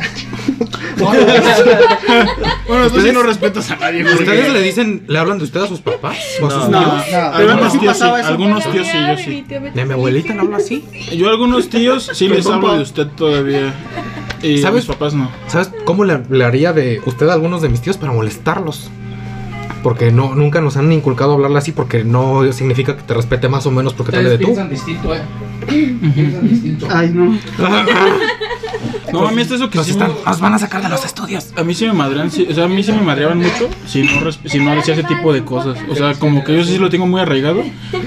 [SPEAKER 4] Bueno, tú sí no respetas a nadie, güey.
[SPEAKER 5] ¿Ustedes le dicen, le hablan de usted a sus papás? ¿O a sus
[SPEAKER 1] No,
[SPEAKER 5] tíos?
[SPEAKER 1] pero
[SPEAKER 4] no,
[SPEAKER 1] antes sí
[SPEAKER 4] no,
[SPEAKER 1] pasaba eso.
[SPEAKER 3] Algunos tíos sí, yo sí.
[SPEAKER 5] De mi abuelita no habla así.
[SPEAKER 3] Yo a algunos tíos sí les hablo de usted todavía. Y a
[SPEAKER 5] ¿Sabes?
[SPEAKER 3] mis papás no.
[SPEAKER 5] ¿Sabes cómo le hablaría de usted a algunos de mis tíos para molestarlos? Porque no, nunca nos han inculcado hablarle así porque no significa que te respete más o menos porque te hable de tú.
[SPEAKER 9] distinto, eh. Piensan distinto.
[SPEAKER 1] Ay, no.
[SPEAKER 3] No, a mí hasta eso que
[SPEAKER 5] *laughs* Nos,
[SPEAKER 3] sí
[SPEAKER 5] están-
[SPEAKER 3] me-
[SPEAKER 5] nos van a sacar de los estudios.
[SPEAKER 3] A mí sí me madrean, sí, o sea, a mí sí me madreaban mucho si no, resp- si no decía ese tipo de cosas. O sea, como que yo sí lo tengo muy arraigado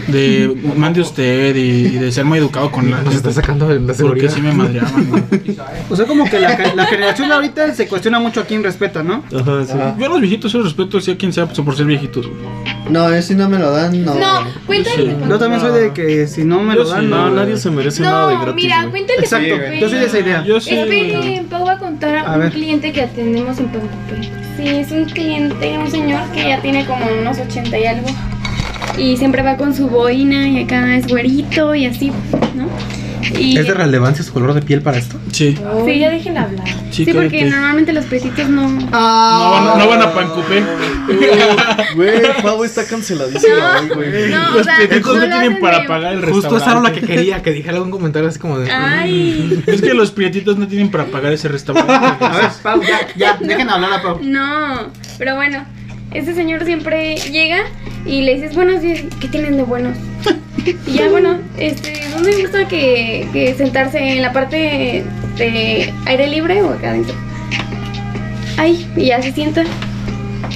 [SPEAKER 3] de mande usted y, y de ser muy educado con la
[SPEAKER 5] Nos están sacando de la
[SPEAKER 3] Porque
[SPEAKER 5] Pues seguridad.
[SPEAKER 3] sí me madreaban. güey.
[SPEAKER 1] O sea, como que la, ge- la generación de ahorita se cuestiona mucho a quién respeta, ¿no?
[SPEAKER 3] Yo a los viejitos sí los respeto, sea quien sea, pues, por ser viejitos. güey.
[SPEAKER 6] No, yo si no me lo dan, no.
[SPEAKER 7] No, cuéntale.
[SPEAKER 3] Sí.
[SPEAKER 1] Yo también soy de que si no me
[SPEAKER 3] Yo
[SPEAKER 1] lo
[SPEAKER 3] sí,
[SPEAKER 1] dan,
[SPEAKER 4] No,
[SPEAKER 1] no.
[SPEAKER 4] nadie se merece nada de
[SPEAKER 7] No,
[SPEAKER 4] gratis.
[SPEAKER 7] mira,
[SPEAKER 4] güey.
[SPEAKER 7] cuéntale.
[SPEAKER 1] Exacto,
[SPEAKER 7] güey.
[SPEAKER 1] yo soy de esa idea.
[SPEAKER 7] Eh,
[SPEAKER 3] Yo sí.
[SPEAKER 7] Esperen, Pau va a contar a,
[SPEAKER 1] A
[SPEAKER 7] un
[SPEAKER 1] ver.
[SPEAKER 7] cliente que atendemos en Pampapé. Sí, es un cliente, un señor que ya tiene como unos 80 y algo. Y siempre va con su boina y acá es güerito y así, ¿no? Y
[SPEAKER 5] ¿Es de relevancia su color de piel para esto?
[SPEAKER 3] Sí.
[SPEAKER 10] Oh,
[SPEAKER 7] Sí, ya déjenla hablar.
[SPEAKER 3] Sí,
[SPEAKER 7] Sí, porque
[SPEAKER 3] cállate.
[SPEAKER 7] normalmente los pesitos no.
[SPEAKER 3] No van, no van a Pancupé.
[SPEAKER 4] Güey, Pavo está canceladísimo hoy, güey.
[SPEAKER 7] No, o
[SPEAKER 3] Los
[SPEAKER 7] sea,
[SPEAKER 3] pendejos no
[SPEAKER 7] lo
[SPEAKER 3] tienen
[SPEAKER 7] hacen
[SPEAKER 3] para
[SPEAKER 7] de-
[SPEAKER 3] pagar el restaurante.
[SPEAKER 5] Justo esa era la que quería, que dijera algún comentario así como de.
[SPEAKER 7] Ah, Ay,
[SPEAKER 3] Es que los prietitos no tienen para pagar ese
[SPEAKER 1] *laughs*
[SPEAKER 3] restaurante.
[SPEAKER 1] A ver, Pues, Pau, ya, ya,
[SPEAKER 3] *laughs*
[SPEAKER 1] dejen hablar a Pau.
[SPEAKER 7] no. Pero bueno, ese señor siempre llega y le dices, buenos días, ¿qué tienen de buenos? Y ya bueno, este, ¿dónde gusta que, que sentarse? ¿En la parte de aire libre o acá adentro? Ay, y ya se sienta.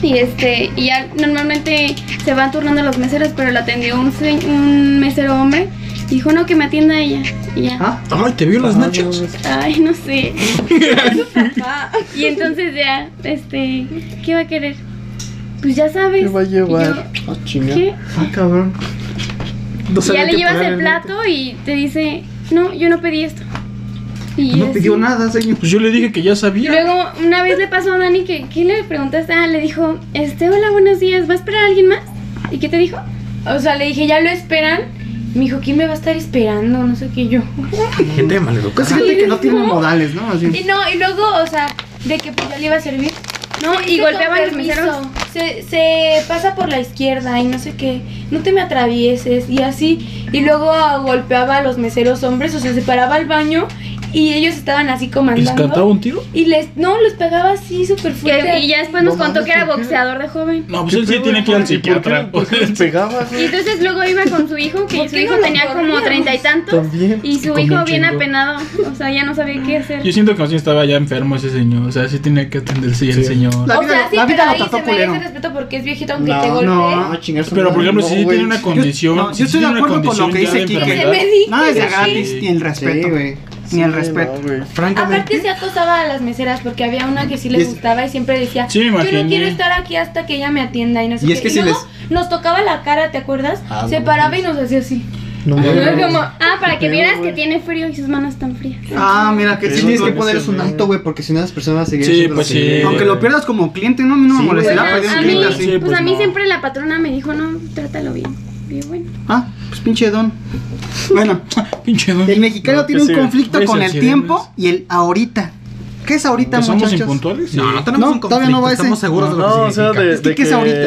[SPEAKER 7] Y este, y ya normalmente se van turnando los meseros, pero la atendió un, se- un mesero hombre. Dijo, no, que me atienda ella. Y ya.
[SPEAKER 3] Ay, te vio las nachas.
[SPEAKER 7] Ay,
[SPEAKER 4] *laughs*
[SPEAKER 7] no sé. y entonces ya, este, ¿qué va a querer? Pues ya sabes.
[SPEAKER 4] ¿Qué va a llevar?
[SPEAKER 7] Y
[SPEAKER 4] Ah,
[SPEAKER 7] yo,
[SPEAKER 4] chinga.
[SPEAKER 7] ¿Qué?
[SPEAKER 4] Ah, cabrón.
[SPEAKER 7] Y ya le llevas el plato y te dice, no, yo no pedí esto. Y
[SPEAKER 1] No
[SPEAKER 7] yo
[SPEAKER 1] pidió
[SPEAKER 7] así.
[SPEAKER 1] nada, señor.
[SPEAKER 3] Pues yo le dije que ya
[SPEAKER 7] Y
[SPEAKER 3] sabía.
[SPEAKER 7] Luego, una vez le pasó a Dani que, ¿qué le preguntaste? Ah, le dijo, este, hola, buenos días, ¿va a esperar a alguien más? ¿Y qué te dijo? O sea, le dije, ya lo esperan. Me dijo, ¿quién me va a estar esperando? No sé qué yo.
[SPEAKER 5] Gente maleducada.
[SPEAKER 1] Casi gente que no tiene modales, ¿no? Así.
[SPEAKER 10] Y no, y luego, o sea, de que pues yo le iba a servir.
[SPEAKER 7] No, y golpeaba a los meseros.
[SPEAKER 10] Se, se pasa por la izquierda y no sé qué. No te me atravieses y así. Y luego ah, golpeaba a los meseros hombres, o sea, se paraba al baño y ellos estaban así
[SPEAKER 3] ¿Les cantaba
[SPEAKER 10] comandando.
[SPEAKER 3] un tiro?
[SPEAKER 10] Y les, no, les pegaba así súper
[SPEAKER 7] Que-
[SPEAKER 10] fuerte.
[SPEAKER 7] y ya después nos contó que era boxeador de joven.
[SPEAKER 3] No, pues él sí tiene que ir al psiquiatra. pues. *laughs*
[SPEAKER 4] ¿Por qué les pegaba,
[SPEAKER 7] Y
[SPEAKER 4] güey?
[SPEAKER 7] entonces luego iba con su hijo, que
[SPEAKER 10] ¿Por
[SPEAKER 7] su
[SPEAKER 10] qué
[SPEAKER 7] hijo
[SPEAKER 10] no lo
[SPEAKER 7] tenía como
[SPEAKER 10] corríamos?
[SPEAKER 7] treinta y tantos.
[SPEAKER 4] También.
[SPEAKER 7] Y su
[SPEAKER 3] Como
[SPEAKER 7] hijo
[SPEAKER 3] un
[SPEAKER 7] bien
[SPEAKER 3] chingo.
[SPEAKER 7] apenado, o sea, ya no sabía qué hacer.
[SPEAKER 3] Yo siento que más bien estaba ya enfermo ese señor. O sea, sí tenía que atenderse ya el señor.
[SPEAKER 1] La
[SPEAKER 10] o
[SPEAKER 1] vida,
[SPEAKER 10] sea, sí,
[SPEAKER 1] la vida
[SPEAKER 10] pero
[SPEAKER 1] lo
[SPEAKER 10] ahí
[SPEAKER 1] trató
[SPEAKER 10] se merece
[SPEAKER 1] culero.
[SPEAKER 10] respeto porque es viejito aunque
[SPEAKER 4] No,
[SPEAKER 10] te golpee.
[SPEAKER 4] No, chingas.
[SPEAKER 3] Pero por ejemplo, si sí tiene una condición.
[SPEAKER 1] no, yo
[SPEAKER 3] si
[SPEAKER 1] estoy de
[SPEAKER 3] tiene una
[SPEAKER 1] acuerdo con lo
[SPEAKER 3] condición
[SPEAKER 1] que
[SPEAKER 3] ya
[SPEAKER 1] dice
[SPEAKER 3] de
[SPEAKER 1] Quique.
[SPEAKER 10] Que
[SPEAKER 3] enfermedad,
[SPEAKER 10] me dijo
[SPEAKER 1] Nada es
[SPEAKER 10] que
[SPEAKER 1] de
[SPEAKER 10] sí.
[SPEAKER 1] gratis, ni el respeto. Ni el respeto.
[SPEAKER 5] Francamente.
[SPEAKER 10] Aparte se acosaba a las meseras porque había una que sí le
[SPEAKER 6] Y es-
[SPEAKER 10] gustaba y siempre decía,
[SPEAKER 3] Sí, me
[SPEAKER 10] yo
[SPEAKER 3] imaginé.
[SPEAKER 10] no quiero estar aquí hasta que ella me atienda y no sé
[SPEAKER 6] Y
[SPEAKER 10] qué.
[SPEAKER 6] es que
[SPEAKER 10] y
[SPEAKER 6] si
[SPEAKER 10] luego nos tocaba la cara, ¿te acuerdas? se paraba y nos hacía así.
[SPEAKER 4] No,
[SPEAKER 10] Y *laughs*
[SPEAKER 4] mames.
[SPEAKER 10] era como,
[SPEAKER 7] Ah, para que vieras que tiene frío y sus manos están frías.
[SPEAKER 1] Ah, mira, que
[SPEAKER 4] Sí,
[SPEAKER 1] sí tienes
[SPEAKER 6] Tienes que
[SPEAKER 1] que poner.
[SPEAKER 6] ponerles un alto, güey, porque si no las personas seguirían
[SPEAKER 3] Sí,
[SPEAKER 6] siendo
[SPEAKER 3] pues
[SPEAKER 6] así.
[SPEAKER 3] sí.
[SPEAKER 1] Aunque lo pierdas como cliente, no, a mí no me
[SPEAKER 6] Sí,
[SPEAKER 1] molestaría
[SPEAKER 7] Pues,
[SPEAKER 1] perder
[SPEAKER 7] a
[SPEAKER 1] un
[SPEAKER 7] mí,
[SPEAKER 1] cliente
[SPEAKER 3] sí,
[SPEAKER 1] así.
[SPEAKER 7] pues,
[SPEAKER 3] pues,
[SPEAKER 7] a mí
[SPEAKER 3] no.
[SPEAKER 7] siempre la patrona me dijo, no, trátalo bien. Y yo, bueno.
[SPEAKER 1] Ah, pues pinche don. Bueno,
[SPEAKER 3] Pinche don.
[SPEAKER 1] el mexicano
[SPEAKER 4] No,
[SPEAKER 1] tiene
[SPEAKER 4] que
[SPEAKER 1] un
[SPEAKER 4] sí,
[SPEAKER 1] conflicto
[SPEAKER 3] ves
[SPEAKER 1] con
[SPEAKER 3] el
[SPEAKER 1] el
[SPEAKER 3] sirenas.
[SPEAKER 1] tiempo y el ahorita. ¿Qué es ahorita,
[SPEAKER 3] ¿Que somos
[SPEAKER 1] muchachos?
[SPEAKER 3] impuntuales?
[SPEAKER 5] No, no tenemos
[SPEAKER 1] No,
[SPEAKER 5] un
[SPEAKER 1] todavía
[SPEAKER 5] conflicto.
[SPEAKER 1] no va ese.
[SPEAKER 5] estamos seguros de lo que
[SPEAKER 4] No, o sea,
[SPEAKER 5] significa.
[SPEAKER 4] de,
[SPEAKER 1] Es que
[SPEAKER 4] de
[SPEAKER 1] ¿qué es
[SPEAKER 4] que,
[SPEAKER 1] ahorita?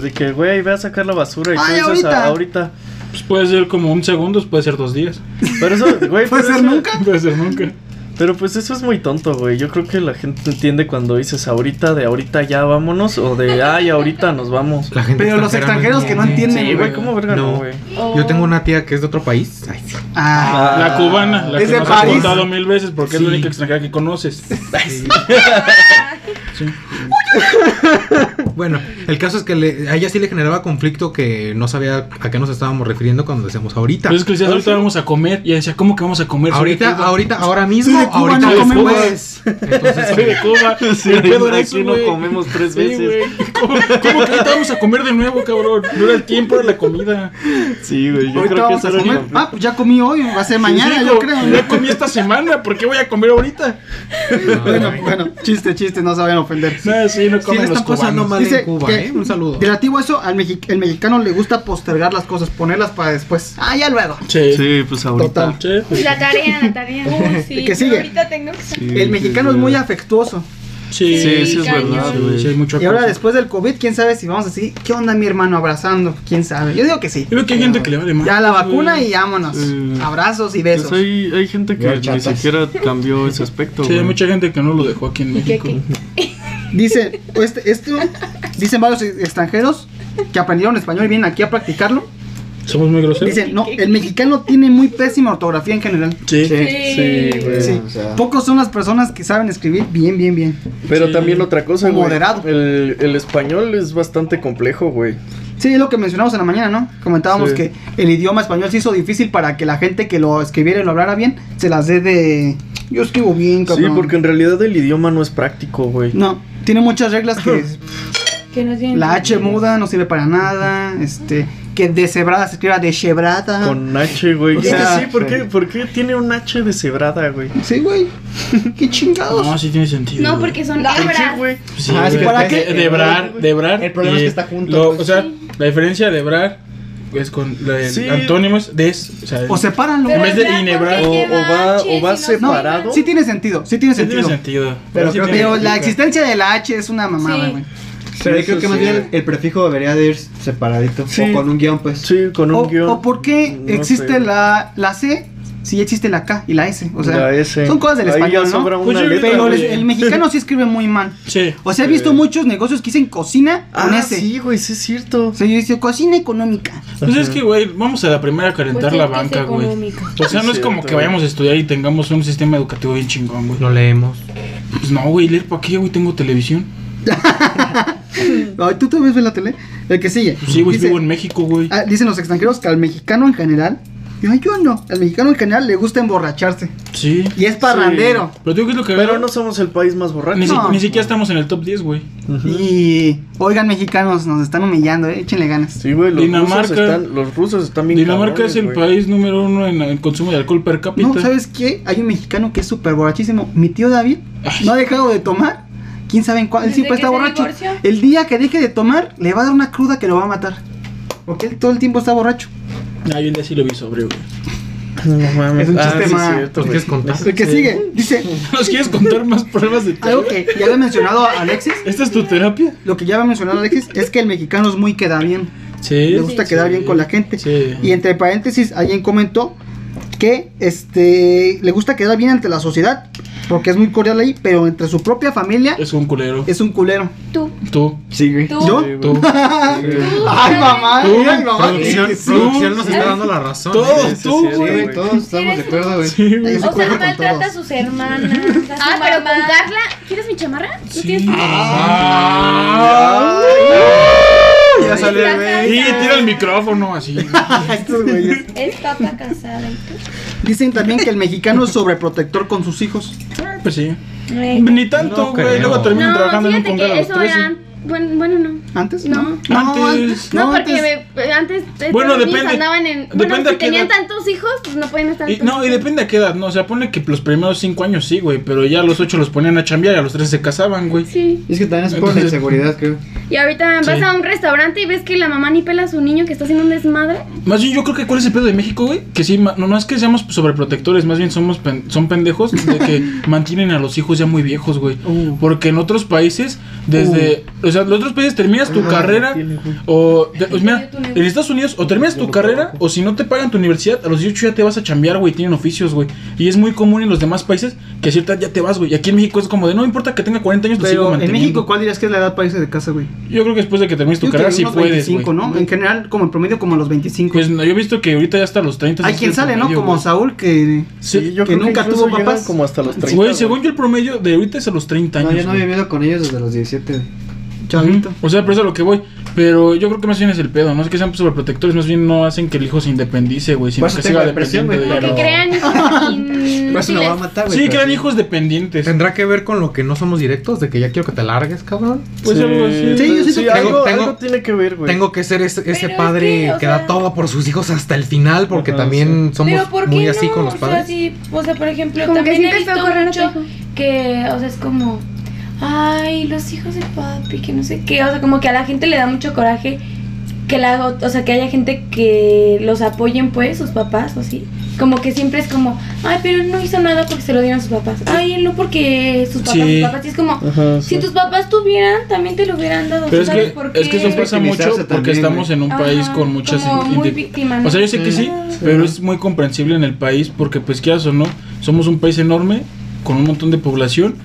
[SPEAKER 4] de que, güey, ve a sacar la basura y tú
[SPEAKER 1] Ay,
[SPEAKER 4] dices
[SPEAKER 1] ahorita.
[SPEAKER 4] "Ah, ahorita.
[SPEAKER 3] Pues puede ser como un segundo, puede ser dos días.
[SPEAKER 4] Pero eso, güey,
[SPEAKER 1] *laughs* ¿Puede
[SPEAKER 4] pero
[SPEAKER 1] ser
[SPEAKER 4] eso-
[SPEAKER 1] nunca?
[SPEAKER 3] *laughs* Puede ser nunca.
[SPEAKER 4] Pero pues eso es muy tonto, güey. Yo creo que la gente entiende cuando dices ahorita, de ahorita ya vámonos, o de ay, ahorita nos vamos.
[SPEAKER 5] La gente
[SPEAKER 1] Pero los
[SPEAKER 5] extranjera
[SPEAKER 1] extranjeros que no entienden.
[SPEAKER 4] Sí, güey,
[SPEAKER 1] güey.
[SPEAKER 4] ¿cómo verga
[SPEAKER 5] No.
[SPEAKER 4] no, güey?
[SPEAKER 5] Yo tengo una tía que es de otro país. Ay, sí.
[SPEAKER 1] Ah,
[SPEAKER 3] La cubana, la
[SPEAKER 1] Es
[SPEAKER 3] que
[SPEAKER 1] de
[SPEAKER 3] nos
[SPEAKER 1] París.
[SPEAKER 3] has contado mil veces porque es
[SPEAKER 5] Sí.
[SPEAKER 3] la única extranjera que conoces.
[SPEAKER 5] Bueno, el caso es que le- a ella sí le generaba conflicto que no sabía a qué nos estábamos refiriendo cuando decíamos ahorita.
[SPEAKER 3] Entonces que decías, ahorita vamos a comer. Y ella decía, ¿cómo que vamos a comer?
[SPEAKER 5] ahorita, ah,
[SPEAKER 3] Soy
[SPEAKER 5] ahorita, ahora mismo,
[SPEAKER 1] de Cuba,
[SPEAKER 5] ahorita
[SPEAKER 1] no
[SPEAKER 5] después.
[SPEAKER 1] comen,
[SPEAKER 5] Entonces,
[SPEAKER 3] de Cuba. Soy de Cuba. El pedo era eso,
[SPEAKER 4] Aquí no
[SPEAKER 3] güey.
[SPEAKER 4] comemos tres
[SPEAKER 3] Sí,
[SPEAKER 4] veces.
[SPEAKER 3] güey. ¿Cómo, cómo que ahorita vamos a comer de nuevo, cabrón? No era el tiempo, era la comida.
[SPEAKER 4] Sí, güey,
[SPEAKER 1] ahorita
[SPEAKER 4] yo creo que
[SPEAKER 1] vamos
[SPEAKER 4] eso
[SPEAKER 1] a
[SPEAKER 4] era el
[SPEAKER 1] comer.
[SPEAKER 4] conflicto.
[SPEAKER 1] Ah, pues ya comí hoy, va a ser mañana,
[SPEAKER 3] Sí,
[SPEAKER 1] yo
[SPEAKER 3] hijo,
[SPEAKER 1] creo.
[SPEAKER 3] Ya comí esta semana, ¿por qué voy a comer ahorita?
[SPEAKER 1] Bueno, bueno, chiste, chiste, no se vayan a ofender.
[SPEAKER 3] No, sí, no
[SPEAKER 5] sí
[SPEAKER 3] comen
[SPEAKER 5] le
[SPEAKER 3] los
[SPEAKER 5] están pasando
[SPEAKER 3] cubanos.
[SPEAKER 5] mal en
[SPEAKER 1] Dice
[SPEAKER 5] Cuba.
[SPEAKER 1] que Dice,
[SPEAKER 5] ¿eh? Un saludo.
[SPEAKER 1] relativo a eso, al mexi- el mexicano le gusta postergar las cosas, ponerlas para después. Ah, ya luego.
[SPEAKER 3] Sí.
[SPEAKER 4] Sí, pues ahorita.
[SPEAKER 1] Total.
[SPEAKER 3] Sí, pues,
[SPEAKER 7] La tarea, la tarea.
[SPEAKER 10] *laughs* Uy, sí,
[SPEAKER 1] ¿Qué sigue?
[SPEAKER 10] yo ahorita tengo que
[SPEAKER 4] Sí,
[SPEAKER 1] El mexicano
[SPEAKER 4] sí,
[SPEAKER 1] es muy
[SPEAKER 4] güey.
[SPEAKER 1] afectuoso.
[SPEAKER 3] sí,
[SPEAKER 4] Sí, sí, es
[SPEAKER 10] cañón.
[SPEAKER 4] verdad,
[SPEAKER 3] sí, sí, hay
[SPEAKER 4] güey.
[SPEAKER 3] mucho
[SPEAKER 1] Y ahora
[SPEAKER 3] acoso.
[SPEAKER 1] después del COVID, quién sabe si vamos así. ¿Qué onda mi hermano abrazando? ¿Quién sabe? Yo digo que sí.
[SPEAKER 3] Yo creo que hay gente que le vale más.
[SPEAKER 1] Ya la vacuna y vámonos.
[SPEAKER 4] Sí.
[SPEAKER 1] Abrazos y
[SPEAKER 4] Pues
[SPEAKER 1] besos.
[SPEAKER 4] hay, hay gente que ni
[SPEAKER 6] Horchatas.
[SPEAKER 4] siquiera cambió ese aspecto,
[SPEAKER 3] Sí, hay
[SPEAKER 4] güey.
[SPEAKER 3] mucha gente que no lo dejó aquí en México.
[SPEAKER 1] Dice, este, esto, dicen varios extranjeros que aprendieron español y vienen aquí a practicarlo.
[SPEAKER 3] Somos muy groseros.
[SPEAKER 1] Dicen, no, el mexicano tiene muy pésima ortografía en general.
[SPEAKER 3] Sí.
[SPEAKER 6] Sí, güey.
[SPEAKER 1] Sí.
[SPEAKER 6] O sea,
[SPEAKER 1] Pocos son las personas que saben escribir bien, bien, bien.
[SPEAKER 4] Pero
[SPEAKER 3] Sí.
[SPEAKER 4] también otra cosa, güey.
[SPEAKER 1] Moderado.
[SPEAKER 4] El, el español es bastante complejo, güey.
[SPEAKER 1] Sí, es lo que mencionamos en la mañana, ¿no? Comentábamos
[SPEAKER 4] Sí.
[SPEAKER 1] que el idioma español se hizo difícil para que la gente que lo escribiera y lo hablara bien se las dé de. Yo escribo bien,
[SPEAKER 4] Sí,
[SPEAKER 1] cabrón.
[SPEAKER 4] porque en realidad el idioma no es práctico, güey.
[SPEAKER 1] No, tiene muchas reglas que
[SPEAKER 10] Que nos vienen.
[SPEAKER 1] la H muda no sirve para nada, este, que deshebrada se escriba deshebrada.
[SPEAKER 4] Con H, güey.
[SPEAKER 1] O
[SPEAKER 4] Es que
[SPEAKER 1] sea,
[SPEAKER 4] sí, ¿por
[SPEAKER 6] sí.
[SPEAKER 4] qué, por qué tiene un H de cebrada, güey?
[SPEAKER 1] Sí, güey. *laughs* Qué chingados.
[SPEAKER 3] No, sí tiene sentido.
[SPEAKER 7] No,
[SPEAKER 3] güey.
[SPEAKER 7] porque son
[SPEAKER 4] ¿Por qué,
[SPEAKER 7] hebras.
[SPEAKER 4] güey?
[SPEAKER 3] Sí,
[SPEAKER 6] Ah, sí,
[SPEAKER 3] güey.
[SPEAKER 1] ¿para qué?
[SPEAKER 3] De- Debrar, debrar.
[SPEAKER 6] El problema es
[SPEAKER 3] y
[SPEAKER 6] que está junto,
[SPEAKER 3] lo-
[SPEAKER 6] pues.
[SPEAKER 3] o sea, la diferencia de debrar es con el
[SPEAKER 4] Sí.
[SPEAKER 3] antónimo es des. O sea,
[SPEAKER 1] O sepáralo.
[SPEAKER 10] Pero
[SPEAKER 3] En vez de
[SPEAKER 10] ya, ¿por qué
[SPEAKER 3] inhebrar.
[SPEAKER 4] O-
[SPEAKER 10] lleva
[SPEAKER 4] o va-
[SPEAKER 10] H
[SPEAKER 4] o va
[SPEAKER 10] si no se
[SPEAKER 4] separado.
[SPEAKER 10] llevan?
[SPEAKER 1] Sí tiene sentido, sí tiene
[SPEAKER 3] sí tiene
[SPEAKER 1] sentido.
[SPEAKER 3] sentido.
[SPEAKER 1] Pero,
[SPEAKER 3] sí
[SPEAKER 1] creo
[SPEAKER 3] tiene
[SPEAKER 1] que la
[SPEAKER 3] lógica.
[SPEAKER 1] existencia de la H es una mamada,
[SPEAKER 10] Sí.
[SPEAKER 1] güey.
[SPEAKER 6] pero yo
[SPEAKER 4] eso
[SPEAKER 6] creo que más
[SPEAKER 4] sí.
[SPEAKER 6] bien el prefijo debería de ir separadito.
[SPEAKER 4] Sí.
[SPEAKER 6] O con un guión, pues.
[SPEAKER 4] Sí, con un
[SPEAKER 1] O,
[SPEAKER 4] guión.
[SPEAKER 1] o por qué
[SPEAKER 4] No
[SPEAKER 1] existe
[SPEAKER 4] sé.
[SPEAKER 1] la, la C si ya existe la K y la S. O sea,
[SPEAKER 4] La S.
[SPEAKER 1] son cosas del
[SPEAKER 4] Ahí ya
[SPEAKER 1] español, ¿no?
[SPEAKER 4] sobra
[SPEAKER 3] Pues
[SPEAKER 4] una
[SPEAKER 3] yo-
[SPEAKER 4] letra,
[SPEAKER 1] Pero
[SPEAKER 3] güey.
[SPEAKER 1] les- el mexicano sí escribe muy mal.
[SPEAKER 3] Sí.
[SPEAKER 1] O sea, he visto muchos negocios que dicen cocina con
[SPEAKER 4] Ah,
[SPEAKER 1] S.
[SPEAKER 4] sí, güey, sí es cierto.
[SPEAKER 1] O sea, yo dice cocina económica.
[SPEAKER 3] Pues es que, güey, vamos a la primera a calentar
[SPEAKER 10] Pues
[SPEAKER 3] la
[SPEAKER 10] es que es
[SPEAKER 3] banca, güey.
[SPEAKER 10] económico.
[SPEAKER 3] O sea, no es como
[SPEAKER 4] Cierto,
[SPEAKER 3] que vayamos a estudiar y tengamos un sistema educativo bien chingón, güey.
[SPEAKER 5] No leemos.
[SPEAKER 3] Pues no, güey, leer para qué, güey, tengo televisión.
[SPEAKER 1] Ay, ¿Tú te ves en la tele? El que sigue.
[SPEAKER 3] Pues sí, güey,
[SPEAKER 1] Dice-
[SPEAKER 3] vivo en México, güey.
[SPEAKER 1] ah, dicen los extranjeros que al mexicano en general. Yo, yo no. Al mexicano en general le gusta emborracharse.
[SPEAKER 3] Sí.
[SPEAKER 1] Y es parrandero.
[SPEAKER 3] Pero digo que es lo que
[SPEAKER 4] Pero no somos el país más borracho.
[SPEAKER 3] ni, si-
[SPEAKER 1] no.
[SPEAKER 3] ni siquiera estamos en el top 10, güey.
[SPEAKER 1] Y. Oigan, mexicanos, nos están humillando, eh, échenle ganas.
[SPEAKER 4] Sí, güey, los
[SPEAKER 3] Dinamarca-
[SPEAKER 4] rusos están, los rusos están bien
[SPEAKER 3] Dinamarca
[SPEAKER 4] cabrones,
[SPEAKER 3] es el
[SPEAKER 4] güey.
[SPEAKER 3] país número uno en el consumo de alcohol per cápita.
[SPEAKER 1] No, ¿sabes qué? Hay un mexicano que es súper borrachísimo. Mi tío David no ha dejado de tomar. ¿Quién sabe en cuál? Él
[SPEAKER 10] Desde
[SPEAKER 1] siempre
[SPEAKER 10] que
[SPEAKER 1] está
[SPEAKER 10] se
[SPEAKER 1] borracho.
[SPEAKER 10] divorció.
[SPEAKER 1] El día que deje de tomar, le va a dar una cruda que lo va a matar. Porque él todo el tiempo está borracho.
[SPEAKER 3] Ah, yo un día sí lo vi sobre, güey. *laughs*
[SPEAKER 4] No
[SPEAKER 1] Es
[SPEAKER 4] mames.
[SPEAKER 1] un
[SPEAKER 4] Ah,
[SPEAKER 1] chiste
[SPEAKER 4] sí,
[SPEAKER 1] más.
[SPEAKER 4] cierto,
[SPEAKER 5] ¿Nos
[SPEAKER 4] güey.
[SPEAKER 5] quieres
[SPEAKER 3] Ah,
[SPEAKER 5] contar?
[SPEAKER 1] El que sigue,
[SPEAKER 3] *laughs*
[SPEAKER 1] dice
[SPEAKER 3] ¿Nos quieres contar más pruebas de
[SPEAKER 1] algo
[SPEAKER 3] terapia?
[SPEAKER 1] que ya había mencionado a Alexis.
[SPEAKER 3] ¿Esta es tu terapia?
[SPEAKER 1] Lo que ya había mencionado Alexis es que el mexicano es muy queda bien.
[SPEAKER 3] Sí.
[SPEAKER 1] Le gusta quedar bien con la gente.
[SPEAKER 3] Sí.
[SPEAKER 1] Y entre paréntesis, alguien comentó que este le gusta quedar bien ante la sociedad, porque es muy cordial ahí, pero entre su propia familia
[SPEAKER 3] Es un culero.
[SPEAKER 1] es un culero.
[SPEAKER 7] Tú.
[SPEAKER 3] Tú,
[SPEAKER 6] Sí, güey.
[SPEAKER 10] Tú.
[SPEAKER 1] ¿Yo?
[SPEAKER 3] tú.
[SPEAKER 1] Ay, mamá,
[SPEAKER 3] Tú,
[SPEAKER 1] ay, mamá.
[SPEAKER 5] Producción,
[SPEAKER 1] Sí,
[SPEAKER 5] producción nos está dando la razón.
[SPEAKER 3] Todos,
[SPEAKER 5] ¿eh?
[SPEAKER 3] tú,
[SPEAKER 4] Sí,
[SPEAKER 3] güey.
[SPEAKER 6] güey, todos estamos de acuerdo, güey.
[SPEAKER 3] Sí, güey.
[SPEAKER 1] Ahí se
[SPEAKER 10] O sea,
[SPEAKER 1] cuelga con
[SPEAKER 10] maltrata a
[SPEAKER 1] todos.
[SPEAKER 10] sus hermanas. a su
[SPEAKER 7] Ah, pero con
[SPEAKER 10] mamá.
[SPEAKER 7] Carla. ¿Quieres mi chamarra? ¿Tú tienes
[SPEAKER 3] Sí. Ah,
[SPEAKER 7] tu-
[SPEAKER 5] Ah,
[SPEAKER 1] Ya salió el
[SPEAKER 10] Está
[SPEAKER 1] güey.
[SPEAKER 3] Y tira el micrófono así.
[SPEAKER 1] Estos güeyes.
[SPEAKER 10] Es papa casada y tú.
[SPEAKER 1] Dicen también que el mexicano es sobreprotector con sus hijos.
[SPEAKER 3] Ah, pues sí.
[SPEAKER 10] Güey.
[SPEAKER 3] Ni tanto,
[SPEAKER 5] No
[SPEAKER 3] güey.
[SPEAKER 5] creo.
[SPEAKER 3] Luego terminan
[SPEAKER 7] No,
[SPEAKER 3] trabajando en un
[SPEAKER 7] fíjate
[SPEAKER 3] congal a
[SPEAKER 7] que
[SPEAKER 3] los
[SPEAKER 7] eso era.
[SPEAKER 3] 13.
[SPEAKER 7] Bueno, bueno, no.
[SPEAKER 1] ¿Antes?
[SPEAKER 7] No.
[SPEAKER 3] Antes.
[SPEAKER 7] No,
[SPEAKER 1] antes-
[SPEAKER 7] porque me- antes eh,
[SPEAKER 3] Bueno,
[SPEAKER 7] todos los niños
[SPEAKER 3] depende.
[SPEAKER 7] andaban en. Bueno,
[SPEAKER 3] Depende a
[SPEAKER 7] si
[SPEAKER 3] qué
[SPEAKER 7] tenían
[SPEAKER 3] edad.
[SPEAKER 7] tantos hijos, pues no pueden estar.
[SPEAKER 3] Y, no, y depende a qué edad, ¿no? O sea, pone que los primeros 5 años sí, güey. Pero ya a los 8 los ponían a chambear y a los 13 se casaban, güey.
[SPEAKER 7] Sí.
[SPEAKER 6] Es que también es por la
[SPEAKER 3] Entonces-
[SPEAKER 6] inseguridad, creo.
[SPEAKER 7] Y ahorita
[SPEAKER 3] Sí.
[SPEAKER 7] vas a un restaurante y ves que la mamá ni pela a su niño que está haciendo un desmadre.
[SPEAKER 3] Más bien, yo creo que cuál es el pedo de México, güey. Que sí, ma- no, no es que seamos sobreprotectores, más bien somos pen- son pendejos de
[SPEAKER 1] *laughs*
[SPEAKER 3] que mantienen a los hijos ya muy viejos, güey.
[SPEAKER 1] Uh.
[SPEAKER 3] Porque en otros países, desde. O sea, en otros países terminas
[SPEAKER 1] Ah,
[SPEAKER 3] tu carrera. O. de- pues mira, en Estados Unidos, o terminas tu carrera, o si no te pagan tu universidad, a los 18 ya te vas a chambear, güey. Tienen oficios, güey. Y es muy común en los demás países que a cierta edad ya te vas, güey. Y aquí en México es como de no importa que tenga 40 años, te sigo
[SPEAKER 1] Pero en
[SPEAKER 3] manteniendo.
[SPEAKER 1] México, ¿cuál dirías que es la edad para irse de casa, güey?
[SPEAKER 3] yo creo que después de que termines tu
[SPEAKER 1] Yo creo
[SPEAKER 3] carrera,
[SPEAKER 1] que
[SPEAKER 3] sí
[SPEAKER 1] unos
[SPEAKER 3] puedes,
[SPEAKER 1] 25,
[SPEAKER 3] güey.
[SPEAKER 1] ¿no? En general, como en promedio, como a los 25.
[SPEAKER 3] Pues no, yo he visto que ahorita ya hasta los 30.
[SPEAKER 1] Hay
[SPEAKER 3] es
[SPEAKER 1] quien
[SPEAKER 3] el
[SPEAKER 1] sale, ¿no?
[SPEAKER 3] promedio,
[SPEAKER 1] Como
[SPEAKER 3] güey.
[SPEAKER 1] Saúl, que.
[SPEAKER 3] Sí,
[SPEAKER 1] que nunca tuvo
[SPEAKER 4] incluso llegan
[SPEAKER 1] papás.
[SPEAKER 4] como hasta los 30.
[SPEAKER 3] Güey, según yo el promedio de ahorita es a los 30 años.
[SPEAKER 6] No, yo no
[SPEAKER 3] güey.
[SPEAKER 6] había vivido con ellos desde los 17. güey.
[SPEAKER 10] Mm,
[SPEAKER 1] Chavito.
[SPEAKER 3] O sea, pero eso es a lo que voy. Pero yo creo que más bien es el pedo. No es que sean sobreprotectores, más bien no hacen que el hijo se independice, güey. Sino
[SPEAKER 6] Por eso
[SPEAKER 3] que
[SPEAKER 6] tengo
[SPEAKER 3] siga
[SPEAKER 6] depresión,
[SPEAKER 3] dependiendo
[SPEAKER 6] güey,
[SPEAKER 3] de
[SPEAKER 7] Que
[SPEAKER 3] él.
[SPEAKER 7] crean hijos
[SPEAKER 3] *laughs*
[SPEAKER 6] Por eso lo va a
[SPEAKER 7] inútiles.
[SPEAKER 6] matar, güey.
[SPEAKER 3] Sí,
[SPEAKER 6] pero
[SPEAKER 3] crean hijos dependientes.
[SPEAKER 5] ¿Tendrá que ver con lo que no somos directos? De que ya quiero que te largues, cabrón.
[SPEAKER 3] Pues algo así.
[SPEAKER 1] Sí, yo siento que
[SPEAKER 4] algo,
[SPEAKER 5] tengo- tengo-
[SPEAKER 4] algo tiene que ver, güey.
[SPEAKER 5] Tengo que ser ese, ese
[SPEAKER 10] Pero es
[SPEAKER 5] padre
[SPEAKER 10] que,
[SPEAKER 5] que,
[SPEAKER 10] o
[SPEAKER 5] da
[SPEAKER 10] sea-
[SPEAKER 5] todo por sus hijos hasta el final, porque
[SPEAKER 4] Ajá,
[SPEAKER 5] también
[SPEAKER 10] Pero
[SPEAKER 5] somos
[SPEAKER 10] ¿por qué
[SPEAKER 5] muy
[SPEAKER 10] no?
[SPEAKER 5] así con los
[SPEAKER 10] O sea,
[SPEAKER 5] padres.
[SPEAKER 10] sí, o sea, por ejemplo,
[SPEAKER 7] Como que
[SPEAKER 10] también he
[SPEAKER 7] sientes
[SPEAKER 10] visto
[SPEAKER 7] feo correr a tu
[SPEAKER 10] mucho
[SPEAKER 7] hijo.
[SPEAKER 10] que, o sea, es como, ay, los hijos de papi, que no sé qué. O sea, como que a la gente le da mucho coraje que la, o sea, que haya gente que los apoyen, pues, sus papás o así. Como que siempre es como, ay, pero él no hizo nada porque se lo dieron sus papás. Ay, él no porque sus papás,
[SPEAKER 3] Sí.
[SPEAKER 10] sus papás. Y es como,
[SPEAKER 3] Ajá,
[SPEAKER 10] si
[SPEAKER 3] sí.
[SPEAKER 10] tus papás tuvieran, también te lo hubieran dado.
[SPEAKER 3] Pero es
[SPEAKER 10] ¿sabes
[SPEAKER 3] que,
[SPEAKER 10] por
[SPEAKER 3] es que
[SPEAKER 10] qué?
[SPEAKER 3] eso pasa
[SPEAKER 6] Victimizarse
[SPEAKER 3] mucho porque
[SPEAKER 6] también,
[SPEAKER 3] estamos
[SPEAKER 6] güey.
[SPEAKER 3] en un
[SPEAKER 10] Ajá,
[SPEAKER 3] país con muchas...
[SPEAKER 10] como
[SPEAKER 3] in-
[SPEAKER 10] muy
[SPEAKER 3] inde-
[SPEAKER 10] víctima, ¿no?
[SPEAKER 3] O sea, yo sé que
[SPEAKER 6] Sí.
[SPEAKER 3] sí, pero es muy comprensible en el país porque pues quieras o no, somos un país enorme con un montón de población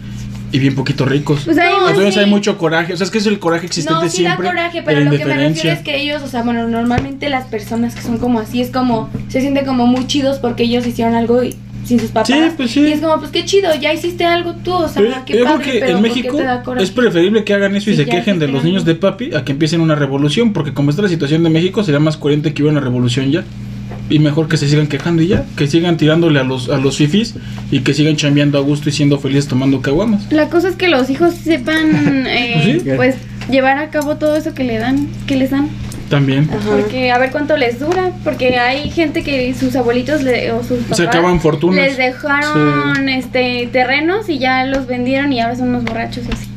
[SPEAKER 3] y bien poquitos ricos.
[SPEAKER 10] Pues hay-
[SPEAKER 3] Entonces
[SPEAKER 10] sí.
[SPEAKER 3] hay mucho coraje, o sea, es que es el coraje existente
[SPEAKER 10] No, sí da
[SPEAKER 3] siempre.
[SPEAKER 10] coraje,
[SPEAKER 3] de
[SPEAKER 10] pero
[SPEAKER 3] la
[SPEAKER 10] lo que me refiero
[SPEAKER 3] indiferencia.
[SPEAKER 10] es que ellos, o sea, bueno, normalmente las personas que son como así es como, se sienten como muy chidos porque ellos hicieron algo y- sin sus papás.
[SPEAKER 3] Sí, pues sí.
[SPEAKER 10] Y es como, pues qué chido, ya hiciste algo tú, o sea,
[SPEAKER 3] Pero
[SPEAKER 10] qué
[SPEAKER 3] yo
[SPEAKER 10] padre,
[SPEAKER 3] creo que
[SPEAKER 10] pero
[SPEAKER 3] en
[SPEAKER 10] ¿por qué
[SPEAKER 3] México
[SPEAKER 10] te da coraje?
[SPEAKER 3] es preferible que hagan eso y
[SPEAKER 10] Sí,
[SPEAKER 3] se
[SPEAKER 10] ya
[SPEAKER 3] quejen de
[SPEAKER 10] existe
[SPEAKER 3] los
[SPEAKER 10] la-
[SPEAKER 3] niños de papi a que empiecen una revolución, porque como está la situación de México, sería más coherente que hubiera una revolución ya. Y mejor que se sigan quejando y ya, que sigan tirándole a los, a los fifis y que sigan chambeando a gusto y siendo felices tomando caguamas.
[SPEAKER 2] La cosa es que los hijos
[SPEAKER 3] *laughs*
[SPEAKER 2] sepan, eh,
[SPEAKER 3] Sí.
[SPEAKER 2] pues, llevar a cabo todo eso que le dan, que les dan.
[SPEAKER 3] También.
[SPEAKER 10] Ah.
[SPEAKER 3] *laughs*
[SPEAKER 2] Porque a ver cuánto les dura, porque hay gente que sus abuelitos le- o sus papás
[SPEAKER 3] Se acaban fortunas.
[SPEAKER 2] les dejaron este terrenos y ya los vendieron y ahora son unos borrachos así.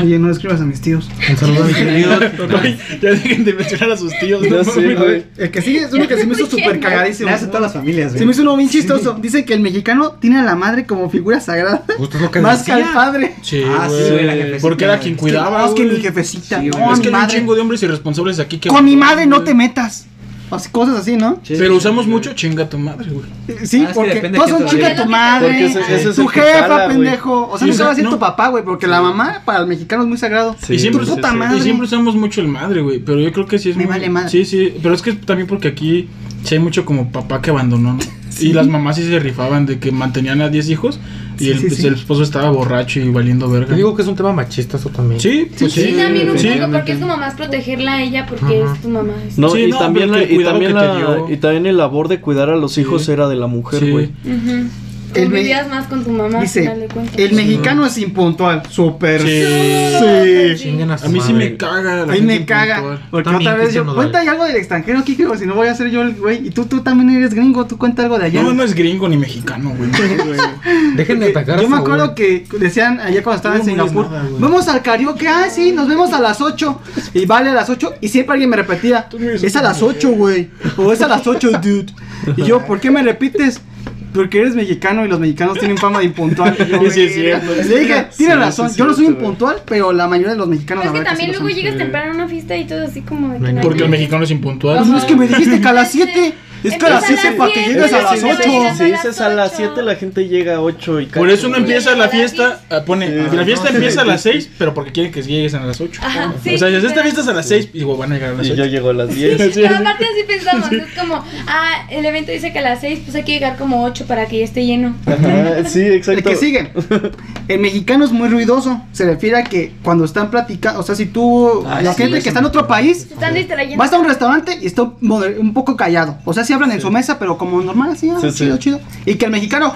[SPEAKER 1] Oye, no escribas a mis tíos.
[SPEAKER 5] Un saludo a
[SPEAKER 3] *laughs*
[SPEAKER 5] mi querido.
[SPEAKER 3] Ay, ya dejen de mencionar a sus tíos.
[SPEAKER 4] Ya
[SPEAKER 3] no
[SPEAKER 4] sé,
[SPEAKER 3] mames.
[SPEAKER 4] güey.
[SPEAKER 1] El que sigue es uno que se *laughs* me hizo súper cagadísimo.
[SPEAKER 6] Le hace todas las familias,
[SPEAKER 1] Se me
[SPEAKER 6] güey.
[SPEAKER 1] hizo uno bien chistoso. Dice que el mexicano tiene a la madre como figura sagrada. *laughs*
[SPEAKER 5] Justo es lo que
[SPEAKER 1] Más que al
[SPEAKER 5] decía.
[SPEAKER 1] padre.
[SPEAKER 3] Sí,
[SPEAKER 6] Ah, sí,
[SPEAKER 3] güey.
[SPEAKER 6] güey, la jefecita,
[SPEAKER 3] Porque era
[SPEAKER 6] güey.
[SPEAKER 3] quien cuidaba.
[SPEAKER 1] Es que mi
[SPEAKER 3] güey.
[SPEAKER 1] jefecita.
[SPEAKER 6] Sí,
[SPEAKER 1] no,
[SPEAKER 6] güey.
[SPEAKER 3] es
[SPEAKER 1] mi
[SPEAKER 3] que hay un
[SPEAKER 1] madre.
[SPEAKER 3] chingo de hombres irresponsables aquí que.
[SPEAKER 1] Con mi madre no te metas. Así, cosas así, ¿no?
[SPEAKER 3] Pero usamos mucho chinga tu madre, güey.
[SPEAKER 1] Eh, Sí,
[SPEAKER 9] Ah, es que
[SPEAKER 1] porque
[SPEAKER 9] depende
[SPEAKER 1] todos
[SPEAKER 9] de quién
[SPEAKER 1] son
[SPEAKER 9] te
[SPEAKER 1] chicas
[SPEAKER 9] lo
[SPEAKER 1] tu
[SPEAKER 10] diga.
[SPEAKER 1] madre,
[SPEAKER 4] Porque ese- ese es
[SPEAKER 1] tu
[SPEAKER 4] el que
[SPEAKER 1] jefa,
[SPEAKER 4] jala, güey.
[SPEAKER 1] pendejo. O sea,
[SPEAKER 3] Y
[SPEAKER 1] no se va a
[SPEAKER 3] usa-
[SPEAKER 1] decir
[SPEAKER 3] no.
[SPEAKER 1] tu papá, güey, porque la mamá para el mexicano es muy sagrado.
[SPEAKER 4] Sí,
[SPEAKER 3] y siempre,
[SPEAKER 1] tu
[SPEAKER 4] sí,
[SPEAKER 1] puta
[SPEAKER 4] sí.
[SPEAKER 1] madre.
[SPEAKER 3] Y siempre usamos mucho el madre, güey. Pero yo creo que sí es
[SPEAKER 1] Me
[SPEAKER 3] muy.
[SPEAKER 1] vale madre.
[SPEAKER 3] Sí, sí. Pero es que también porque aquí sí hay mucho como papá que abandonó, ¿no?
[SPEAKER 1] *laughs*
[SPEAKER 3] Y las mamás sí se rifaban de que mantenían a 10 hijos y
[SPEAKER 1] Sí,
[SPEAKER 3] el,
[SPEAKER 1] sí,
[SPEAKER 3] pues,
[SPEAKER 1] sí.
[SPEAKER 3] el esposo estaba borracho y valiendo verga.
[SPEAKER 5] Yo digo que es un tema machista eso también.
[SPEAKER 3] sí, pues sí.
[SPEAKER 10] Sí, también un
[SPEAKER 3] Sí.
[SPEAKER 10] poco, porque es como más protegerla a ella porque
[SPEAKER 5] Ajá.
[SPEAKER 10] es tu mamá. es-
[SPEAKER 4] No,
[SPEAKER 3] Sí,
[SPEAKER 4] y,
[SPEAKER 3] no,
[SPEAKER 4] también
[SPEAKER 3] pero
[SPEAKER 4] la-
[SPEAKER 3] el que-
[SPEAKER 4] y,
[SPEAKER 3] cuidado
[SPEAKER 4] también
[SPEAKER 3] que te
[SPEAKER 4] la-
[SPEAKER 3] dio.
[SPEAKER 4] y también el labor de cuidar a los hijos era de la mujer,
[SPEAKER 3] Sí.
[SPEAKER 4] güey.
[SPEAKER 10] Ujú.
[SPEAKER 1] El me-
[SPEAKER 10] Convivías más con tu mamá, al
[SPEAKER 1] Dice,
[SPEAKER 10] final de cuentas.
[SPEAKER 1] el mexicano es impuntual. Súper.
[SPEAKER 3] Sí.
[SPEAKER 1] Sí.
[SPEAKER 5] Chinguen a su
[SPEAKER 3] A mí sí
[SPEAKER 5] madre.
[SPEAKER 3] me caga. la
[SPEAKER 1] Ahí
[SPEAKER 3] gente
[SPEAKER 1] me caga.
[SPEAKER 3] impuntual.
[SPEAKER 1] Porque
[SPEAKER 5] También,
[SPEAKER 1] otra vez yo.
[SPEAKER 5] Cristian Nodal.
[SPEAKER 1] Cuenta ahí algo del extranjero, Kiko, si no voy a ser yo el güey. Y tú, tú también eres gringo, tú cuenta algo de allá.
[SPEAKER 3] No, no es gringo ni mexicano, güey.
[SPEAKER 5] Dejen de atacar a
[SPEAKER 1] Yo me
[SPEAKER 5] Saúl.
[SPEAKER 1] acuerdo que decían allá cuando estaba en
[SPEAKER 3] No me digas
[SPEAKER 1] Singapur,
[SPEAKER 3] nada, güey.
[SPEAKER 1] vamos al karaoke, ah, sí, nos vemos a las 8. Y vale a las 8 y siempre alguien me repetía,
[SPEAKER 3] Tú no eres
[SPEAKER 1] es a
[SPEAKER 3] una
[SPEAKER 1] las 8, güey. O es a las 8, dude. Y yo, ¿por qué me repites? Porque eres mexicano y los mexicanos tienen fama de impuntual. Y yo,
[SPEAKER 3] *laughs* Sí, sí, es
[SPEAKER 1] "Verga".
[SPEAKER 3] cierto.
[SPEAKER 1] Le dije, tiene
[SPEAKER 4] Sí,
[SPEAKER 1] razón,
[SPEAKER 4] sí,
[SPEAKER 1] yo no soy
[SPEAKER 4] cierto, güey.
[SPEAKER 1] impuntual, pero la mayoría de los mexicanos...
[SPEAKER 10] Pues
[SPEAKER 2] Pero es que
[SPEAKER 1] la verdad
[SPEAKER 2] también
[SPEAKER 1] sí lo
[SPEAKER 2] luego
[SPEAKER 1] son.
[SPEAKER 2] llegas temprano a una fiesta y todo así como de que
[SPEAKER 5] No hay
[SPEAKER 2] no hay
[SPEAKER 3] Porque el
[SPEAKER 2] nadie.
[SPEAKER 3] mexicano es impuntual.
[SPEAKER 1] Pues es que me dijiste que a las 7. Es que a las
[SPEAKER 10] Empieza a
[SPEAKER 1] 7
[SPEAKER 10] las
[SPEAKER 1] para que
[SPEAKER 10] siete,
[SPEAKER 1] llegues a
[SPEAKER 10] luego
[SPEAKER 1] las
[SPEAKER 10] llegas a
[SPEAKER 1] 8.
[SPEAKER 10] las
[SPEAKER 4] Si dices a las
[SPEAKER 10] ocho.
[SPEAKER 4] 7 la gente llega a 8 y
[SPEAKER 3] Por
[SPEAKER 4] cacho,
[SPEAKER 3] eso no
[SPEAKER 4] güey.
[SPEAKER 3] empieza la
[SPEAKER 10] Llega a las
[SPEAKER 3] fiesta, ah, pone, la fiesta empieza a las 6, pero porque quieren que llegues a las 8.
[SPEAKER 10] Ajá, sí,
[SPEAKER 3] o sea, si esta
[SPEAKER 10] pero-
[SPEAKER 3] fiesta es a las 6, digo, van a llegar a las
[SPEAKER 4] Y ya
[SPEAKER 3] 8.
[SPEAKER 4] llegó a las 10.
[SPEAKER 3] Sí.
[SPEAKER 10] Pero aparte así pensamos, es como, ah, el evento dice que a las 6, pues hay que llegar como 8 para que ya esté lleno.
[SPEAKER 4] Ajá, sí,
[SPEAKER 1] El
[SPEAKER 4] exacto.
[SPEAKER 1] que sigue. El mexicano es muy ruidoso. Se refiere a que cuando están platicando, o sea, si tú,
[SPEAKER 9] Ah,
[SPEAKER 1] la
[SPEAKER 9] sí,
[SPEAKER 1] gente
[SPEAKER 9] eso
[SPEAKER 1] que está en
[SPEAKER 9] me-
[SPEAKER 1] otro país,
[SPEAKER 2] Se están distrayendo.
[SPEAKER 1] vas a un restaurante y está moder- un poco callado. O sea, si hablan en su mesa, pero como normal, así, ah,
[SPEAKER 4] Sí, sí.
[SPEAKER 1] chido, chido. Y que el mexicano,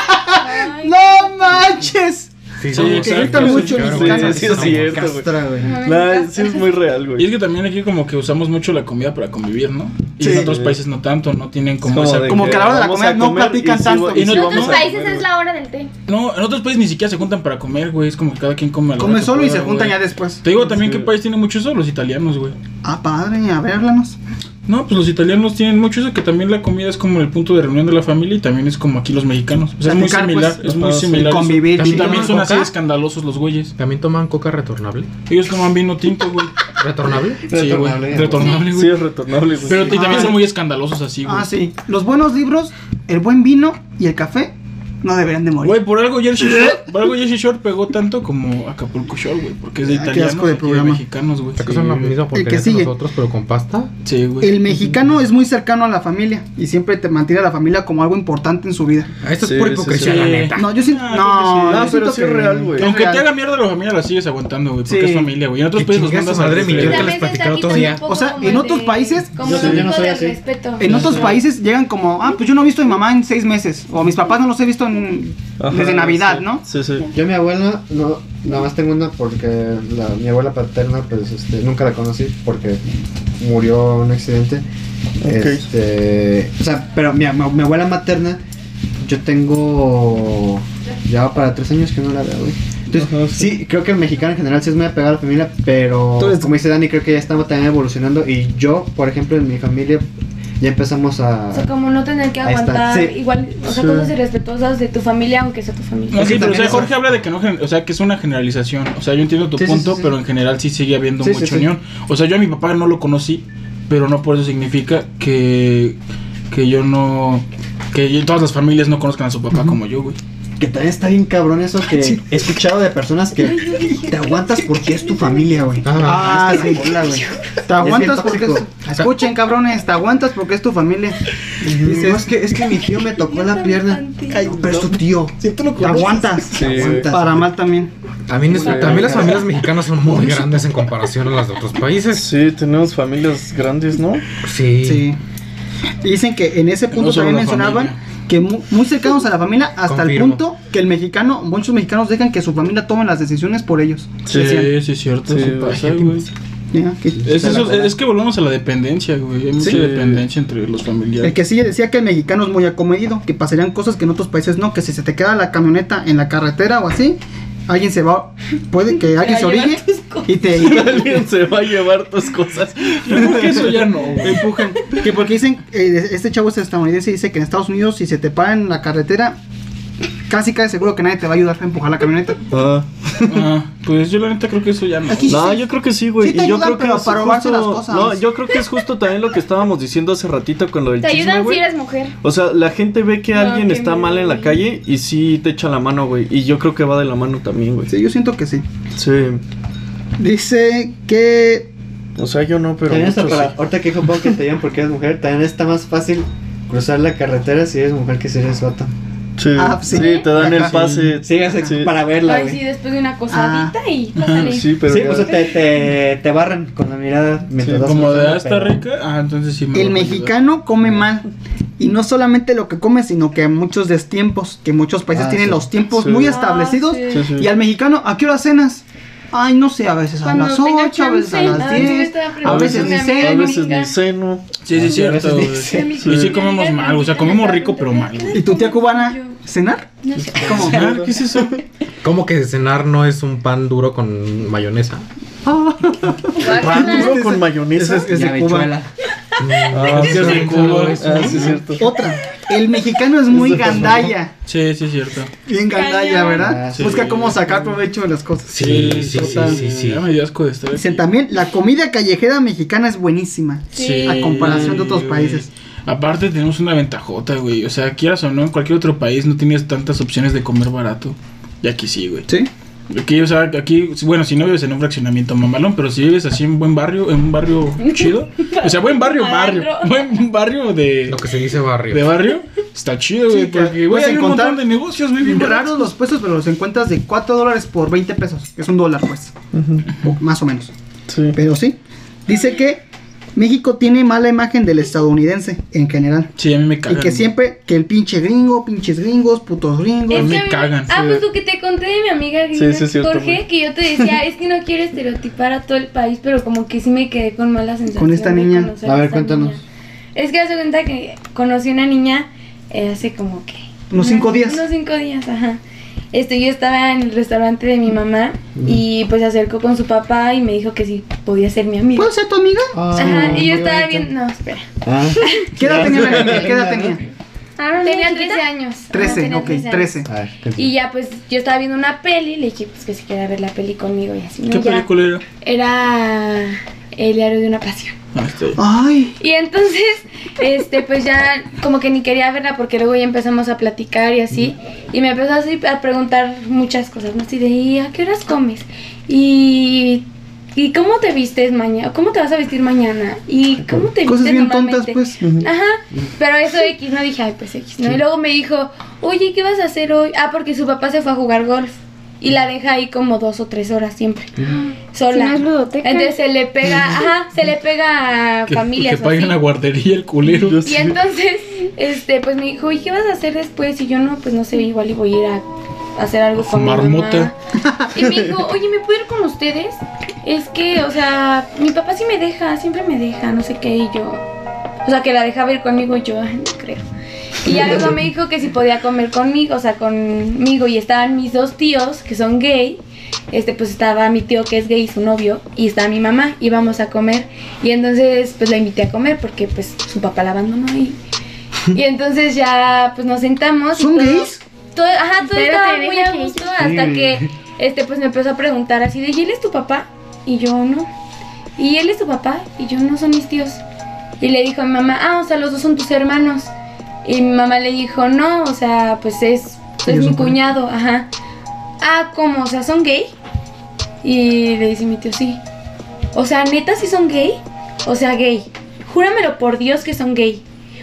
[SPEAKER 1] *laughs*
[SPEAKER 10] Ay,
[SPEAKER 1] ¡no manches!
[SPEAKER 5] Sí,
[SPEAKER 3] Sí,
[SPEAKER 5] no,
[SPEAKER 3] que
[SPEAKER 5] sí,
[SPEAKER 3] grita
[SPEAKER 5] sí,
[SPEAKER 1] mucho
[SPEAKER 5] sí,
[SPEAKER 1] el
[SPEAKER 5] sí,
[SPEAKER 1] mexicano.
[SPEAKER 5] sí,
[SPEAKER 4] Sí, es
[SPEAKER 5] no,
[SPEAKER 4] cierto.
[SPEAKER 6] Castra, güey.
[SPEAKER 4] Nah, sí es muy real,
[SPEAKER 3] Y es
[SPEAKER 4] güey.
[SPEAKER 3] que también aquí como que usamos mucho la comida para convivir, ¿no? Y
[SPEAKER 1] Sí.
[SPEAKER 3] en otros países no tanto, no tienen como,
[SPEAKER 4] Es
[SPEAKER 3] esa...
[SPEAKER 4] de
[SPEAKER 1] como que a la hora de la
[SPEAKER 4] vamos
[SPEAKER 1] comida no
[SPEAKER 4] comer
[SPEAKER 1] platican
[SPEAKER 4] y sí
[SPEAKER 1] tanto.
[SPEAKER 4] va-
[SPEAKER 3] Y no-
[SPEAKER 2] En
[SPEAKER 4] sí
[SPEAKER 2] otros
[SPEAKER 4] vamos a
[SPEAKER 2] países
[SPEAKER 4] comer,
[SPEAKER 2] es la hora del té.
[SPEAKER 3] No, en otros países ni siquiera se juntan para comer, güey, es como que cada quien come a la
[SPEAKER 1] Come
[SPEAKER 3] hora que
[SPEAKER 1] solo y
[SPEAKER 3] pueda,
[SPEAKER 1] se juntan ya
[SPEAKER 3] güey.
[SPEAKER 1] después.
[SPEAKER 3] Te digo también qué país tiene mucho eso, los italianos, güey.
[SPEAKER 1] Ah, padre, a ver, háblanos.
[SPEAKER 3] No, pues los italianos tienen mucho eso, que también la comida es como el punto de reunión de la familia y también es como aquí los mexicanos. O sea, es muy
[SPEAKER 1] Platicar,
[SPEAKER 3] similar,
[SPEAKER 1] pues.
[SPEAKER 3] es muy
[SPEAKER 4] Ajá, sí.
[SPEAKER 3] similar. eso.
[SPEAKER 1] Convivir,
[SPEAKER 3] Y
[SPEAKER 1] sí.
[SPEAKER 3] también son así
[SPEAKER 5] Coca.
[SPEAKER 3] escandalosos los güeyes.
[SPEAKER 5] También toman coca retornable.
[SPEAKER 3] Ellos toman vino tinto, güey.
[SPEAKER 5] ¿Retornable?
[SPEAKER 3] Sí, güey.
[SPEAKER 6] Retornable.
[SPEAKER 3] Retornable,
[SPEAKER 4] güey. Sí,
[SPEAKER 3] güey.
[SPEAKER 4] es retornable, güey.
[SPEAKER 3] Pero y también
[SPEAKER 1] Ah.
[SPEAKER 3] son muy escandalosos así, güey.
[SPEAKER 1] Ah, sí. Los buenos libros, el buen vino y el café no deberían de morir.
[SPEAKER 3] Güey, por algo Jersey Shore, por algo Jersey Shore pegó tanto como Acapulco Shore, güey, porque es de
[SPEAKER 1] Ah, qué
[SPEAKER 3] italianos
[SPEAKER 1] asco de
[SPEAKER 3] y de
[SPEAKER 1] programa.
[SPEAKER 3] mexicanos, güey.
[SPEAKER 5] O sea, que son la misma porquería que
[SPEAKER 1] sigue.
[SPEAKER 5] nosotros, pero con pasta.
[SPEAKER 3] Sí, güey.
[SPEAKER 1] El mexicano es muy cercano a la familia y siempre te mantiene a la familia como algo importante en su vida.
[SPEAKER 5] Esto
[SPEAKER 4] Sí,
[SPEAKER 5] es pura
[SPEAKER 4] sí,
[SPEAKER 5] hipocresía,
[SPEAKER 3] sí.
[SPEAKER 5] la neta.
[SPEAKER 1] No, yo siento.
[SPEAKER 3] Ah,
[SPEAKER 1] no,
[SPEAKER 3] creo que sí.
[SPEAKER 1] yo
[SPEAKER 4] No, pero
[SPEAKER 1] siento
[SPEAKER 4] sí es real, güey.
[SPEAKER 1] es
[SPEAKER 3] Aunque te
[SPEAKER 1] real.
[SPEAKER 3] haga mierda la familia, la sigues aguantando, güey, porque
[SPEAKER 1] Sí.
[SPEAKER 3] es familia, güey. En otros
[SPEAKER 5] Que
[SPEAKER 3] países los
[SPEAKER 5] chingue a
[SPEAKER 3] mandas
[SPEAKER 5] su
[SPEAKER 3] a
[SPEAKER 5] madre,
[SPEAKER 3] la
[SPEAKER 5] mi tío,
[SPEAKER 3] verga.
[SPEAKER 5] que les
[SPEAKER 10] También se
[SPEAKER 5] platicaba
[SPEAKER 10] aquí
[SPEAKER 5] todo
[SPEAKER 10] también
[SPEAKER 5] día.
[SPEAKER 10] un poco
[SPEAKER 1] O sea,
[SPEAKER 10] como
[SPEAKER 1] en
[SPEAKER 10] el
[SPEAKER 1] otros
[SPEAKER 10] de-
[SPEAKER 1] países-
[SPEAKER 10] como
[SPEAKER 6] Yo
[SPEAKER 10] el
[SPEAKER 6] soy- yo no
[SPEAKER 10] punto
[SPEAKER 6] soy
[SPEAKER 10] del
[SPEAKER 6] así.
[SPEAKER 10] respeto.
[SPEAKER 1] En otros países llegan como, ah, pues yo no he visto a mi mamá en seis meses. O a mis papás no los he visto en-
[SPEAKER 4] Ajá,
[SPEAKER 1] desde Navidad,
[SPEAKER 4] sí.
[SPEAKER 1] ¿no?
[SPEAKER 4] Sí, sí.
[SPEAKER 6] Yo mi abuela, no, nada más tengo una porque la- mi abuela paterna, pues este, nunca la conocí porque murió en un accidente.
[SPEAKER 4] Ok.
[SPEAKER 6] Este, o sea, pero mi, ama- mi abuela materna, yo tengo ya va para tres años que no la veo, güey. Entonces, sí, creo que el mexicano en general sí es muy apegado a la familia, pero
[SPEAKER 11] Tú eres-
[SPEAKER 6] como dice Dani, creo que ya estamos también evolucionando. Y yo, por ejemplo, en mi familia ya empezamos a.
[SPEAKER 10] O sea, como no tener que
[SPEAKER 6] Ahí está,
[SPEAKER 10] aguantar
[SPEAKER 6] sí.
[SPEAKER 10] igual, o sea,
[SPEAKER 6] Sí.
[SPEAKER 10] cosas irrespetuosas de tu familia, aunque sea tu familia.
[SPEAKER 3] No, sí, pero o sea, Jorge habla de que no, gen- o sea, que es una generalización. O sea, yo entiendo tu
[SPEAKER 6] Sí, sí,
[SPEAKER 3] punto,
[SPEAKER 6] sí, sí.
[SPEAKER 3] pero en general sí sigue habiendo
[SPEAKER 6] Sí, sí,
[SPEAKER 3] mucha
[SPEAKER 6] sí.
[SPEAKER 3] unión. O sea, yo a mi papá no lo conocí, pero no por eso significa que que yo no que yo- todas las familias no conozcan a su papá como yo, güey.
[SPEAKER 6] Que también está bien cabrón eso que he escuchado de personas que te aguantas porque es tu familia, güey.
[SPEAKER 1] Ah,
[SPEAKER 6] Esta
[SPEAKER 1] sí.
[SPEAKER 6] bola, güey.
[SPEAKER 1] Te aguantas
[SPEAKER 6] Es bien
[SPEAKER 1] porque es...
[SPEAKER 6] tóxico.
[SPEAKER 1] Escuchen, cabrones, te aguantas porque es tu familia. Dices,
[SPEAKER 6] No, es que, es que mi tío me tocó la pierna. Pero es tu tío.
[SPEAKER 3] Si tú lo
[SPEAKER 1] te aguantas.
[SPEAKER 6] Te aguantas.
[SPEAKER 1] Para mal también.
[SPEAKER 5] También, es-
[SPEAKER 4] Güey.
[SPEAKER 5] también las familias mexicanas son muy grandes en comparación a las de otros países.
[SPEAKER 4] Sí, tenemos familias grandes, ¿no?
[SPEAKER 5] Sí.
[SPEAKER 1] Sí. Y Dicen que en ese punto
[SPEAKER 3] No solo
[SPEAKER 1] también
[SPEAKER 3] la
[SPEAKER 1] mencionaban que mu- muy, cercanos a la familia hasta
[SPEAKER 5] Confirmo.
[SPEAKER 1] el punto que el mexicano, muchos mexicanos dejan que su familia tome las decisiones por ellos.
[SPEAKER 3] Sí, sí, es cierto.
[SPEAKER 4] Sí,
[SPEAKER 3] sí
[SPEAKER 4] güey.
[SPEAKER 3] pasa, güey.
[SPEAKER 1] Ya, que-
[SPEAKER 3] Es, eso- es que volvemos a la dependencia, güey. Hay mucha dependencia entre los familiares.
[SPEAKER 1] El que sí decía que el mexicano es muy acomedido, que pasarían cosas que en otros países no, que si se te queda la camioneta en la carretera o así, alguien se va, puede que alguien se orille y te...
[SPEAKER 4] Alguien se va a llevar tus cosas.
[SPEAKER 3] Creo que eso ya no, güey.
[SPEAKER 1] empujan. Que porque dicen, eh, este chavo es estadounidense y dice que en Estados Unidos si se te paran en la carretera, casi casi seguro que nadie te va a ayudar a empujar la camioneta.
[SPEAKER 4] Ah.
[SPEAKER 3] Ah, pues yo la neta creo que eso ya no.
[SPEAKER 1] Aquí
[SPEAKER 4] No,
[SPEAKER 1] sí.
[SPEAKER 4] yo creo que sí, güey.
[SPEAKER 1] Sí te
[SPEAKER 4] y yo
[SPEAKER 1] ayudan,
[SPEAKER 4] creo que
[SPEAKER 1] pero
[SPEAKER 4] es
[SPEAKER 1] para robarse las cosas.
[SPEAKER 4] No, yo creo que es justo también lo que estábamos diciendo hace ratito con lo del
[SPEAKER 7] Te
[SPEAKER 4] chisme,
[SPEAKER 7] ayudan
[SPEAKER 4] güey.
[SPEAKER 7] si eres mujer.
[SPEAKER 4] O sea, la gente ve que
[SPEAKER 7] No,
[SPEAKER 4] alguien
[SPEAKER 7] qué
[SPEAKER 4] está
[SPEAKER 7] miedo,
[SPEAKER 4] mal en la
[SPEAKER 7] güey.
[SPEAKER 4] calle y sí te echa la mano, güey. Y yo creo que va de la mano también, güey. Sí.
[SPEAKER 1] Sí, yo siento que sí. Dice que...
[SPEAKER 4] O sea, yo no, pero
[SPEAKER 6] También hasta
[SPEAKER 4] muchos
[SPEAKER 6] para,
[SPEAKER 4] sí.
[SPEAKER 6] ahorita que dijo Pau que te llaman porque eres mujer, también está más fácil cruzar la carretera si eres mujer que si eres vato.
[SPEAKER 4] Sí.
[SPEAKER 1] Ah,
[SPEAKER 4] sí.
[SPEAKER 1] sí.
[SPEAKER 4] te dan el pase.
[SPEAKER 6] Sí, o sea,
[SPEAKER 4] Sí.
[SPEAKER 6] para verla,
[SPEAKER 10] Ay,
[SPEAKER 6] güey.
[SPEAKER 10] sí,
[SPEAKER 6] Sí,
[SPEAKER 10] después de una cosadita y
[SPEAKER 4] Ah,
[SPEAKER 10] pásale.
[SPEAKER 4] Sí, pero
[SPEAKER 7] pues,
[SPEAKER 4] ya-
[SPEAKER 6] o sea, pues, te, te, te barran con la mirada mientras vas
[SPEAKER 3] Como de
[SPEAKER 6] cruzando,
[SPEAKER 3] ah, está
[SPEAKER 6] pero-
[SPEAKER 3] rica, ah, entonces sí me
[SPEAKER 1] El
[SPEAKER 3] voy a ayudar.
[SPEAKER 1] mexicano come mal. Y no solamente lo que come, sino que muchos destiempos, que muchos países
[SPEAKER 6] Ah,
[SPEAKER 1] tienen
[SPEAKER 6] sí.
[SPEAKER 1] los tiempos
[SPEAKER 4] Sí.
[SPEAKER 1] muy
[SPEAKER 4] Ah,
[SPEAKER 1] establecidos.
[SPEAKER 10] sí.
[SPEAKER 4] Sí, sí.
[SPEAKER 1] Y al mexicano, ¿a qué hora cenas? Ay, no sé, a veces a
[SPEAKER 7] Cuando
[SPEAKER 1] las
[SPEAKER 7] tenga
[SPEAKER 1] 8, a veces a
[SPEAKER 7] chance.
[SPEAKER 1] las
[SPEAKER 10] Ah, yo
[SPEAKER 1] 10.
[SPEAKER 10] estaba
[SPEAKER 1] A
[SPEAKER 10] preguntando
[SPEAKER 1] veces
[SPEAKER 10] mi
[SPEAKER 1] ni
[SPEAKER 10] amiga.
[SPEAKER 1] sé,
[SPEAKER 4] A
[SPEAKER 1] ¿no?
[SPEAKER 4] veces ni seno.
[SPEAKER 3] Sí, sí, es
[SPEAKER 6] Ah,
[SPEAKER 3] cierto.
[SPEAKER 6] a veces
[SPEAKER 3] güey.
[SPEAKER 6] dice-
[SPEAKER 10] mi
[SPEAKER 3] Sí, sí
[SPEAKER 10] amiga
[SPEAKER 3] comemos
[SPEAKER 10] me
[SPEAKER 3] mal, o sea,
[SPEAKER 10] preguntaba,
[SPEAKER 3] comemos rico, pero mal. güey.
[SPEAKER 1] ¿Y tu tía cubana
[SPEAKER 10] Yo-
[SPEAKER 1] cenar?
[SPEAKER 10] No sé.
[SPEAKER 1] *laughs* ¿Cómo?
[SPEAKER 3] Ah, ¿Qué es eso?
[SPEAKER 5] ¿Cómo que cenar no es un pan duro con mayonesa?
[SPEAKER 4] Pan duro con
[SPEAKER 1] Esa
[SPEAKER 4] mayonesa.
[SPEAKER 1] es, es de Cuba.
[SPEAKER 4] Ah, sí, es de
[SPEAKER 3] Cuba.
[SPEAKER 4] Cuba. Ah, sí, es cierto.
[SPEAKER 1] Otra. El mexicano es muy gandalla.
[SPEAKER 3] Sí, sí, es cierto.
[SPEAKER 1] Bien gandalla,
[SPEAKER 10] Cañón.
[SPEAKER 1] ¿verdad?
[SPEAKER 6] Ah, sí.
[SPEAKER 1] Busca cómo sacar provecho de las cosas.
[SPEAKER 5] Sí, sí, sí,
[SPEAKER 3] total.
[SPEAKER 5] sí, sí.
[SPEAKER 3] Ya me dio asco de estar.
[SPEAKER 1] Dicen
[SPEAKER 3] aquí.
[SPEAKER 1] también, la comida callejera mexicana es buenísima.
[SPEAKER 3] Sí,
[SPEAKER 1] a comparación de otros
[SPEAKER 3] güey.
[SPEAKER 1] países.
[SPEAKER 3] Aparte tenemos una ventajota, güey. O sea, quieras o no, en cualquier otro país no tienes tantas opciones de comer barato. Y aquí sí, güey.
[SPEAKER 1] ¿Sí?
[SPEAKER 3] Aquí, o sea, aquí, bueno, si no vives en un fraccionamiento mamalón, pero si vives así en buen barrio, en
[SPEAKER 1] *laughs*
[SPEAKER 3] un barrio chido. O sea, buen barrio, barrio.
[SPEAKER 10] Adentro.
[SPEAKER 3] Buen barrio de,
[SPEAKER 5] Lo que se dice barrio.
[SPEAKER 3] de barrio. Está chido, güey.
[SPEAKER 1] Sí, que
[SPEAKER 3] porque, güey, Mm.
[SPEAKER 1] puedes
[SPEAKER 3] hay un
[SPEAKER 1] encontrar-
[SPEAKER 3] montón de negocios, güey, bien baratos.
[SPEAKER 1] Raros los puestos, pero los encuentras de 4 dólares por 20 pesos, que es un dólar, pues. O más o menos.
[SPEAKER 4] Sí.
[SPEAKER 1] Pero sí. Dice que México tiene mala imagen del estadounidense en general.
[SPEAKER 3] Sí, a mí me cagan.
[SPEAKER 1] Y que
[SPEAKER 3] güey.
[SPEAKER 1] siempre que el pinche gringo, pinches gringos, putos gringos.
[SPEAKER 10] *laughs* Es que
[SPEAKER 3] me
[SPEAKER 10] a mí-
[SPEAKER 3] cagan,
[SPEAKER 10] Ah,
[SPEAKER 4] sí.
[SPEAKER 10] pues lo que te conté de mi amiga
[SPEAKER 4] Sí, sí, es cierto,
[SPEAKER 10] Jorge,
[SPEAKER 4] güey.
[SPEAKER 10] que yo te decía, es que no quiero estereotipar a todo el país, pero como que sí me quedé con mala sensación.
[SPEAKER 1] Con esta
[SPEAKER 10] de
[SPEAKER 1] niña.
[SPEAKER 10] conocer
[SPEAKER 6] A ver,
[SPEAKER 10] esta
[SPEAKER 6] cuéntanos.
[SPEAKER 10] niña. Es que hace cuenta que conocí una niña eh, hace como que.
[SPEAKER 1] Unos cinco días.
[SPEAKER 10] Unos cinco días, ajá. Este, yo estaba en el restaurante de mi mamá y pues se acercó con su papá y me dijo que sí podía ser mi amiga.
[SPEAKER 1] ¿Puedo ser tu amiga?
[SPEAKER 10] Ajá, y yo estaba
[SPEAKER 6] bonito.
[SPEAKER 10] bien. No, espera.
[SPEAKER 6] Ah,
[SPEAKER 1] ¿Qué edad tenía la niña? ¿Qué edad tenía?
[SPEAKER 10] Tenía 13 años. Ajá,
[SPEAKER 1] 13,
[SPEAKER 10] tenía
[SPEAKER 1] ok,
[SPEAKER 10] 13 años.
[SPEAKER 1] 13.
[SPEAKER 6] a ver,
[SPEAKER 10] Y ya pues yo estaba viendo una peli, le dije pues que si quería ver la peli conmigo y así. ¿no?
[SPEAKER 3] ¿Qué
[SPEAKER 10] Ya
[SPEAKER 3] película era?
[SPEAKER 10] Era El diario de una pasión.
[SPEAKER 3] Ah, está bien.
[SPEAKER 1] Ay,
[SPEAKER 10] Y entonces, este, pues ya como que ni quería verla porque luego ya empezamos a platicar y así. Y me empezó así a preguntar muchas cosas, ¿no? Así de, "¿Y a qué horas comes? Y, ¿y cómo te vistes mañana? ¿Cómo te vas a vestir mañana? ¿Y cómo te
[SPEAKER 1] cosas
[SPEAKER 10] vistes
[SPEAKER 1] bien tontas,
[SPEAKER 10] normalmente?"
[SPEAKER 1] pues.
[SPEAKER 10] Ajá, pero eso X, no dije, ay, pues X, ¿no? Y luego me dijo, oye, ¿qué vas a hacer hoy? Ah, porque su papá se fue a jugar golf y la deja ahí como dos o tres horas siempre,
[SPEAKER 1] Ah.
[SPEAKER 7] Si
[SPEAKER 10] sola.
[SPEAKER 7] no es ludoteca.
[SPEAKER 10] entonces se le pega, ajá, se le pega a
[SPEAKER 3] *laughs* Que, que
[SPEAKER 10] familias. o
[SPEAKER 3] paguen
[SPEAKER 10] así.
[SPEAKER 3] la guardería el culero.
[SPEAKER 10] Y entonces, este, pues me dijo, ¿y qué vas a hacer después? Y yo no, pues no sé, igual y voy a ir a hacer algo
[SPEAKER 3] A
[SPEAKER 10] con mi
[SPEAKER 3] fumar
[SPEAKER 10] mamá.
[SPEAKER 3] mota.
[SPEAKER 10] Y me dijo, oye, ¿me puedo ir con ustedes? Es que, o sea, mi papá sí me deja, siempre me deja, no sé qué, y yo. O sea, que la dejaba ir conmigo, y yo, ay, no creo.
[SPEAKER 7] Y ya luego me dijo que si podía comer conmigo, o sea, conmigo. Y estaban mis dos tíos, que son gay. Este, pues estaba mi tío que es gay, su novio, y estaba mi mamá, íbamos a comer. Y entonces, pues la invité a comer porque, pues, su papá la abandonó y. Y entonces ya, pues nos sentamos. y
[SPEAKER 1] ¿Son
[SPEAKER 7] todos-
[SPEAKER 1] gays?
[SPEAKER 7] todo- ajá, todo
[SPEAKER 10] Espérate,
[SPEAKER 7] estaba muy
[SPEAKER 10] deja
[SPEAKER 7] a
[SPEAKER 10] que
[SPEAKER 7] gusto hasta que este pues me empezó a preguntar así de ¿y él es tu papá? Y yo no. ¿Y él es tu papá? Y yo no son mis tíos. Y le dijo a mi mamá, ah, o sea, los dos son tus hermanos. Y mi mamá le dijo, no, o sea, pues es, es
[SPEAKER 1] Ellos
[SPEAKER 7] mi
[SPEAKER 1] son pareja.
[SPEAKER 7] cuñado, ajá. Ah, ¿cómo? O sea, ¿son gay? Y le dice mi tío, sí. O sea, neta, si son gay. O sea, gay. Júramelo por Dios que son gay.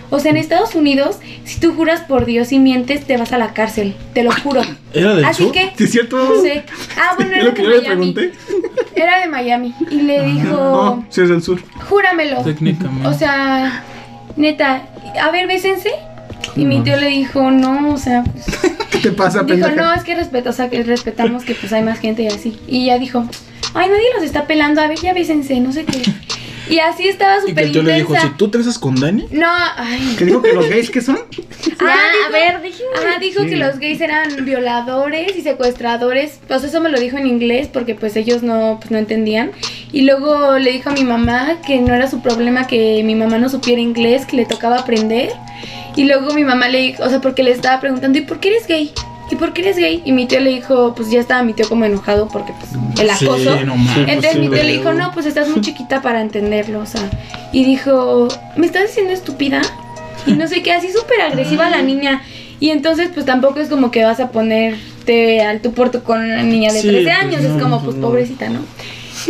[SPEAKER 7] O sea, en Estados Unidos, si tú juras por Dios y mientes, te vas a la cárcel. Te lo
[SPEAKER 3] Ah,
[SPEAKER 7] juro.
[SPEAKER 3] ¿Era
[SPEAKER 7] *laughs*
[SPEAKER 3] del
[SPEAKER 7] Así
[SPEAKER 3] sur?
[SPEAKER 7] que,
[SPEAKER 1] ¿Sí es cierto?
[SPEAKER 7] no sé. Ah, bueno,
[SPEAKER 3] ¿Es
[SPEAKER 7] era
[SPEAKER 3] lo que
[SPEAKER 7] de
[SPEAKER 3] yo le
[SPEAKER 7] Miami.
[SPEAKER 3] pregunté? Ah,
[SPEAKER 7] Era de Miami. Y le dijo,
[SPEAKER 1] No, sí es del sur.
[SPEAKER 7] júramelo.
[SPEAKER 3] Técnicamente.
[SPEAKER 7] O sea, neta, a ver, bésense. Y mi tío le dijo, no, o sea, pues,
[SPEAKER 1] ¿Qué te pasa,
[SPEAKER 7] dijo,
[SPEAKER 1] pendeja?
[SPEAKER 7] no, es que respeto, o sea, que respetamos que pues hay más gente y así. Y ella dijo, ay, nadie los está pelando, a ver, ya bésense, no sé qué. Y así estaba
[SPEAKER 3] Y que
[SPEAKER 7] súper
[SPEAKER 3] yo le dijo, si
[SPEAKER 7] intensa.
[SPEAKER 3] tú te besas con Dani,
[SPEAKER 7] No, ay.
[SPEAKER 1] ¿Que dijo que los gays que son?
[SPEAKER 7] Ah,
[SPEAKER 10] a ver, déjenme.
[SPEAKER 7] Ajá, dijo que los gays eran violadores y secuestradores. Pues eso me lo dijo en inglés porque pues ellos no, pues, no entendían. Y luego le dijo a mi mamá que no era su problema que mi mamá no supiera inglés, que le tocaba aprender. Y luego mi mamá le dijo, o sea, porque le estaba preguntando, ¿y por qué eres gay? ¿Y por qué eres gay? Y mi tío le dijo, pues ya estaba mi tío como enojado porque pues el
[SPEAKER 3] Sí,
[SPEAKER 7] acoso.
[SPEAKER 3] no mames.
[SPEAKER 4] Sí, pues,
[SPEAKER 7] Entonces
[SPEAKER 4] sí,
[SPEAKER 7] mi tío
[SPEAKER 4] güey.
[SPEAKER 7] le
[SPEAKER 3] *laughs*
[SPEAKER 7] dijo, no, pues estás muy chiquita para entenderlo, o sea. Y dijo, ¿me estás diciendo estúpida? Y no sé qué, así súper agresiva la niña. Y entonces, pues tampoco es como que vas a ponerte al tu puerto con una niña de
[SPEAKER 3] Sí,
[SPEAKER 7] 13
[SPEAKER 3] pues,
[SPEAKER 7] años,
[SPEAKER 3] no,
[SPEAKER 7] es como,
[SPEAKER 3] pues,
[SPEAKER 7] pues
[SPEAKER 3] no.
[SPEAKER 7] pobrecita, ¿no?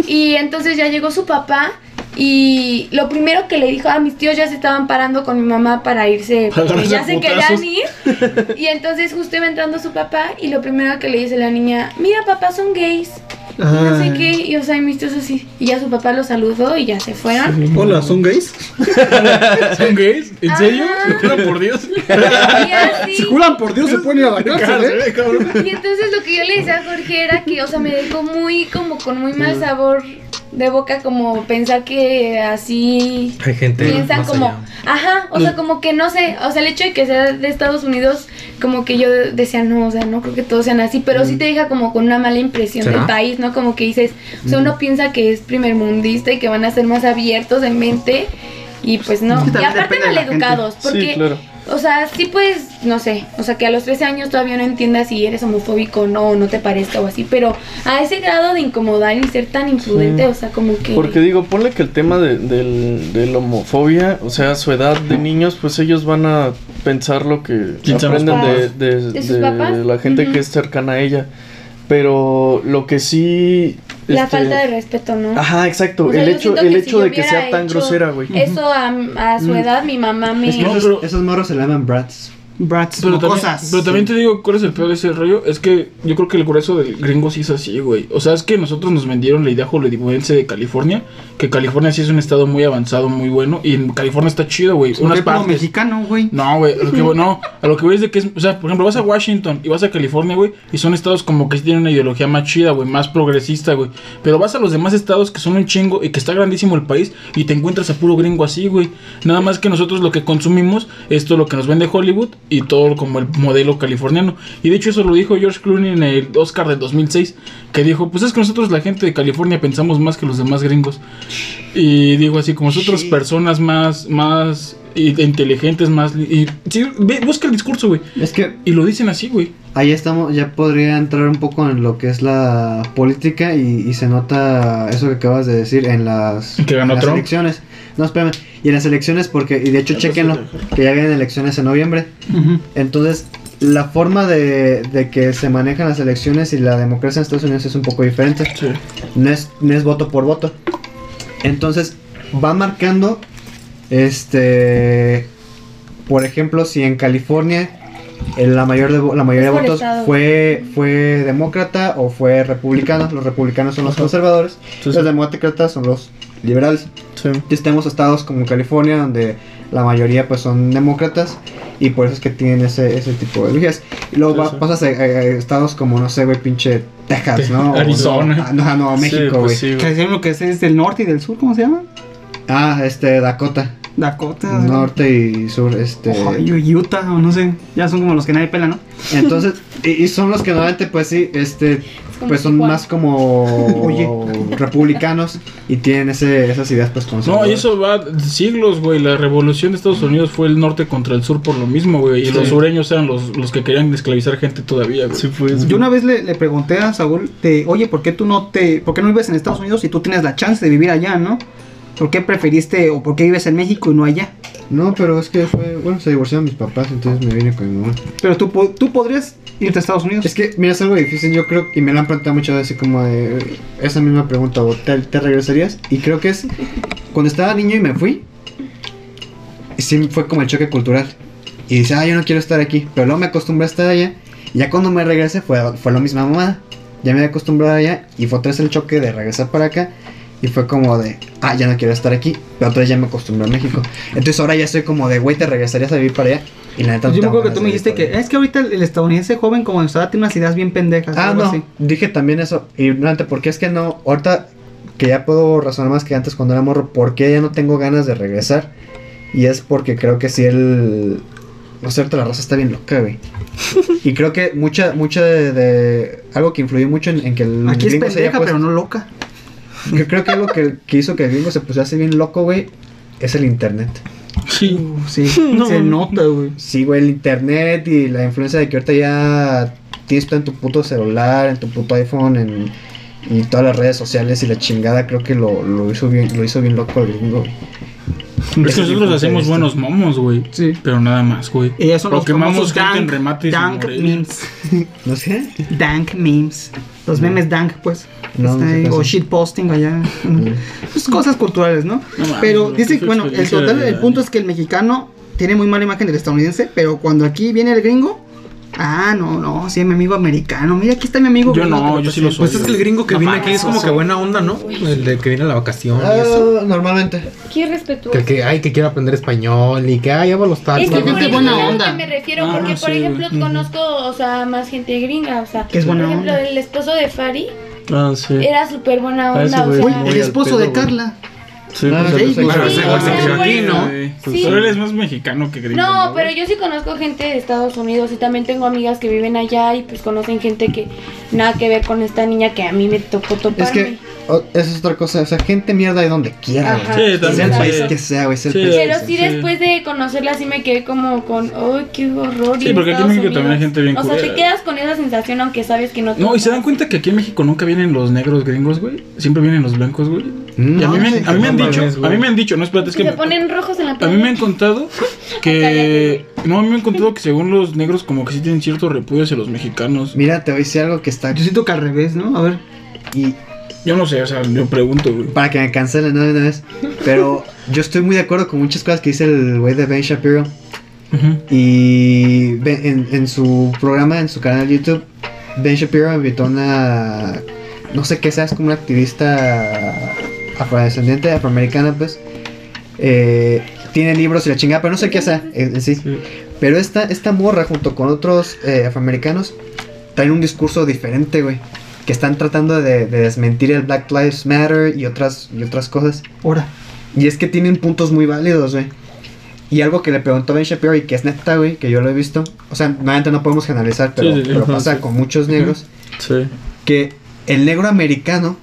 [SPEAKER 7] Y entonces ya llegó su papá y lo primero que le dijo a mis tíos ya se estaban parando con mi mamá para irse,
[SPEAKER 3] *laughs* Para
[SPEAKER 7] porque ya
[SPEAKER 3] agarrarse
[SPEAKER 7] se
[SPEAKER 3] a
[SPEAKER 7] querían ir. Y entonces justo iba entrando su papá y lo primero que le dice la niña, mira papá, son gays. No sé qué, y o sea, y mis tíos así. Y ya su papá los saludó y ya se fueron.
[SPEAKER 1] Hola, ¿son gays?
[SPEAKER 3] ¿son gays? ¿En serio?
[SPEAKER 7] Ajá.
[SPEAKER 3] Juro por Dios.
[SPEAKER 7] Y así.
[SPEAKER 1] Si juran por Dios se pueden ir a la cárcel, ¿eh?
[SPEAKER 7] Y entonces lo que yo le decía a Jorge era que, o sea, me dejó muy, como con muy mal sabor de boca, como pensar que así
[SPEAKER 5] Hay gente.
[SPEAKER 7] piensan
[SPEAKER 5] más
[SPEAKER 7] como,
[SPEAKER 5] allá.
[SPEAKER 7] ajá, o sea, como que no sé, o sea, el hecho de que sea de Estados Unidos, como que yo decía, no, o sea, no creo que todos sean así, pero
[SPEAKER 1] Mm.
[SPEAKER 7] sí te deja como con una mala impresión
[SPEAKER 5] ¿Será?
[SPEAKER 7] del país, ¿no? Como que dices, o sea,
[SPEAKER 1] Mm.
[SPEAKER 7] uno piensa que es primermundista y que van a ser más abiertos de mente. Y pues no,
[SPEAKER 1] Es que
[SPEAKER 7] y
[SPEAKER 1] también
[SPEAKER 7] aparte
[SPEAKER 1] depende de la
[SPEAKER 7] maleducados, porque
[SPEAKER 4] Sí, claro.
[SPEAKER 7] o sea, sí pues, no sé, o sea, que a los 13 años todavía no entiendas si eres homofóbico o no, o no te parezca o así, pero a ese grado de incomodar y ser tan imprudente,
[SPEAKER 4] Sí.
[SPEAKER 7] o sea, como que...
[SPEAKER 4] Porque digo, ponle que el tema de, del, de la homofobia, o sea, su edad de niños, pues ellos van a pensar lo que
[SPEAKER 3] Sí, son
[SPEAKER 4] aprenden
[SPEAKER 3] los
[SPEAKER 4] de,
[SPEAKER 3] papás.
[SPEAKER 4] de-
[SPEAKER 7] ¿De sus
[SPEAKER 4] de
[SPEAKER 7] papás?
[SPEAKER 4] la gente
[SPEAKER 7] Ujú.
[SPEAKER 4] que es cercana a ella. Pero lo que sí...
[SPEAKER 7] la
[SPEAKER 4] este,
[SPEAKER 7] falta de respeto, ¿no?
[SPEAKER 4] Ajá, exacto.
[SPEAKER 7] O sea,
[SPEAKER 4] el
[SPEAKER 7] yo
[SPEAKER 4] hecho,
[SPEAKER 7] siento
[SPEAKER 4] el
[SPEAKER 7] que si
[SPEAKER 4] hecho
[SPEAKER 7] yo
[SPEAKER 4] de que
[SPEAKER 7] hubiera
[SPEAKER 4] sea tan
[SPEAKER 7] hecho
[SPEAKER 4] grosera, güey. Mm.
[SPEAKER 7] Eso a, a su edad mi mamá me...
[SPEAKER 6] Es que
[SPEAKER 3] No,
[SPEAKER 6] esos,
[SPEAKER 3] pero-
[SPEAKER 6] esos morros se llaman brats.
[SPEAKER 1] Brats,
[SPEAKER 3] Pero también,
[SPEAKER 1] cosas.
[SPEAKER 3] pero también te digo cuál es el peor de ese rollo. Es que yo creo que el grueso del gringo sí es así, güey. O sea, es que nosotros nos vendieron la idea hollywoodense de California. Que California sí es un estado muy avanzado, muy bueno. Y en California está chido, güey.
[SPEAKER 1] Porque
[SPEAKER 3] Unas
[SPEAKER 1] es como
[SPEAKER 3] partes.
[SPEAKER 1] mexicano, güey.
[SPEAKER 3] No, güey, a lo que voy- no, a lo que voy es de que es, o sea, por ejemplo, vas a Washington y vas a California, güey, y son estados como que sí tienen una ideología más chida, güey, más progresista, güey. Pero vas a los demás estados que son un chingo y que está grandísimo el país y te encuentras a puro gringo así, güey. Nada más que nosotros lo que consumimos es todo lo que nos vende Hollywood y todo como el modelo californiano. Y de hecho eso lo dijo George Clooney en el Oscar del 2006, que dijo, pues es que nosotros la gente de California pensamos más que los demás gringos. Y digo así, como nosotros personas más, más i- inteligentes, más... li- Y, sí, ve, busca el discurso, güey.
[SPEAKER 6] Es que
[SPEAKER 3] Y lo dicen así, güey.
[SPEAKER 6] ahí estamos, ya podría entrar un poco en lo que es la política y, y se nota eso que acabas de decir en las,
[SPEAKER 3] Que ganó
[SPEAKER 6] en las
[SPEAKER 3] Trump.
[SPEAKER 6] elecciones. No, espérame. Y en las elecciones porque, y de hecho, chequenlo, que ya vienen elecciones en noviembre.
[SPEAKER 1] Ujú.
[SPEAKER 6] Entonces, la forma de, de que se manejan las elecciones y la democracia en Estados Unidos es un poco diferente.
[SPEAKER 3] Sí.
[SPEAKER 6] No es, no es voto por voto. Entonces, va marcando, este, por ejemplo, si en California eh, la, mayor de vo- la mayoría
[SPEAKER 7] Es
[SPEAKER 6] de
[SPEAKER 7] por
[SPEAKER 6] votos
[SPEAKER 7] estado.
[SPEAKER 6] fue, fue demócrata o fue republicano, los republicanos son los conservadores, los demócratas son los liberales.
[SPEAKER 4] pues, Sí.
[SPEAKER 6] Y tenemos estados como California, donde la mayoría pues son demócratas y por eso es que tienen ese, ese tipo de ideologías. Y luego
[SPEAKER 4] Sí,
[SPEAKER 6] va-
[SPEAKER 4] sí.
[SPEAKER 6] pasas a, a- a estados como, no sé, güey, pinche Texas, ¿no? O-
[SPEAKER 3] Arizona.
[SPEAKER 6] ah, no, no,
[SPEAKER 4] Sí,
[SPEAKER 6] México, güey.
[SPEAKER 4] pues sí,
[SPEAKER 1] Que
[SPEAKER 4] güey.
[SPEAKER 1] decían lo que es, es del norte y del sur, ¿cómo se llama?
[SPEAKER 6] Ah, este, Dakota.
[SPEAKER 1] Dakota.
[SPEAKER 6] Norte y sur, este.
[SPEAKER 1] Ohio, Utah, o no sé. Ya son como los que nadie pela, ¿no?
[SPEAKER 6] Entonces, y, y son los que normalmente, pues sí, este,
[SPEAKER 2] como
[SPEAKER 6] pues son
[SPEAKER 2] Tijuana.
[SPEAKER 6] más como republicanos y tienen ese, esas ideas, pues
[SPEAKER 3] No,
[SPEAKER 6] conservadoras.
[SPEAKER 3] y eso va de siglos, güey. La revolución de Estados Unidos fue el norte contra el sur por lo mismo, güey. Y los sureños eran los, los que querían esclavizar gente todavía, güey.
[SPEAKER 4] Sí, pues.
[SPEAKER 1] Yo una vez le, le pregunté a Saúl, de, oye, ¿por qué tú no te, por qué no vives en Estados Unidos si tú tienes la chance de vivir allá, no? ¿Por qué preferiste o por qué vives en México y no allá?
[SPEAKER 6] No, pero es que fue, bueno, se divorciaron mis papás, entonces me vine con mi mamá.
[SPEAKER 1] Pero tú, po- tú podrías irte a Estados Unidos.
[SPEAKER 6] Es que, mira, es algo difícil, yo creo, y me lo han planteado muchas veces como de eh, esa misma pregunta, o te, te regresarías, y creo que es, cuando estaba niño y me fui, sí fue como el choque cultural, y dice, ah, yo no quiero estar aquí, pero luego me acostumbré a estar allá, y ya cuando me regresé fue, fue la misma mamada, ya me había acostumbrado allá, y fue otra vez el choque de regresar para acá, y fue como de, ah, ya no quiero estar aquí, pero otra vez ya me acostumbré a México, entonces ahora ya soy como de, güey, te regresarías a vivir para allá, y la neta no
[SPEAKER 1] Pues, yo me
[SPEAKER 6] tengo
[SPEAKER 1] acuerdo que tú me
[SPEAKER 6] ganas
[SPEAKER 1] dijiste
[SPEAKER 6] de vivir para allá.
[SPEAKER 1] que es que ahorita el, el estadounidense joven como de su edad tiene unas ideas bien pendejas.
[SPEAKER 6] Ah,
[SPEAKER 1] algo
[SPEAKER 6] no,
[SPEAKER 1] así.
[SPEAKER 6] dije también eso. Y durante, porque es que no, ahorita que ya puedo razonar más que antes cuando era morro, porque ya no tengo ganas de regresar. Y es porque creo que si el. No sé, ahorita la raza está bien
[SPEAKER 1] *laughs*
[SPEAKER 6] loca, güey. y creo que mucha, mucha de, de- Algo que influyó mucho en, en que el.
[SPEAKER 1] Aquí es
[SPEAKER 6] gringo se haya
[SPEAKER 1] pendeja,
[SPEAKER 6] puesto-
[SPEAKER 1] pero no loca.
[SPEAKER 6] Yo creo que algo que, que hizo que el gringo se pusiera así bien loco, güey, es el internet.
[SPEAKER 3] Sí.
[SPEAKER 1] Uh, *laughs* sí, se nota, güey.
[SPEAKER 6] Sí, güey, el internet y la influencia de que ahorita ya tienes todo en tu puto celular, en tu puto iPhone, en y todas las redes sociales y la chingada creo que lo, lo hizo bien, lo hizo bien loco el gringo.
[SPEAKER 3] Es que nosotros hacemos buenos momos, güey.
[SPEAKER 1] Sí.
[SPEAKER 3] Pero nada más, güey.
[SPEAKER 1] Ellas son
[SPEAKER 3] Lo
[SPEAKER 1] los famosos
[SPEAKER 3] quemamos gente en
[SPEAKER 1] dank,
[SPEAKER 3] remates en
[SPEAKER 1] dank
[SPEAKER 3] Morelia.
[SPEAKER 1] memes.
[SPEAKER 6] No sé.
[SPEAKER 1] Dank memes. Los memes dank, pues.
[SPEAKER 6] No, no sé
[SPEAKER 1] Este,
[SPEAKER 6] qué
[SPEAKER 1] o
[SPEAKER 6] hacen.
[SPEAKER 1] shit posting allá. Pues cosas culturales, ¿no?
[SPEAKER 3] mames,
[SPEAKER 1] pero
[SPEAKER 3] güey,
[SPEAKER 1] dice,
[SPEAKER 3] qué
[SPEAKER 1] bueno, el
[SPEAKER 3] experiencia
[SPEAKER 1] total,
[SPEAKER 3] de
[SPEAKER 1] el
[SPEAKER 3] vida,
[SPEAKER 1] punto
[SPEAKER 3] eh.
[SPEAKER 1] es que el mexicano tiene muy mala imagen del estadounidense, pero cuando aquí viene el gringo, ah, no, no, sí, mi amigo americano. Mira, aquí está mi amigo.
[SPEAKER 3] Yo
[SPEAKER 1] gringo,
[SPEAKER 3] no,
[SPEAKER 1] te
[SPEAKER 3] yo sí lo
[SPEAKER 1] presento.
[SPEAKER 5] Pues es que el gringo que
[SPEAKER 1] No
[SPEAKER 5] viene
[SPEAKER 1] mames,
[SPEAKER 5] aquí es como
[SPEAKER 1] oso.
[SPEAKER 5] que buena onda, ¿no? El de que viene a la vacación y eso.
[SPEAKER 6] Ah, normalmente.
[SPEAKER 2] Qué
[SPEAKER 7] Ah.
[SPEAKER 2] respetuoso.
[SPEAKER 5] Que, que, ay, que quiere aprender español y que, ay, ya va a los tacos.
[SPEAKER 10] Es que
[SPEAKER 1] gente
[SPEAKER 10] por eso
[SPEAKER 1] buena
[SPEAKER 10] es a lo
[SPEAKER 1] onda.
[SPEAKER 10] que me refiero,
[SPEAKER 3] Ah,
[SPEAKER 10] porque por
[SPEAKER 3] sí,
[SPEAKER 10] ejemplo
[SPEAKER 3] güey. Ujú.
[SPEAKER 10] conozco, o sea, más gente gringa, o sea,
[SPEAKER 1] Que es buena
[SPEAKER 10] por ejemplo,
[SPEAKER 1] onda.
[SPEAKER 10] el esposo de Fari
[SPEAKER 4] Ah, sí.
[SPEAKER 10] era súper buena
[SPEAKER 4] Ah, ese
[SPEAKER 10] onda, o
[SPEAKER 4] güey,
[SPEAKER 10] sea,
[SPEAKER 4] muy
[SPEAKER 1] El
[SPEAKER 4] al
[SPEAKER 1] esposo
[SPEAKER 4] pedo,
[SPEAKER 1] de
[SPEAKER 4] güey.
[SPEAKER 1] Carla.
[SPEAKER 4] Sí,
[SPEAKER 6] Ah,
[SPEAKER 4] pues,
[SPEAKER 6] sí,
[SPEAKER 4] el-
[SPEAKER 6] pues,
[SPEAKER 5] Bueno,
[SPEAKER 6] sí.
[SPEAKER 5] ese güey se crió aquí, ¿no?
[SPEAKER 3] Güey,
[SPEAKER 10] Sí.
[SPEAKER 3] Pues, Pero él es más mexicano que gringo.
[SPEAKER 10] No,
[SPEAKER 3] güey?
[SPEAKER 10] pero yo sí conozco gente de Estados Unidos y también tengo amigas que viven allá y pues conocen gente que nada que ver con esta niña que a mí me tocó toparme.
[SPEAKER 6] Es que oh, esa es otra cosa, o sea, gente mierda de donde quiera.
[SPEAKER 10] Ajá.
[SPEAKER 6] güey.
[SPEAKER 3] Sí,
[SPEAKER 6] Sea
[SPEAKER 3] también.
[SPEAKER 6] el país
[SPEAKER 3] sí.
[SPEAKER 6] que sea, güey, sea el
[SPEAKER 3] Sí.
[SPEAKER 6] país que
[SPEAKER 10] Pero
[SPEAKER 6] sea.
[SPEAKER 10] sí,
[SPEAKER 3] sí.
[SPEAKER 10] después de conocerla sí me quedé como con, ¡ay, qué horror!
[SPEAKER 3] Sí, porque aquí
[SPEAKER 10] Estados
[SPEAKER 3] en México también hay gente bien
[SPEAKER 10] O sea, te
[SPEAKER 3] culera.
[SPEAKER 10] quedas con esa sensación aunque sabes que no. te-
[SPEAKER 3] No, y se dan cuenta que aquí en México nunca vienen los negros gringos, güey. Siempre vienen los blancos, güey.
[SPEAKER 6] Mm,
[SPEAKER 3] Y a mí me, a mí me han
[SPEAKER 5] no
[SPEAKER 3] dicho,
[SPEAKER 5] mames,
[SPEAKER 3] a
[SPEAKER 5] güey.
[SPEAKER 3] mí me han dicho, no, espérate, es que
[SPEAKER 2] se
[SPEAKER 3] me-
[SPEAKER 2] ponen rojos en la
[SPEAKER 3] A mí me han
[SPEAKER 10] *laughs*
[SPEAKER 2] playa.
[SPEAKER 3] contado que. No, a mí me han contado que según los negros, como que sí tienen cierto repudio hacia los mexicanos.
[SPEAKER 6] Mira, te voy a decir algo que está
[SPEAKER 1] Yo siento que al revés, ¿no? A ver.
[SPEAKER 6] y
[SPEAKER 3] Yo no sé, o sea, yo pregunto, güey.
[SPEAKER 6] para que me cancelen ¿no? de una vez. Pero yo estoy muy de acuerdo con muchas cosas que dice el güey de Ben Shapiro.
[SPEAKER 3] Ujú.
[SPEAKER 6] Y Ben- en, en su programa, en su canal de YouTube, Ben Shapiro invitó a una. No sé qué sea, es como una activista afrodescendiente, afroamericana, pues. Eh, tiene libros y la chingada, pero no sé qué sea en, en sí. Pero esta, esta morra, junto con otros eh, afroamericanos, traen un discurso diferente, güey. Que están tratando de, de desmentir el Black Lives Matter y otras, y otras cosas.
[SPEAKER 1] Ahora.
[SPEAKER 6] Y es que tienen puntos muy válidos, güey. Y algo que le preguntó Ben Shapiro y que es neta, güey, que yo lo he visto. O sea, normalmente no podemos generalizar, pero,
[SPEAKER 3] Sí, sí, sí,
[SPEAKER 6] pero
[SPEAKER 3] ajá,
[SPEAKER 6] pasa
[SPEAKER 3] sí.
[SPEAKER 6] con muchos negros.
[SPEAKER 4] Sí.
[SPEAKER 6] Que el negro americano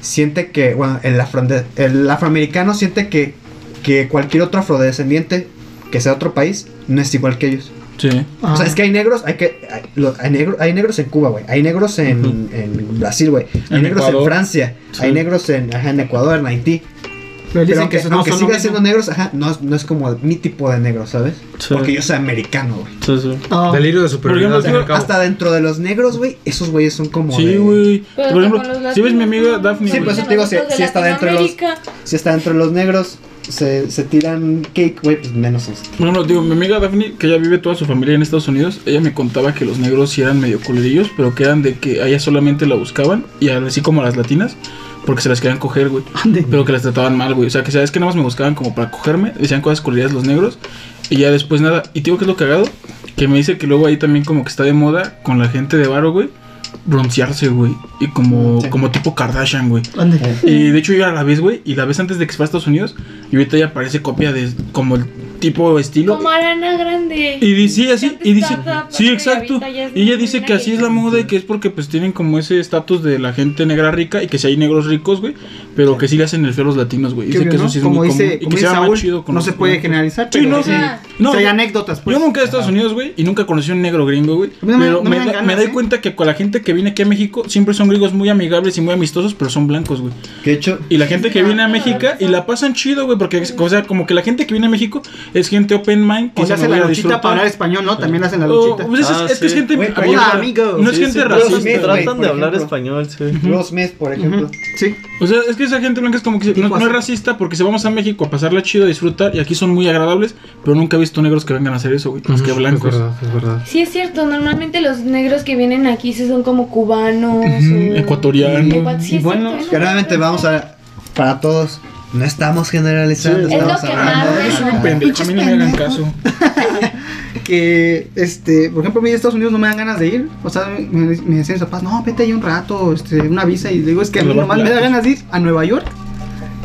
[SPEAKER 6] siente que, bueno, el, afronde- el afroamericano siente que, que cualquier otro afrodescendiente que sea de otro país no es igual que ellos.
[SPEAKER 3] Sí.
[SPEAKER 6] O
[SPEAKER 1] Ah.
[SPEAKER 6] sea, es que hay negros, hay que hay, lo- hay negro- hay negros en Cuba, güey. Hay negros en, en Brasil, güey. Hay
[SPEAKER 3] En
[SPEAKER 6] negros
[SPEAKER 3] Ecuador.
[SPEAKER 6] en Francia.
[SPEAKER 3] Sí.
[SPEAKER 6] Hay negros en, ajá, en Ecuador, en Haití.
[SPEAKER 1] Ah, Pero
[SPEAKER 6] Pero
[SPEAKER 1] dicen
[SPEAKER 6] aunque,
[SPEAKER 1] que son- no
[SPEAKER 6] aunque
[SPEAKER 1] son
[SPEAKER 6] siga
[SPEAKER 1] lo
[SPEAKER 6] siendo
[SPEAKER 1] mismo.
[SPEAKER 6] negros, ajá, no, es- no es como mi tipo de negro, ¿sabes?
[SPEAKER 4] Sí.
[SPEAKER 6] Porque yo soy americano, güey.
[SPEAKER 4] Sí, sí.
[SPEAKER 1] Ah,
[SPEAKER 5] Delirio de
[SPEAKER 3] Por
[SPEAKER 5] superioridad.
[SPEAKER 3] ejemplo,
[SPEAKER 5] al fin y al cabo.
[SPEAKER 6] Hasta dentro de los negros, güey, esos güeyes son como.
[SPEAKER 3] Sí,
[SPEAKER 6] de-
[SPEAKER 3] güey. Por
[SPEAKER 10] Pero
[SPEAKER 3] ejemplo,
[SPEAKER 10] con los
[SPEAKER 3] si ves mi
[SPEAKER 10] latinos,
[SPEAKER 3] amiga
[SPEAKER 10] no,
[SPEAKER 3] Daphne,
[SPEAKER 6] Sí,
[SPEAKER 3] güey.
[SPEAKER 6] por eso te digo, si,
[SPEAKER 10] Nosotros de
[SPEAKER 6] si está dentro de los.
[SPEAKER 10] Latinoamérica.
[SPEAKER 6] Si está dentro de los negros, se, se tiran cake, güey, pues menos eso.
[SPEAKER 3] No, no, digo, mi amiga Daphne, que ella vive toda su familia en Estados Unidos, ella me contaba que los negros sí eran medio culerillos, pero que eran de que a ella solamente la buscaban, y así como a las latinas, porque se las querían coger, güey.
[SPEAKER 1] ande.
[SPEAKER 3] Pero que las trataban mal, güey. O sea, que sabes que nada más me buscaban como para cogerme, decían cosas culiadas los negros, y ya después nada. Y te digo que es lo cagado, que me dice que luego ahí también como que está de moda con la gente de varo, güey. broncearse, güey. Y como,
[SPEAKER 6] Sí.
[SPEAKER 3] como tipo Kardashian, güey.
[SPEAKER 1] ¿Dónde?
[SPEAKER 3] Y de hecho yo ya la ves, güey, y la ves antes de que se fue a Estados Unidos. Y ahorita ya parece copia de como el tipo estilo.
[SPEAKER 10] Como Arana Grande.
[SPEAKER 3] Y dice así, y dice,
[SPEAKER 10] Estaba toda
[SPEAKER 3] sí,
[SPEAKER 10] pobre
[SPEAKER 3] exacto.
[SPEAKER 10] ahorita ya es
[SPEAKER 3] Y ella
[SPEAKER 10] muy
[SPEAKER 3] dice que
[SPEAKER 10] negra
[SPEAKER 3] así
[SPEAKER 10] y-
[SPEAKER 3] es la moda y que es porque pues tienen como ese estatus de la gente negra rica y que si hay negros ricos, güey, pero que sí le hacen el feo a los latinos, güey. Dice
[SPEAKER 1] Qué
[SPEAKER 3] que
[SPEAKER 1] bien,
[SPEAKER 3] eso
[SPEAKER 1] ¿no?
[SPEAKER 3] sí es
[SPEAKER 1] como
[SPEAKER 3] muy común
[SPEAKER 1] dice,
[SPEAKER 3] y
[SPEAKER 1] como
[SPEAKER 3] que
[SPEAKER 1] dice
[SPEAKER 3] sea más
[SPEAKER 1] Saúl,
[SPEAKER 3] chido con
[SPEAKER 1] no
[SPEAKER 3] los
[SPEAKER 1] se puede
[SPEAKER 3] blancos.
[SPEAKER 1] generalizar,
[SPEAKER 3] Sí,
[SPEAKER 1] pero
[SPEAKER 3] no,
[SPEAKER 1] sí.
[SPEAKER 3] no,
[SPEAKER 1] O sea, hay
[SPEAKER 3] yo-
[SPEAKER 1] anécdotas, pues.
[SPEAKER 3] Yo nunca he ido a Estados Unidos, güey, y nunca conocí a un negro gringo, güey.
[SPEAKER 1] A mí no me-
[SPEAKER 3] pero
[SPEAKER 1] no me
[SPEAKER 3] me,
[SPEAKER 1] dan
[SPEAKER 3] da-
[SPEAKER 1] ganas,
[SPEAKER 3] me doy
[SPEAKER 1] ¿eh?
[SPEAKER 3] cuenta que con la gente que viene aquí a México siempre son gringos muy amigables y muy amistosos, pero son blancos, güey.
[SPEAKER 6] Que de hecho,
[SPEAKER 3] Y la gente que viene a México y la pasan chido, güey, porque, es- o sea, como que la gente que viene a México es gente open mind que
[SPEAKER 1] O sea,
[SPEAKER 3] dice,
[SPEAKER 1] hace
[SPEAKER 3] "Me
[SPEAKER 1] la
[SPEAKER 3] voy a
[SPEAKER 1] luchita para
[SPEAKER 3] disfrutar".
[SPEAKER 1] hablar español, ¿no? También hacen la
[SPEAKER 3] Oh,
[SPEAKER 1] luchita.
[SPEAKER 3] pues es,
[SPEAKER 4] Ah,
[SPEAKER 3] es que es
[SPEAKER 4] sí.
[SPEAKER 3] gente.
[SPEAKER 6] Güey, pero
[SPEAKER 3] oye,
[SPEAKER 1] Hola,
[SPEAKER 6] yo-
[SPEAKER 1] amigos.
[SPEAKER 3] No es gente
[SPEAKER 4] pero
[SPEAKER 3] racista,
[SPEAKER 4] sí
[SPEAKER 6] güey,
[SPEAKER 4] Tratan
[SPEAKER 6] por
[SPEAKER 4] de hablar
[SPEAKER 6] ejemplo.
[SPEAKER 4] español, sí.
[SPEAKER 6] Will Smith, por ejemplo.
[SPEAKER 1] Ujú, Sí.
[SPEAKER 3] O sea, es que esa gente blanca es como que no, no es racista porque se vamos a México a pasarla chido, a disfrutar y aquí son muy agradables, pero nunca he visto negros que vengan a hacer eso, güey, más que
[SPEAKER 5] Ujú,
[SPEAKER 3] blancos.
[SPEAKER 5] Es verdad, es verdad.
[SPEAKER 10] Sí, es cierto. Normalmente los negros que vienen aquí sí son como cubanos.
[SPEAKER 3] Ujú,
[SPEAKER 10] o-
[SPEAKER 3] Ecuatoriano.
[SPEAKER 10] Ecua- sí, es
[SPEAKER 1] Bueno,
[SPEAKER 10] cierto,
[SPEAKER 6] Que
[SPEAKER 10] es
[SPEAKER 6] realmente vamos a. Para todos. No estamos generalizando,
[SPEAKER 3] Sí.
[SPEAKER 10] Es lo
[SPEAKER 6] estamos
[SPEAKER 10] que
[SPEAKER 6] hablando.
[SPEAKER 10] más
[SPEAKER 6] de-
[SPEAKER 10] me
[SPEAKER 3] Es un
[SPEAKER 10] Ah,
[SPEAKER 3] pendejo, a mí no me hagan caso.
[SPEAKER 1] que este por ejemplo a mí de Estados Unidos no me dan ganas de ir o sea me, me decían mis papás no vete ahí un rato este una visa y digo es que a mí
[SPEAKER 3] Robar
[SPEAKER 1] nomás me da
[SPEAKER 3] platos.
[SPEAKER 1] ganas de ir a Nueva York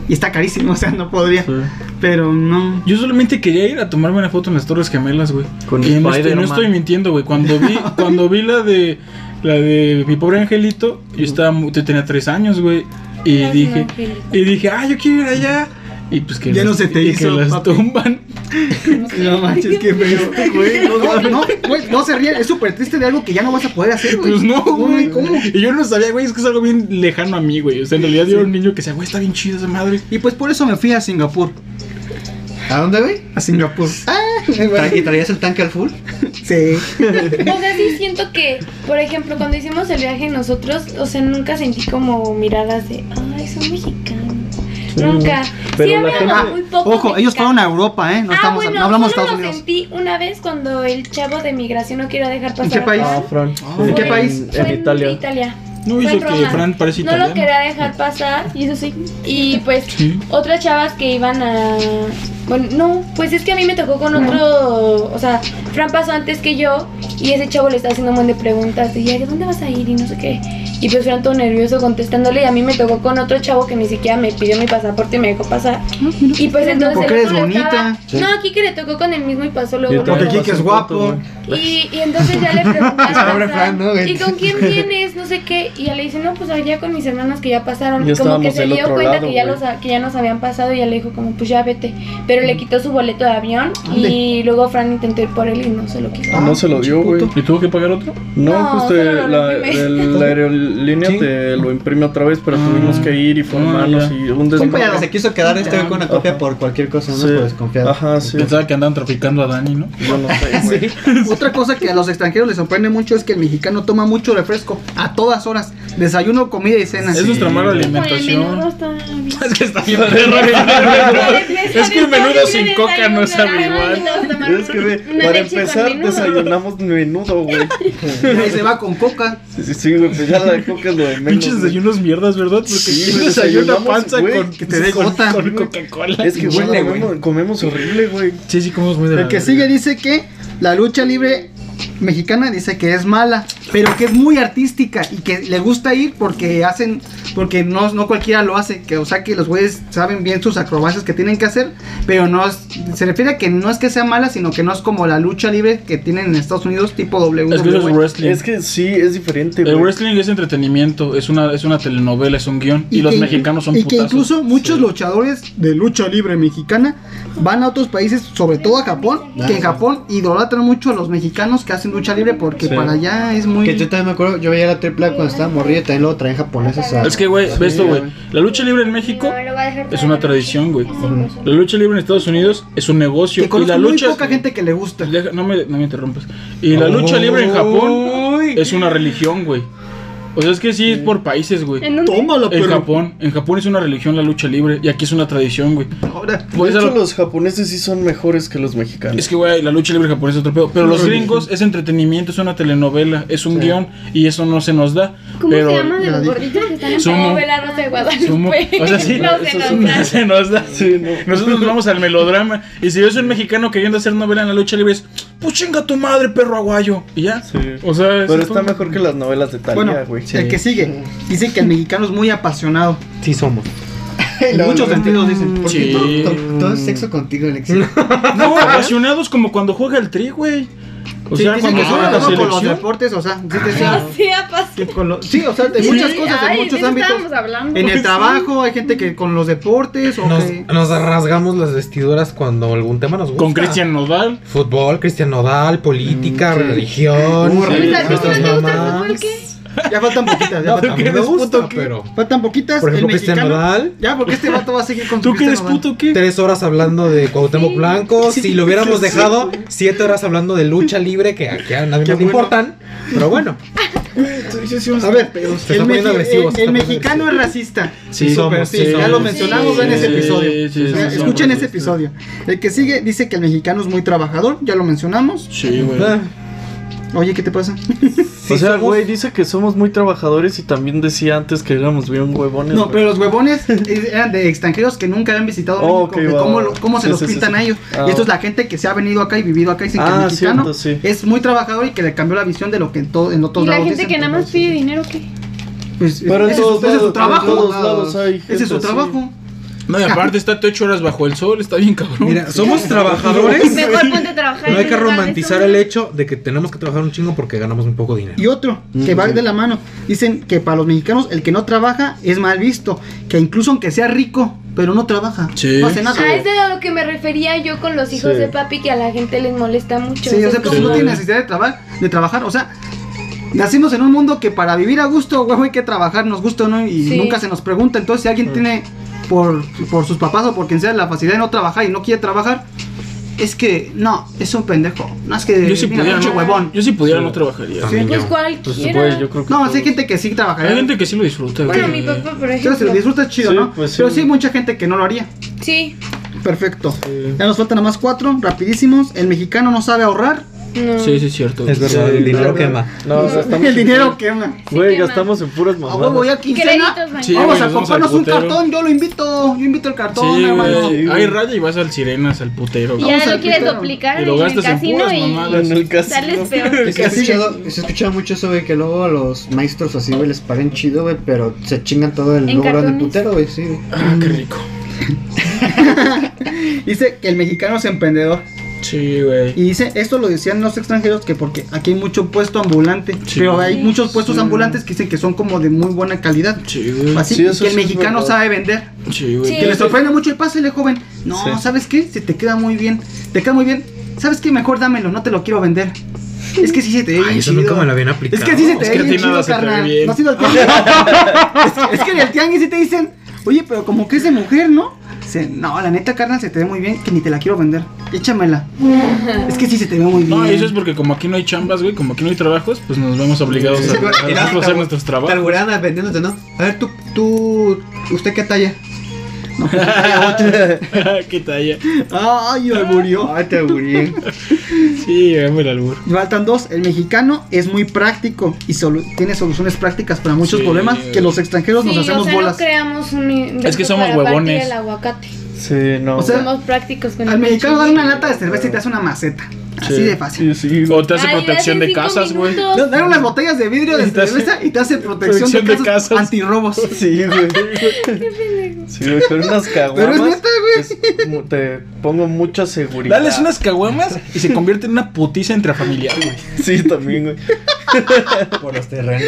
[SPEAKER 1] y está carísimo *laughs* o sea no podría pero no
[SPEAKER 3] Yo solamente quería ir a tomarme una foto en las Torres Gemelas, güey.
[SPEAKER 4] Con
[SPEAKER 3] Y no estoy, no
[SPEAKER 4] Spider-Man.
[SPEAKER 3] estoy mintiendo, güey. Cuando
[SPEAKER 1] *laughs*
[SPEAKER 3] vi, cuando vi la de la de mi pobre angelito, yo estaba mu- yo tenía tres años, güey. Y
[SPEAKER 10] Ay,
[SPEAKER 3] dije,
[SPEAKER 10] Angelito.
[SPEAKER 3] y dije, ah, yo quiero ir allá. Y pues que
[SPEAKER 1] Ya
[SPEAKER 3] las-
[SPEAKER 1] no se te
[SPEAKER 3] y
[SPEAKER 1] hizo,
[SPEAKER 3] que las
[SPEAKER 1] papi.
[SPEAKER 3] tumban.
[SPEAKER 1] no manches qué *laughs* feo güey no, no, no, güey, no se ríen es súper triste de algo que ya no vas a poder hacer güey
[SPEAKER 3] Pues no, güey.
[SPEAKER 1] ¿cómo?
[SPEAKER 3] Y yo no sabía, güey, es que es algo bien lejano a mí, güey. O sea, en realidad yo era un niño que decía, güey, está bien chido esa madre.
[SPEAKER 1] y pues por eso me fui a Singapur
[SPEAKER 6] ¿A dónde, güey? Ah,
[SPEAKER 1] a Singapur
[SPEAKER 6] Tra- ¿Y traías el tanque al full?
[SPEAKER 1] sí
[SPEAKER 10] O sea, sí siento que, por ejemplo, cuando hicimos el viaje nosotros, o sea, nunca sentí como miradas de, ay, son mexicanos. Nunca.
[SPEAKER 4] Pero
[SPEAKER 10] sí,
[SPEAKER 4] la
[SPEAKER 10] había
[SPEAKER 4] gente-
[SPEAKER 10] como Ah, muy poco.
[SPEAKER 1] ojo ellos fueron a Europa eh no
[SPEAKER 10] ah,
[SPEAKER 1] estamos
[SPEAKER 10] bueno,
[SPEAKER 1] no hablamos de
[SPEAKER 10] solo
[SPEAKER 1] Estados
[SPEAKER 10] lo
[SPEAKER 1] Unidos
[SPEAKER 10] sentí una vez cuando el chavo de migración no quiero dejar pasar.
[SPEAKER 1] qué
[SPEAKER 10] a
[SPEAKER 1] país?
[SPEAKER 10] Juan.
[SPEAKER 4] Ah, Fran.
[SPEAKER 1] ¿En
[SPEAKER 10] Fue-
[SPEAKER 1] qué país?
[SPEAKER 10] fue
[SPEAKER 4] En Italia.
[SPEAKER 10] Italia.
[SPEAKER 3] No,
[SPEAKER 10] Fue
[SPEAKER 3] hizo
[SPEAKER 10] en
[SPEAKER 3] que
[SPEAKER 10] Roma.
[SPEAKER 3] Fran parece
[SPEAKER 10] No lo
[SPEAKER 3] italiano.
[SPEAKER 10] quería dejar pasar, y eso sí. Y pues
[SPEAKER 3] Sí.
[SPEAKER 10] otras chavas que iban a... Bueno, no, pues es que a mí me tocó con otro... O sea, Fran pasó antes que yo y ese chavo le estaba haciendo un montón de preguntas. Y ya, ¿de dónde vas a ir? Y no sé qué. Y pues Fran todo nervioso contestándole y a mí me tocó con otro chavo que ni siquiera me pidió mi pasaporte y me dejó pasar. Y pues entonces...
[SPEAKER 1] Porque
[SPEAKER 10] el
[SPEAKER 1] eres
[SPEAKER 10] otro le
[SPEAKER 1] bonita.
[SPEAKER 10] estaba- No, aquí que le tocó con el mismo y pasó luego.
[SPEAKER 4] Yo
[SPEAKER 1] porque
[SPEAKER 10] luego.
[SPEAKER 4] también
[SPEAKER 1] Kike es
[SPEAKER 4] paso
[SPEAKER 1] guapo. Pues
[SPEAKER 4] foto, güey.
[SPEAKER 10] Y, y entonces ya le
[SPEAKER 6] Pobre
[SPEAKER 10] preguntaron,
[SPEAKER 6] Fran, ¿no?
[SPEAKER 10] ¿y con quién vienes? No sé qué. Y ya le dice, no, pues allá con mis hermanas que ya pasaron.
[SPEAKER 4] Ya
[SPEAKER 10] como que
[SPEAKER 4] estábamos
[SPEAKER 10] se
[SPEAKER 4] del
[SPEAKER 10] dio
[SPEAKER 4] otro
[SPEAKER 10] cuenta
[SPEAKER 4] lado,
[SPEAKER 10] que, ya
[SPEAKER 4] güey.
[SPEAKER 10] los, que ya nos habían pasado y ya le dijo como, pues ya vete. Pero le quitó su boleto de avión y luego Fran intentó ir por él y no se lo quiso.
[SPEAKER 4] Ah, no se lo dio, güey.
[SPEAKER 3] ¿Y tuvo que pagar otro?
[SPEAKER 4] No,
[SPEAKER 10] No,
[SPEAKER 4] pues
[SPEAKER 10] solo lo
[SPEAKER 4] te- la,
[SPEAKER 10] imprime.
[SPEAKER 4] el- la aerolínea
[SPEAKER 3] ¿Sí?
[SPEAKER 4] te lo imprime otra vez, pero
[SPEAKER 3] Ah.
[SPEAKER 4] tuvimos que ir y formarnos
[SPEAKER 3] Ah, ya.
[SPEAKER 4] y un
[SPEAKER 6] Sí,
[SPEAKER 4] desmadre.
[SPEAKER 6] pero Pues se quiso quedar este güey con la copia por cualquier cosa, no
[SPEAKER 4] Sí.
[SPEAKER 6] por desconfiado.
[SPEAKER 4] Ajá, sí.
[SPEAKER 3] Pensaba que andaban traficando a Dani, ¿no?
[SPEAKER 4] Pues, Yo no sé,
[SPEAKER 3] *laughs*
[SPEAKER 4] güey.
[SPEAKER 1] *laughs* Otra cosa que a los extranjeros les sorprende mucho es que el mexicano toma mucho refresco a todas horas, desayuno, comida y cena.
[SPEAKER 3] Es nuestra mala
[SPEAKER 10] Con el menudo
[SPEAKER 3] alimentación.
[SPEAKER 10] está bien.
[SPEAKER 3] *laughs* Es que está bien perro. *laughs* Es que el menudo sin coca no sabe
[SPEAKER 10] Ay,
[SPEAKER 3] igual.
[SPEAKER 10] nos tomamos
[SPEAKER 4] Es que ve,
[SPEAKER 10] una
[SPEAKER 4] para
[SPEAKER 10] leche con
[SPEAKER 4] empezar
[SPEAKER 10] menudo.
[SPEAKER 4] desayunamos menudo, güey.
[SPEAKER 1] Y se va con coca.
[SPEAKER 4] Sí, sí, sí, güey, pues ya la de coca es lo de menos.
[SPEAKER 3] Pinches
[SPEAKER 4] güey.
[SPEAKER 3] desayunos mierdas, ¿verdad? Porque
[SPEAKER 4] Sí,
[SPEAKER 3] sí, desayuna
[SPEAKER 4] desayunamos,
[SPEAKER 3] panza
[SPEAKER 4] güey,
[SPEAKER 3] con,
[SPEAKER 1] que te dé
[SPEAKER 3] con-
[SPEAKER 1] gota.
[SPEAKER 3] con Coca-Cola.
[SPEAKER 4] Es que, güey,
[SPEAKER 1] Huele, güey.
[SPEAKER 4] comemos, comemos horrible, güey.
[SPEAKER 3] Sí, sí, comemos muy de
[SPEAKER 1] El
[SPEAKER 3] la
[SPEAKER 1] que
[SPEAKER 3] verga.
[SPEAKER 1] sigue dice que la lucha libre mexicana dice que es mala, pero que es muy artística y que le gusta ir porque hacen, porque no, no cualquiera lo hace, que o sea que los güeyes saben bien sus acrobacias que tienen que hacer, pero no es- se refiere a que no es que sea mala, sino que no es como la lucha libre que tienen en Estados Unidos tipo E. WWE.
[SPEAKER 3] Es que eso es wrestling.
[SPEAKER 4] Es que sí, es diferente,
[SPEAKER 3] el
[SPEAKER 4] güey.
[SPEAKER 3] wrestling es entretenimiento, es una, es una telenovela, es un guión. Y, los
[SPEAKER 1] que-
[SPEAKER 3] mexicanos son
[SPEAKER 1] y que
[SPEAKER 3] putazos.
[SPEAKER 1] incluso muchos
[SPEAKER 3] Sí.
[SPEAKER 1] luchadores de lucha libre mexicana van a otros países, sobre todo a Japón, que en Japón idolatran mucho a los mexicanos que hacen lucha libre porque
[SPEAKER 4] Sí.
[SPEAKER 1] para allá es muy
[SPEAKER 6] Que yo también me acuerdo, yo veía la triple A cuando estaba morrida y también luego traían japoneses a...
[SPEAKER 3] Es que, güey, ve esto, güey. La lucha libre en México
[SPEAKER 7] No, lo voy a dejar
[SPEAKER 3] es
[SPEAKER 7] para
[SPEAKER 3] una
[SPEAKER 7] la
[SPEAKER 3] tradición, güey.
[SPEAKER 7] noche. Sí, por supuesto.
[SPEAKER 3] La lucha libre en Estados Unidos es un negocio.
[SPEAKER 1] que
[SPEAKER 3] Y la
[SPEAKER 1] conozco muy
[SPEAKER 3] lucha.
[SPEAKER 1] poca gente que le gusta.
[SPEAKER 3] Deja- no, me, no me interrumpas. Y la lucha libre en Japón
[SPEAKER 1] Uy.
[SPEAKER 3] es una religión, güey. O sea, es que sí es por países, güey.
[SPEAKER 7] ¿En dónde?
[SPEAKER 1] Tómala,
[SPEAKER 3] En
[SPEAKER 1] perro.
[SPEAKER 3] Japón, en Japón es una religión la lucha libre y aquí es una tradición, güey.
[SPEAKER 1] Ahora,
[SPEAKER 4] De
[SPEAKER 3] Por eso
[SPEAKER 4] hecho,
[SPEAKER 3] lo-
[SPEAKER 4] los japoneses sí son mejores que los mexicanos.
[SPEAKER 3] Es que, güey, la lucha libre japonesa es otro pedo. Pero los gringos es entretenimiento, es una telenovela, es un guión y eso no se nos da.
[SPEAKER 7] ¿Cómo
[SPEAKER 3] pero
[SPEAKER 7] se llama de
[SPEAKER 1] Ya
[SPEAKER 7] los
[SPEAKER 1] dije.
[SPEAKER 7] gorditos que están en
[SPEAKER 3] Sumo.
[SPEAKER 7] Como la Rosa
[SPEAKER 2] Pues
[SPEAKER 7] de Guadalupe?
[SPEAKER 3] Sumo. O sea, sí,
[SPEAKER 7] No, se
[SPEAKER 4] eso es
[SPEAKER 7] nos
[SPEAKER 4] un-
[SPEAKER 7] da.
[SPEAKER 3] se nos da.
[SPEAKER 4] Sí, no.
[SPEAKER 3] Nosotros vamos al melodrama. Y si ves un mexicano queriendo hacer novela en la lucha libre, es pues chinga tu madre, perro aguayo. Y ya. O sea, eso
[SPEAKER 4] Pero
[SPEAKER 3] es
[SPEAKER 4] está
[SPEAKER 3] todo.
[SPEAKER 4] mejor que las novelas de
[SPEAKER 1] Bueno,
[SPEAKER 4] Talía, güey.
[SPEAKER 1] el que sigue. Dice que el mexicano es muy apasionado.
[SPEAKER 5] Sí somos.
[SPEAKER 1] En muchos sentidos dicen.
[SPEAKER 3] Sí.
[SPEAKER 6] Porque todo, todo- todo es sexo contigo,
[SPEAKER 1] *laughs*
[SPEAKER 6] Alexis.
[SPEAKER 3] No, apasionados como cuando juega el tri, güey. O
[SPEAKER 1] Sí,
[SPEAKER 3] sea,
[SPEAKER 1] dicen
[SPEAKER 3] cuando
[SPEAKER 1] que
[SPEAKER 3] juega
[SPEAKER 1] son
[SPEAKER 3] la
[SPEAKER 1] uno con los
[SPEAKER 3] selección.
[SPEAKER 1] deportes, o sea, sí, te dicen
[SPEAKER 10] No, Ah, sí, ha pasado.
[SPEAKER 1] que con los- sí, o sea, de muchas cosas,
[SPEAKER 2] Ay,
[SPEAKER 1] en
[SPEAKER 2] de
[SPEAKER 1] muchos
[SPEAKER 2] eso
[SPEAKER 1] ámbitos.
[SPEAKER 2] estábamos hablando.
[SPEAKER 1] En el trabajo hay gente que con los deportes o
[SPEAKER 5] Nos,
[SPEAKER 1] que-
[SPEAKER 5] nos rasgamos las vestiduras cuando algún tema nos gusta.
[SPEAKER 3] Con Cristian Nodal.
[SPEAKER 5] Fútbol, Cristian Nodal, política,
[SPEAKER 6] Mm, sí.
[SPEAKER 5] religión.
[SPEAKER 6] Uh, religión.
[SPEAKER 5] nuestras
[SPEAKER 6] ¿A ti no te gusta el
[SPEAKER 5] mamás.
[SPEAKER 2] fútbol, qué?
[SPEAKER 1] ya faltan poquitas, ya
[SPEAKER 5] No,
[SPEAKER 1] faltan,
[SPEAKER 5] que me
[SPEAKER 1] eres
[SPEAKER 5] gusta,
[SPEAKER 1] puto, que-
[SPEAKER 5] pero-
[SPEAKER 1] faltan poquitas.
[SPEAKER 5] Por ejemplo,
[SPEAKER 1] el
[SPEAKER 5] Cristian
[SPEAKER 1] mexicano-
[SPEAKER 5] Nodal.
[SPEAKER 1] Ya, porque este vato va a seguir con su
[SPEAKER 3] ¿Tú que eres
[SPEAKER 1] Cristian Nodal.
[SPEAKER 3] puto qué?
[SPEAKER 5] Tres horas hablando de Cuauhtémoc Blanco. Si lo hubiéramos dejado, siete horas hablando de lucha libre, que aquí a nadie
[SPEAKER 1] Qué
[SPEAKER 5] le
[SPEAKER 1] bueno.
[SPEAKER 5] importan. Pero bueno,
[SPEAKER 1] A ver,
[SPEAKER 5] se
[SPEAKER 1] el,
[SPEAKER 5] está poniendo
[SPEAKER 1] mexi-
[SPEAKER 5] agresivo,
[SPEAKER 1] el-
[SPEAKER 5] se está
[SPEAKER 1] el
[SPEAKER 5] poniendo
[SPEAKER 1] mexicano es racista.
[SPEAKER 5] Sí, somos,
[SPEAKER 1] sí,
[SPEAKER 5] sí,
[SPEAKER 1] ya lo
[SPEAKER 5] sí,
[SPEAKER 1] mencionamos
[SPEAKER 5] sí,
[SPEAKER 1] en ese
[SPEAKER 5] sí,
[SPEAKER 1] episodio.
[SPEAKER 3] sí, sí,
[SPEAKER 1] Eh,
[SPEAKER 3] sí,
[SPEAKER 1] Escuchen
[SPEAKER 3] sí.
[SPEAKER 1] ese episodio. El que sigue dice que el mexicano es muy trabajador, ya lo mencionamos.
[SPEAKER 3] Sí, güey.
[SPEAKER 5] ah,
[SPEAKER 1] Oye, ¿qué te pasa?
[SPEAKER 5] sí
[SPEAKER 4] o sea,
[SPEAKER 5] somos-
[SPEAKER 4] güey, dice que somos muy trabajadores y también decía antes que éramos bien huevones.
[SPEAKER 1] No,
[SPEAKER 4] güey.
[SPEAKER 1] pero los huevones eh, eran de extranjeros que nunca habían visitado México.
[SPEAKER 4] Oh, ok,
[SPEAKER 1] de
[SPEAKER 4] va,
[SPEAKER 1] cómo,
[SPEAKER 4] va.
[SPEAKER 1] lo- cómo se
[SPEAKER 4] Sí,
[SPEAKER 1] los
[SPEAKER 4] sí, sí,
[SPEAKER 1] pintan
[SPEAKER 4] sí.
[SPEAKER 1] a ellos.
[SPEAKER 4] Ah,
[SPEAKER 1] y esto es
[SPEAKER 4] ok.
[SPEAKER 1] la gente que se ha venido acá y vivido acá y dicen que
[SPEAKER 4] Ah,
[SPEAKER 1] el mexicano
[SPEAKER 4] cierto, sí.
[SPEAKER 1] es muy trabajador y que le cambió la visión de lo que en, todo, en otros
[SPEAKER 2] Y la
[SPEAKER 1] lados
[SPEAKER 2] gente
[SPEAKER 1] dicen.
[SPEAKER 2] que nada más pide dinero, ¿qué?
[SPEAKER 1] Pues,
[SPEAKER 4] Pero en
[SPEAKER 1] ese, es
[SPEAKER 4] todos
[SPEAKER 1] su- ese es su
[SPEAKER 4] lados- en
[SPEAKER 1] trabajo.
[SPEAKER 4] todos lados hay
[SPEAKER 1] Ese
[SPEAKER 4] gente
[SPEAKER 1] es su
[SPEAKER 4] así.
[SPEAKER 1] trabajo.
[SPEAKER 3] No, y aparte está ocho horas bajo el sol, está bien cabrón.
[SPEAKER 5] Mira, somos trabajadores.
[SPEAKER 2] Mejor
[SPEAKER 1] *laughs*
[SPEAKER 2] ponte a trabajar.
[SPEAKER 5] No hay que
[SPEAKER 2] en lugar de
[SPEAKER 5] romantizar
[SPEAKER 2] eso.
[SPEAKER 5] el hecho de que tenemos que trabajar un chingo porque ganamos muy poco dinero.
[SPEAKER 1] Y otro,
[SPEAKER 3] Mm,
[SPEAKER 1] que va de la mano. Dicen que para los mexicanos el que no trabaja es mal visto. Que incluso aunque sea rico, pero no trabaja.
[SPEAKER 3] Sí.
[SPEAKER 1] No hace nada.
[SPEAKER 10] Ah, es de a lo que me refería yo con los hijos
[SPEAKER 4] Sí.
[SPEAKER 10] de papi que a la gente les molesta mucho.
[SPEAKER 1] Sí, o sea,
[SPEAKER 10] Es
[SPEAKER 1] pues
[SPEAKER 10] como-
[SPEAKER 1] no tiene necesidad de, trabajar de trabajar. O sea, nacimos en un mundo que para vivir a gusto, güey, hay que trabajar, nos gusta o no, y
[SPEAKER 10] Sí.
[SPEAKER 1] nunca se nos pregunta. Entonces, si alguien
[SPEAKER 3] Mm.
[SPEAKER 1] tiene por, por sus papás o por quien sea la facilidad de no trabajar y no quiere trabajar, es que no, es un pendejo. No es que
[SPEAKER 3] Yo si
[SPEAKER 1] mira,
[SPEAKER 3] pudiera,
[SPEAKER 1] eh, pinche
[SPEAKER 3] no,
[SPEAKER 1] huevón.
[SPEAKER 3] yo si pudiera no trabajaría.
[SPEAKER 5] También
[SPEAKER 10] Pues
[SPEAKER 5] yo.
[SPEAKER 4] Pues,
[SPEAKER 10] cualquiera.
[SPEAKER 4] güey, yo creo que.
[SPEAKER 1] No,
[SPEAKER 4] todos.
[SPEAKER 1] sí hay gente que sí trabajaría.
[SPEAKER 3] Hay gente que sí lo disfruta.
[SPEAKER 10] Bueno,
[SPEAKER 3] güey.
[SPEAKER 10] mi papá, por
[SPEAKER 1] Pero si lo
[SPEAKER 10] ejemplo.
[SPEAKER 1] disfrutas chido,
[SPEAKER 4] Sí,
[SPEAKER 1] ¿no?
[SPEAKER 4] pues sí.
[SPEAKER 1] Pero sí hay mucha gente que no lo haría.
[SPEAKER 10] Sí,
[SPEAKER 1] Perfecto.
[SPEAKER 4] Sí.
[SPEAKER 1] Ya nos faltan nada más cuatro, rapidísimos. El mexicano no sabe ahorrar.
[SPEAKER 10] no.
[SPEAKER 3] Sí, sí, es cierto.
[SPEAKER 5] Es verdad,
[SPEAKER 4] Sí,
[SPEAKER 5] el dinero
[SPEAKER 4] claro.
[SPEAKER 5] quema.
[SPEAKER 4] No, gastamos.
[SPEAKER 1] El dinero quema.
[SPEAKER 4] Güey,
[SPEAKER 10] quema.
[SPEAKER 4] gastamos en puras
[SPEAKER 1] A huevo,
[SPEAKER 4] mamadas.
[SPEAKER 1] ya quincena.
[SPEAKER 10] Créditos,
[SPEAKER 3] Sí,
[SPEAKER 1] vamos
[SPEAKER 3] güey,
[SPEAKER 1] a
[SPEAKER 3] nos vamos
[SPEAKER 1] comprarnos
[SPEAKER 3] al
[SPEAKER 1] un
[SPEAKER 3] putero.
[SPEAKER 1] cartón, yo lo invito, yo invito el cartón,
[SPEAKER 3] Sí,
[SPEAKER 1] hermano.
[SPEAKER 3] güey.
[SPEAKER 4] Sí, güey.
[SPEAKER 3] Hay raya y vas al sirenas, al putero.
[SPEAKER 2] Y
[SPEAKER 1] Vamos
[SPEAKER 2] ya
[SPEAKER 1] al
[SPEAKER 2] lo quieres
[SPEAKER 1] putero.
[SPEAKER 2] duplicar
[SPEAKER 3] Y lo
[SPEAKER 2] en el
[SPEAKER 3] gastas en
[SPEAKER 2] casino
[SPEAKER 3] puras mamadas.
[SPEAKER 2] y
[SPEAKER 4] En el
[SPEAKER 3] *laughs*
[SPEAKER 4] casino.
[SPEAKER 2] sales peor.
[SPEAKER 6] Se ha escuchado, se ha escuchado mucho eso, güey, que luego a los maestros así, güey, les pagan chido, güey, pero se chingan todo el
[SPEAKER 2] En
[SPEAKER 6] logro del
[SPEAKER 2] cartones.
[SPEAKER 6] putero, güey, sí. güey.
[SPEAKER 3] Ah, qué rico.
[SPEAKER 1] Dice que el mexicano es emprendedor.
[SPEAKER 3] Sí, güey.
[SPEAKER 1] Y dice, esto lo decían los extranjeros, que porque aquí hay mucho puesto ambulante.
[SPEAKER 3] Sí.
[SPEAKER 1] Pero hay muchos puestos ambulantes que dicen que son como de muy buena calidad.
[SPEAKER 3] Sí, güey.
[SPEAKER 1] Así
[SPEAKER 4] Sí,
[SPEAKER 1] y
[SPEAKER 4] eso
[SPEAKER 1] que el
[SPEAKER 4] sí es
[SPEAKER 1] mexicano
[SPEAKER 4] verdad.
[SPEAKER 1] sabe vender.
[SPEAKER 3] Sí, güey.
[SPEAKER 10] Sí.
[SPEAKER 1] Que le sorprende mucho el pásele, joven. No,
[SPEAKER 4] Sí.
[SPEAKER 1] ¿sabes qué? Se te queda muy bien. Te queda muy bien. ¿Sabes qué? Mejor dámelo, no te lo quiero vender. Es que sí se te ve
[SPEAKER 5] Ay,
[SPEAKER 1] bien
[SPEAKER 5] eso
[SPEAKER 1] chido.
[SPEAKER 5] nunca me lo habían aplicado.
[SPEAKER 1] Es que sí se te
[SPEAKER 3] Es
[SPEAKER 1] ve
[SPEAKER 3] que a ti
[SPEAKER 1] bien chido,
[SPEAKER 3] nada se te ve
[SPEAKER 1] carnal.
[SPEAKER 3] bien.
[SPEAKER 1] No has ido al tianguis.
[SPEAKER 3] *laughs*
[SPEAKER 1] es, es que en el tianguis sí te dicen, oye, pero como que es de mujer, ¿no? Dice, no, la neta, carnal, se te ve muy bien, que ni te la quiero vender. Échamela. es que sí se te ve muy bien.
[SPEAKER 3] No, y eso es porque como aquí no hay chambas, güey, como aquí no hay trabajos, pues nos vemos obligados a, a nosotros hacer nuestros
[SPEAKER 6] Te
[SPEAKER 3] trabajos.
[SPEAKER 6] alburean vendiéndote, ¿no? A ver, tú, tú, ¿usted qué talla?
[SPEAKER 1] No, pues,
[SPEAKER 3] *laughs*
[SPEAKER 1] ay,
[SPEAKER 3] Qué talla.
[SPEAKER 1] Ay, alburió.
[SPEAKER 6] Ay, te *laughs* albureé.
[SPEAKER 3] Sí, güey, el albur.
[SPEAKER 1] Faltan dos. El mexicano es muy práctico y solu- tiene soluciones prácticas para muchos
[SPEAKER 3] Sí.
[SPEAKER 1] problemas que los extranjeros nos
[SPEAKER 10] Sí,
[SPEAKER 1] hacemos
[SPEAKER 10] o sea,
[SPEAKER 1] bolas.
[SPEAKER 10] no creamos un invento
[SPEAKER 3] Es que somos
[SPEAKER 10] para partir
[SPEAKER 3] huevones.
[SPEAKER 10] el aguacate.
[SPEAKER 4] Sí, no.
[SPEAKER 1] O sea,
[SPEAKER 10] Somos prácticos con
[SPEAKER 1] Al
[SPEAKER 10] el
[SPEAKER 1] mexicano
[SPEAKER 10] cuchillo.
[SPEAKER 1] dan una lata de cerveza y te hace una maceta. Así
[SPEAKER 3] Sí.
[SPEAKER 1] de fácil.
[SPEAKER 4] sí, sí.
[SPEAKER 3] O te hace
[SPEAKER 10] Ay,
[SPEAKER 3] protección
[SPEAKER 10] hace
[SPEAKER 3] de
[SPEAKER 10] cinco
[SPEAKER 3] casas, güey.
[SPEAKER 10] minutos.
[SPEAKER 1] Dan unas botellas de vidrio de
[SPEAKER 3] Y te hace-
[SPEAKER 1] cerveza y te hace protección,
[SPEAKER 3] protección
[SPEAKER 1] de,
[SPEAKER 3] de
[SPEAKER 1] casas
[SPEAKER 3] casas. *laughs*
[SPEAKER 1] antirrobos.
[SPEAKER 4] Sí,
[SPEAKER 1] *laughs*
[SPEAKER 4] güey. Sí, güey, con unas caguamas.
[SPEAKER 1] Pero es neta,
[SPEAKER 4] es mu- te pongo mucha seguridad.
[SPEAKER 3] Dales unas caguamas y se convierte en una putiza intrafamiliar, güey.
[SPEAKER 4] *laughs* Sí, también, güey.
[SPEAKER 6] Por los terrenos.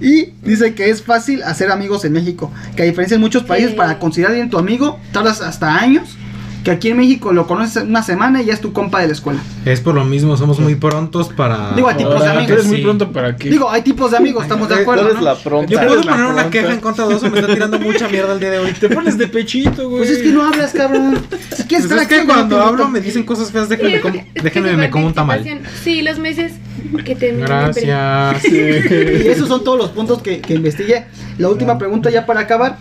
[SPEAKER 1] Y dice que es fácil hacer amigos en México. Que a diferencia de muchos países,
[SPEAKER 10] Sí.
[SPEAKER 1] para considerar bien tu amigo, tardas hasta años. Que aquí en México lo conoces una semana y ya es tu compa de la escuela.
[SPEAKER 5] Es por lo mismo, somos muy prontos para.
[SPEAKER 1] Digo, a ti, pues,
[SPEAKER 5] Ahora,
[SPEAKER 3] Ahora,
[SPEAKER 1] amigos,
[SPEAKER 3] tú eres muy
[SPEAKER 5] sí.
[SPEAKER 3] pronto para que.
[SPEAKER 1] Digo, hay tipos de amigos, estamos de
[SPEAKER 3] Eh,
[SPEAKER 4] Tú
[SPEAKER 1] acuerdo.
[SPEAKER 4] eres
[SPEAKER 1] ¿no?
[SPEAKER 4] la pronta.
[SPEAKER 5] Yo puedo
[SPEAKER 4] Eres la
[SPEAKER 5] poner una
[SPEAKER 4] pronta.
[SPEAKER 5] queja en contra de eso, me está tirando mucha mierda el día de hoy. Pues
[SPEAKER 3] te pones de pechito, güey.
[SPEAKER 1] Pues es que no hablas, cabrón. Si quieres
[SPEAKER 5] Pues
[SPEAKER 1] estar
[SPEAKER 5] es
[SPEAKER 1] aquí,
[SPEAKER 5] que
[SPEAKER 1] güey,
[SPEAKER 5] cuando
[SPEAKER 1] no te
[SPEAKER 5] hablo
[SPEAKER 1] invito.
[SPEAKER 5] me dicen cosas feas,
[SPEAKER 10] Sí,
[SPEAKER 5] déjenme,
[SPEAKER 10] es que-
[SPEAKER 5] com-
[SPEAKER 10] es que
[SPEAKER 5] déjenme
[SPEAKER 10] su
[SPEAKER 5] me como un tamal.
[SPEAKER 10] participación- Sí, los meses que terminan.
[SPEAKER 5] Gracias.
[SPEAKER 1] Y esos son todos los puntos que, que investigué. La última pregunta ya para acabar.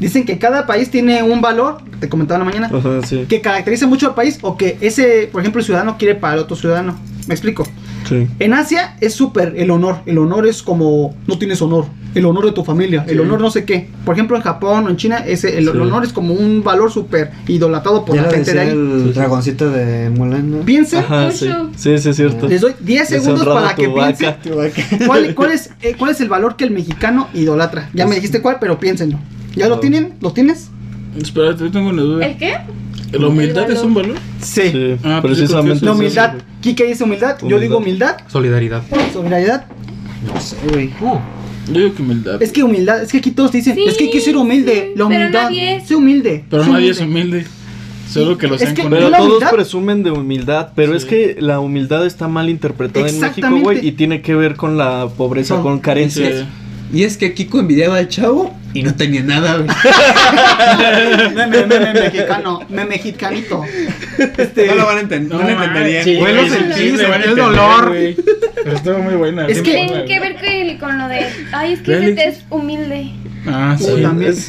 [SPEAKER 1] Dicen que cada país tiene un valor, te comentaba en la mañana,
[SPEAKER 4] Ajá, sí.
[SPEAKER 1] que caracteriza mucho al país o que ese, por ejemplo, el ciudadano quiere para el otro ciudadano. Me explico.
[SPEAKER 3] Sí.
[SPEAKER 1] En Asia es súper el honor. El honor es como no tienes honor. El honor de tu familia, el
[SPEAKER 4] Sí.
[SPEAKER 1] honor no sé qué. Por ejemplo, en Japón o en China, ese, el, el
[SPEAKER 4] Sí.
[SPEAKER 1] honor es como un valor súper idolatrado por
[SPEAKER 8] Ya
[SPEAKER 1] la
[SPEAKER 8] lo
[SPEAKER 1] gente de
[SPEAKER 8] decía
[SPEAKER 1] ahí.
[SPEAKER 8] el dragoncito de Mulan, ¿no?
[SPEAKER 1] Piensen,
[SPEAKER 4] Ajá, Ah, sí. Sí, sí, es cierto.
[SPEAKER 1] les doy 10 segundos
[SPEAKER 4] Deshonrado
[SPEAKER 1] para que
[SPEAKER 4] tu
[SPEAKER 1] piensen
[SPEAKER 4] vaca.
[SPEAKER 9] *laughs*
[SPEAKER 1] cuál, cuál es, eh, cuál es el valor que el mexicano idolatra. Ya me dijiste cuál, pero piénsenlo. ¿Ya lo
[SPEAKER 4] Ah.
[SPEAKER 1] tienen? ¿Lo tienes?
[SPEAKER 3] Espera, yo tengo una duda.
[SPEAKER 7] ¿El qué?
[SPEAKER 3] ¿La humildad es un valor?
[SPEAKER 4] Sí,
[SPEAKER 3] Ah, pues yo creo que
[SPEAKER 4] precisamente.
[SPEAKER 3] sí.
[SPEAKER 1] La
[SPEAKER 4] es
[SPEAKER 1] humildad.
[SPEAKER 4] eso,
[SPEAKER 1] Kike dice humildad, yo
[SPEAKER 4] Humildad.
[SPEAKER 1] digo humildad,
[SPEAKER 5] Solidaridad.
[SPEAKER 1] solidaridad. No sé, güey.
[SPEAKER 3] Yo digo que humildad.
[SPEAKER 1] Es que humildad, es que aquí todos dicen,
[SPEAKER 7] Sí,
[SPEAKER 1] es que hay que ser humilde,
[SPEAKER 7] sí,
[SPEAKER 1] la
[SPEAKER 7] pero
[SPEAKER 1] humildad,
[SPEAKER 7] nadie es.
[SPEAKER 1] sé humilde.
[SPEAKER 3] Pero
[SPEAKER 1] sé
[SPEAKER 3] nadie
[SPEAKER 1] humilde.
[SPEAKER 3] es humilde. Solo que lo
[SPEAKER 1] Es
[SPEAKER 3] sean
[SPEAKER 1] que-
[SPEAKER 3] con
[SPEAKER 4] Pero
[SPEAKER 1] ¿La
[SPEAKER 4] todos
[SPEAKER 1] humildad?
[SPEAKER 4] presumen de humildad, pero es
[SPEAKER 3] Sí.
[SPEAKER 4] que la humildad está mal interpretada en México,
[SPEAKER 1] Exactamente.
[SPEAKER 4] güey, y tiene que ver con la pobreza,
[SPEAKER 1] No,
[SPEAKER 4] con carencias.
[SPEAKER 3] Sí.
[SPEAKER 9] Y es que Kiko envidiaba al chavo y no tenía nada,
[SPEAKER 1] *laughs*
[SPEAKER 9] güey.
[SPEAKER 1] Me, me, me, me, mexicano, me mexicanito. Este,
[SPEAKER 9] No lo van a entender. No, lo entenderían.
[SPEAKER 3] Sí,
[SPEAKER 5] Güey, lo
[SPEAKER 3] sí,
[SPEAKER 5] sentí,
[SPEAKER 3] sí,
[SPEAKER 5] sentí
[SPEAKER 3] van a
[SPEAKER 5] el
[SPEAKER 3] entender,
[SPEAKER 5] dolor.
[SPEAKER 3] güey. Pero estuvo muy buena.
[SPEAKER 1] Es
[SPEAKER 3] sí,
[SPEAKER 1] que-
[SPEAKER 3] muy
[SPEAKER 7] Tiene que ver que- con lo de. Ay, es que
[SPEAKER 3] Dale.
[SPEAKER 7] este es humilde.
[SPEAKER 3] Ah, sí.
[SPEAKER 1] Uy, también.
[SPEAKER 4] Es